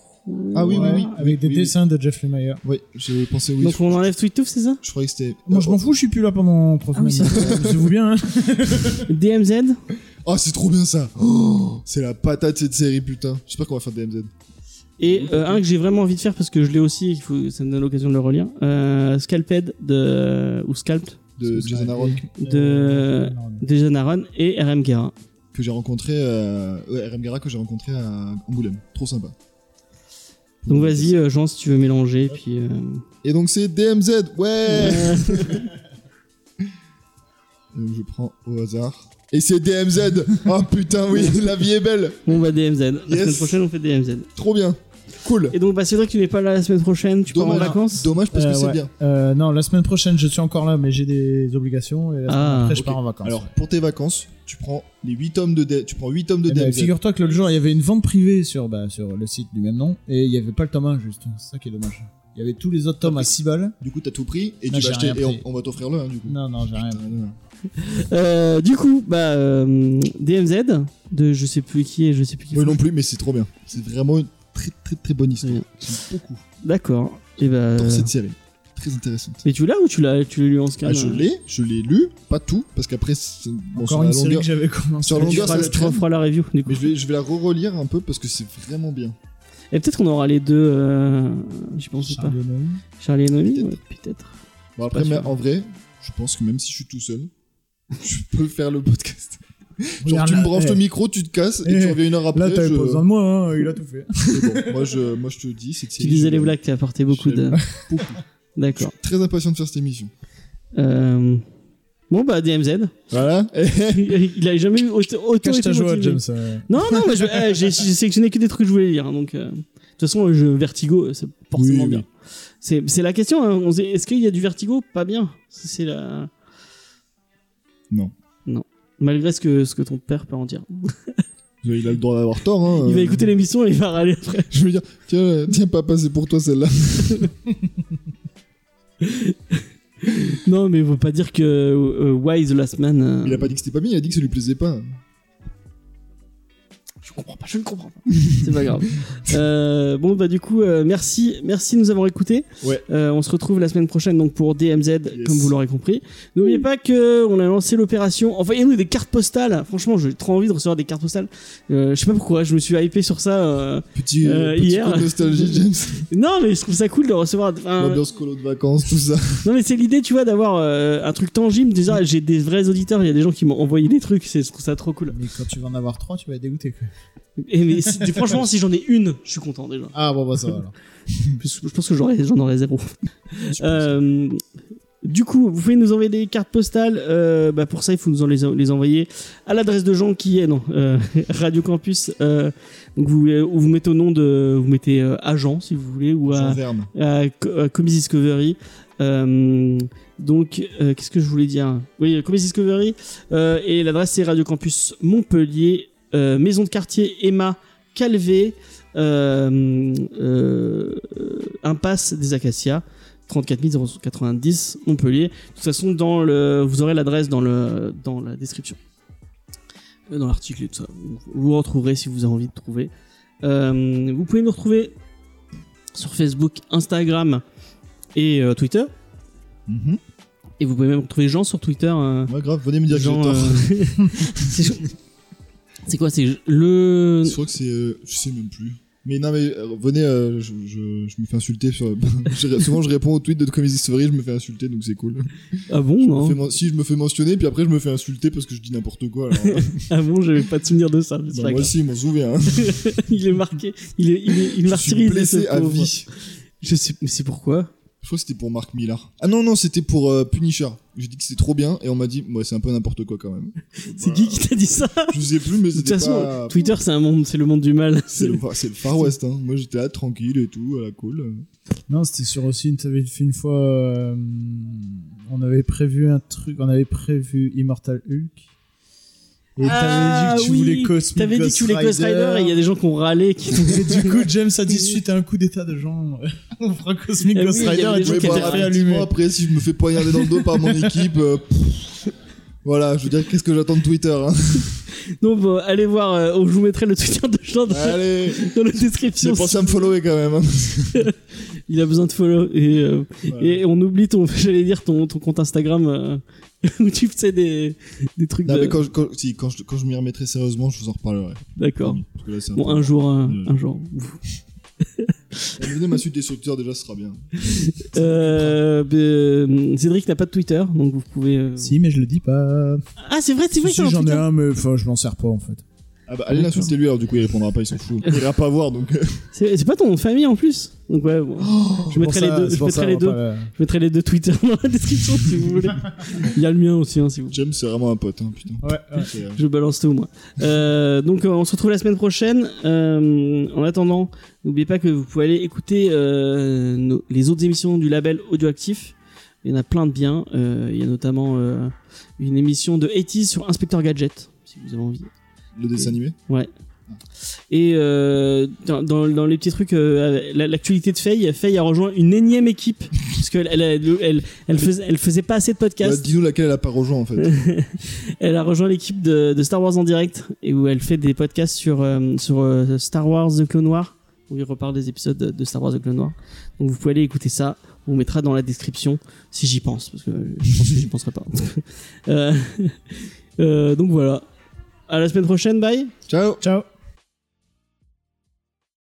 Speaker 5: Ah oui,
Speaker 4: Ouais,
Speaker 5: oui, Euh, oui.
Speaker 4: Avec des
Speaker 5: Oui, oui.
Speaker 4: dessins de Jeff Lemire.
Speaker 5: Ouais, j'ai pensé oui.
Speaker 3: Donc on enlève Sweet Tooth, c'est ça
Speaker 5: Je croyais que c'était.
Speaker 4: Moi, je m'en fous, je suis plus là pendant 3
Speaker 3: Ah oui,
Speaker 4: semaines. C'est vous bien, hein
Speaker 3: DMZ
Speaker 5: Ah, c'est trop bien ça. Oh, c'est la patate cette série, putain. J'espère qu'on va faire DMZ.
Speaker 3: et euh, un que j'ai vraiment envie de faire parce que je l'ai aussi, il faut, ça me donne l'occasion de le relire. Euh, Scalped de ou Scalped
Speaker 5: de Jason Aaron
Speaker 3: de Jason Aaron et RM Guerra.
Speaker 5: que j'ai rencontré à... ouais, RM Guerra que j'ai rencontré à Angoulême. Trop sympa.
Speaker 3: Donc vas-y, euh, Jean, si tu veux mélanger, puis. euh,
Speaker 5: Et donc c'est DMZ, ouais Donc je prends au hasard. Et c'est DMZ Oh putain, oui, la vie est belle
Speaker 3: Bon, bah DMZ. La
Speaker 5: Yes.
Speaker 3: semaine prochaine, on fait DMZ.
Speaker 5: Trop bien Cool
Speaker 3: Et donc, bah, c'est vrai que tu n'es pas là la semaine prochaine, tu pars en vacances
Speaker 5: Dommage hein. parce que
Speaker 4: Euh,
Speaker 5: c'est
Speaker 4: ouais.
Speaker 5: bien.
Speaker 4: Euh, non, la semaine prochaine, je suis encore là, mais j'ai des obligations. Et la semaine
Speaker 3: Ah,
Speaker 4: après, je
Speaker 5: ok.
Speaker 4: pars en vacances.
Speaker 5: Alors pour tes vacances, tu prends les 8 tomes de, D- tu prends 8 tomes de
Speaker 4: Eh ben,
Speaker 5: DMZ.
Speaker 4: Figure-toi que l'autre jour, il y avait une vente privée sur, bah, sur le site du même nom, et il n'y avait pas le tome 1, juste. C'est ça qui est dommage. Il y avait tous les autres tomes à 6 balles.
Speaker 5: Du coup, t'as tout pris et
Speaker 4: Non,
Speaker 5: tu
Speaker 4: j'ai
Speaker 5: vas acheter.
Speaker 4: rien
Speaker 5: Et on,
Speaker 4: pris.
Speaker 5: on va t'offrir le hein, du coup.
Speaker 4: Non, non, j'ai rien.
Speaker 5: Putain, non.
Speaker 3: Euh, du coup, bah, euh, DMZ, de je sais plus qui et je sais plus qui.
Speaker 5: Moi non plus, mais c'est trop bien. C'est vraiment une très très très bonne histoire.
Speaker 3: Bien.
Speaker 5: J'aime beaucoup
Speaker 3: D'accord. Et bah.
Speaker 5: dans
Speaker 3: euh,
Speaker 5: cette série. Très intéressante.
Speaker 3: Mais tu l'as ou tu l'as tu l'as lu en scan
Speaker 5: Ah, je
Speaker 3: euh,
Speaker 5: l'ai, je l'ai lu, pas tout, parce qu'après, c'est- bon,
Speaker 4: Encore
Speaker 5: sur
Speaker 4: une
Speaker 5: la
Speaker 4: série
Speaker 5: longueur-
Speaker 4: que j'avais commencé.
Speaker 5: sur la
Speaker 4: Mais tu
Speaker 3: Tu
Speaker 4: feras
Speaker 5: longueur, ça
Speaker 3: referas,
Speaker 5: se
Speaker 3: tu
Speaker 5: traîne.
Speaker 3: referas la review du coup.
Speaker 5: Mais je vais, je vais la re-relire un peu parce que c'est vraiment bien.
Speaker 3: Et peut-être qu'on aura les deux. Euh, je pense ou pas.
Speaker 4: Charlie O'Malley.
Speaker 3: Charlie et Noémie
Speaker 5: Peut-être.
Speaker 3: ouais, Peut-être.
Speaker 5: Bon, après,
Speaker 3: Pas
Speaker 5: mais
Speaker 3: sûr.
Speaker 5: en vrai, je pense que même si je suis tout seul, je peux faire le podcast. Genre,
Speaker 4: Regarde
Speaker 5: tu me
Speaker 4: là,
Speaker 5: branches
Speaker 4: eh,
Speaker 5: le micro, tu te casses et
Speaker 4: Eh,
Speaker 5: tu reviens une heure après.
Speaker 4: Là, t'avais
Speaker 5: je...
Speaker 4: pas besoin de moi, hein, il a tout fait.
Speaker 5: C'est bon, moi, je, moi, je te dis, c'est
Speaker 3: Tu disais les blagues, t'as apporté beaucoup de.
Speaker 5: Beaucoup.
Speaker 3: D'accord.
Speaker 5: Très impatient de faire cette émission.
Speaker 3: Euh, Bon bah DMZ.
Speaker 5: Voilà.
Speaker 3: Il a jamais eu auto. auto
Speaker 4: Cache
Speaker 3: été
Speaker 4: ta joie,
Speaker 3: motivé.
Speaker 4: James. euh.
Speaker 3: Non non, mais je- eh, j'ai j'ai sélectionné que des trucs que je voulais lire. hein, Donc euh, de toute façon, je Vertigo, euh, c'est forcément
Speaker 5: Oui, oui.
Speaker 3: bien. C'est c'est la question. hein, on sait- Est-ce qu'il y a du Vertigo Pas bien. C'est la.
Speaker 5: Non.
Speaker 3: Malgré ce que, ce que ton père peut en dire.
Speaker 5: Il a le droit d'avoir tort. Hein.
Speaker 3: Il va écouter l'émission et il va râler après.
Speaker 5: Je veux dire, tiens, euh, tiens papa, c'est pour toi celle-là.
Speaker 3: Non, mais il faut pas dire que euh, Why the Last Man. euh,
Speaker 5: Il a pas dit que c'était pas bien, il a dit que ça lui plaisait pas.
Speaker 3: Je comprends pas, Oh, bah, je ne comprends pas. C'est pas grave. Euh, bon, bah, du coup, euh, merci, merci de nous avoir écoutés.
Speaker 5: Ouais.
Speaker 3: Euh, on se retrouve la semaine prochaine donc pour DMZ, comme vous l'aurez compris. N'oubliez pas que on a lancé l'opération. Envoyez-nous des cartes postales. Franchement, j'ai trop envie de recevoir des cartes postales. Euh, je sais pas pourquoi, je me suis hypé sur ça. euh.
Speaker 5: Petit,
Speaker 3: Euh,
Speaker 5: petit
Speaker 3: hier.
Speaker 5: coup de nostalgie, James.
Speaker 3: Non, mais je trouve ça cool de recevoir. un-
Speaker 5: L'ambiance colo de vacances, tout ça.
Speaker 3: Non, mais c'est l'idée, tu vois, d'avoir euh, un truc tangible. Déjà, j'ai des vrais auditeurs. Il y a des gens qui m'ont envoyé des trucs. C'est, je trouve ça trop cool.
Speaker 4: Mais quand tu vas en avoir 3, tu vas être dégoûté. quoi.
Speaker 3: Et mais si- franchement, si j'en ai une, je suis content déjà.
Speaker 4: Ah bon, bah ça va alors.
Speaker 3: Parce que Je pense que j'aurais- j'en aurais zéro. Euh, du coup, vous pouvez nous envoyer des cartes postales. euh, bah, pour ça, il faut nous en les, les envoyer à l'adresse de Jean qui est non euh, Radio Campus. euh, donc vous, euh, vous mettez au nom de, vous mettez euh, à Jean si vous voulez ou à,
Speaker 5: Jean Verne.
Speaker 3: à, Euh, Co- à Comics Discovery. Euh, donc, euh, qu'est-ce que je voulais dire Oui, euh, Comics Discovery. euh, et l'adresse, c'est Radio Campus Montpellier, euh, Maison de quartier Emma Calvé, euh, euh, euh, Impasse des Acacias. 34 090 Montpellier. De toute façon, dans le, vous aurez l'adresse dans, le, dans la description. Euh, Dans l'article et tout ça. Vous, vous retrouverez si vous avez envie de trouver. Euh, vous pouvez nous retrouver sur Facebook, Instagram et euh, Twitter.
Speaker 5: Mhm.
Speaker 3: Et vous pouvez même retrouver Jean sur Twitter. euh,
Speaker 5: Ouais, grave, venez me dire
Speaker 3: Jean,
Speaker 5: que j'ai tort.
Speaker 3: euh, c'est c'est quoi C'est le.
Speaker 5: Je crois que c'est. euh, je sais même plus. Mais non, mais euh, venez, euh, je, je- je me fais insulter. Sur... je- souvent, je réponds aux tweets de Comedy Story, je me fais insulter, donc c'est cool.
Speaker 3: Ah bon
Speaker 5: Je me fais
Speaker 3: non
Speaker 5: men- Si je me fais mentionner, puis après, je me fais insulter parce que je dis n'importe quoi. Alors, euh,
Speaker 3: Ah bon, j'avais pas de souvenir de ça. mais c'est
Speaker 5: bah,
Speaker 3: pas grave.
Speaker 5: moi aussi, je m'en souviens. hein.
Speaker 3: il est marqué. Il est, il est, il est
Speaker 5: Je suis
Speaker 3: martyrisé,
Speaker 5: blessé
Speaker 3: ce
Speaker 5: à
Speaker 3: pauvre.
Speaker 5: vie.
Speaker 3: Je sais, mais c'est pourquoi
Speaker 5: Je crois que c'était pour Marc Millar. Ah non, non, c'était pour euh, Punisher. J'ai dit que c'était trop bien, et on m'a dit, ouais, c'est un peu n'importe quoi quand même.
Speaker 3: C'est qui qui t'a dit ça
Speaker 5: Je sais plus, mais
Speaker 3: De toute
Speaker 5: Bah. c'était
Speaker 3: façon,
Speaker 5: pas.
Speaker 3: Twitter, c'est un monde, c'est le monde du mal.
Speaker 5: C'est le, c'est le Far West, hein. Moi, j'étais là, tranquille et tout, à la cool.
Speaker 4: Non, c'était sur aussi, une- t'avais fait une fois. euh, on avait prévu un truc, on avait prévu Immortal Hulk. Et
Speaker 3: Ah,
Speaker 4: t'avais dit que tu
Speaker 3: oui.
Speaker 4: voulais Cosmic
Speaker 3: T'avais dit que tu voulais Ghost Rider et il y a des gens qui ont râlé. Qui...
Speaker 4: Et du coup, James a dit suite à un coup d'état de gens, on fera Cosmic
Speaker 3: Eh oui,
Speaker 4: Ghost
Speaker 3: il y avait
Speaker 4: Rider
Speaker 3: des
Speaker 4: et
Speaker 3: gens
Speaker 4: tu
Speaker 3: qui
Speaker 4: vas
Speaker 3: étaient
Speaker 5: bah, effectivement, après, si je me fais poignarder dans le dos par mon équipe, euh, pff, voilà, je veux dire, qu'est-ce que j'attends de Twitter hein
Speaker 3: Donc, bon, allez voir. euh, je vous mettrai le Twitter de Jean dans,
Speaker 5: Allez
Speaker 3: dans la
Speaker 5: J'ai
Speaker 3: description.
Speaker 5: pensé à me follower quand même. hein.
Speaker 3: Il a besoin de follow. Et, euh,
Speaker 5: Voilà.
Speaker 3: et on oublie ton, j'allais dire, ton, ton compte Instagram euh, où tu faisais des, des trucs.
Speaker 5: Non,
Speaker 3: de-
Speaker 5: mais quand, je- quand- si, quand je, quand je m'y
Speaker 4: Mm.
Speaker 5: remettrai sérieusement, je vous en reparlerai.
Speaker 3: D'accord.
Speaker 5: Parce que là, c'est un
Speaker 3: Bon,
Speaker 5: peu-
Speaker 3: un jour, un,
Speaker 5: Ouais.
Speaker 3: un jour.
Speaker 5: Mais Ah, Venez m'insulter sur Twitter déjà, ce sera bien.
Speaker 3: Euh, euh, Cédric n'a pas de Twitter, donc vous pouvez. euh,
Speaker 4: Si, mais je le dis pas.
Speaker 3: Ah, c'est vrai, c'est vrai,
Speaker 4: Si,
Speaker 3: t'as un
Speaker 4: j'en ai
Speaker 3: Twitter.
Speaker 4: un, mais enfin, je m'en sers pas en fait.
Speaker 5: Ah bah allez l'insulter lui alors du coup il répondra pas, il s'en fout. Il ira pas voir donc. euh,
Speaker 3: C'est c'est pas ton nom de famille en plus. Donc ouais,
Speaker 5: Oh,
Speaker 3: bon. je mettrai les deux. Je mettrai les deux.
Speaker 4: euh,
Speaker 3: Je mettrai les deux Twitter dans la description si vous voulez. Il y a le mien aussi, hein, si vous.
Speaker 5: James c'est vraiment un pote hein, putain.
Speaker 4: Ouais, ouais.
Speaker 5: C'est, euh,
Speaker 3: Je balance tout moi. Euh, donc euh, on se retrouve la semaine prochaine. Euh, en attendant, n'oubliez pas que vous pouvez aller écouter euh, nos- les autres émissions du label Audioactif. Il y en a plein de biens. Euh, il y a notamment euh, une émission de 80 sur Inspecteur Gadget, si vous avez envie.
Speaker 5: Le dessin animé
Speaker 3: Et euh, dans, dans, dans les petits trucs, euh, la- l'actualité de Faye, Faye a rejoint une énième équipe parce qu'elle elle, elle, elle, elle faisait, elle faisait pas assez de
Speaker 5: bah,
Speaker 3: podcasts.
Speaker 5: Dis-nous laquelle elle a pas rejoint en fait.
Speaker 3: Elle a rejoint l'équipe de, de Star Wars en direct et où elle fait des podcasts sur euh, sur euh, Star Wars The Clone Noir où il repart des épisodes de, de Star Wars The Clone Noir. Donc vous pouvez aller écouter ça. On vous mettra dans la description si j'y pense parce que je pense que j'y penserai pas. Euh, euh, donc voilà. À la semaine prochaine. Bye.
Speaker 5: Ciao
Speaker 4: Ciao.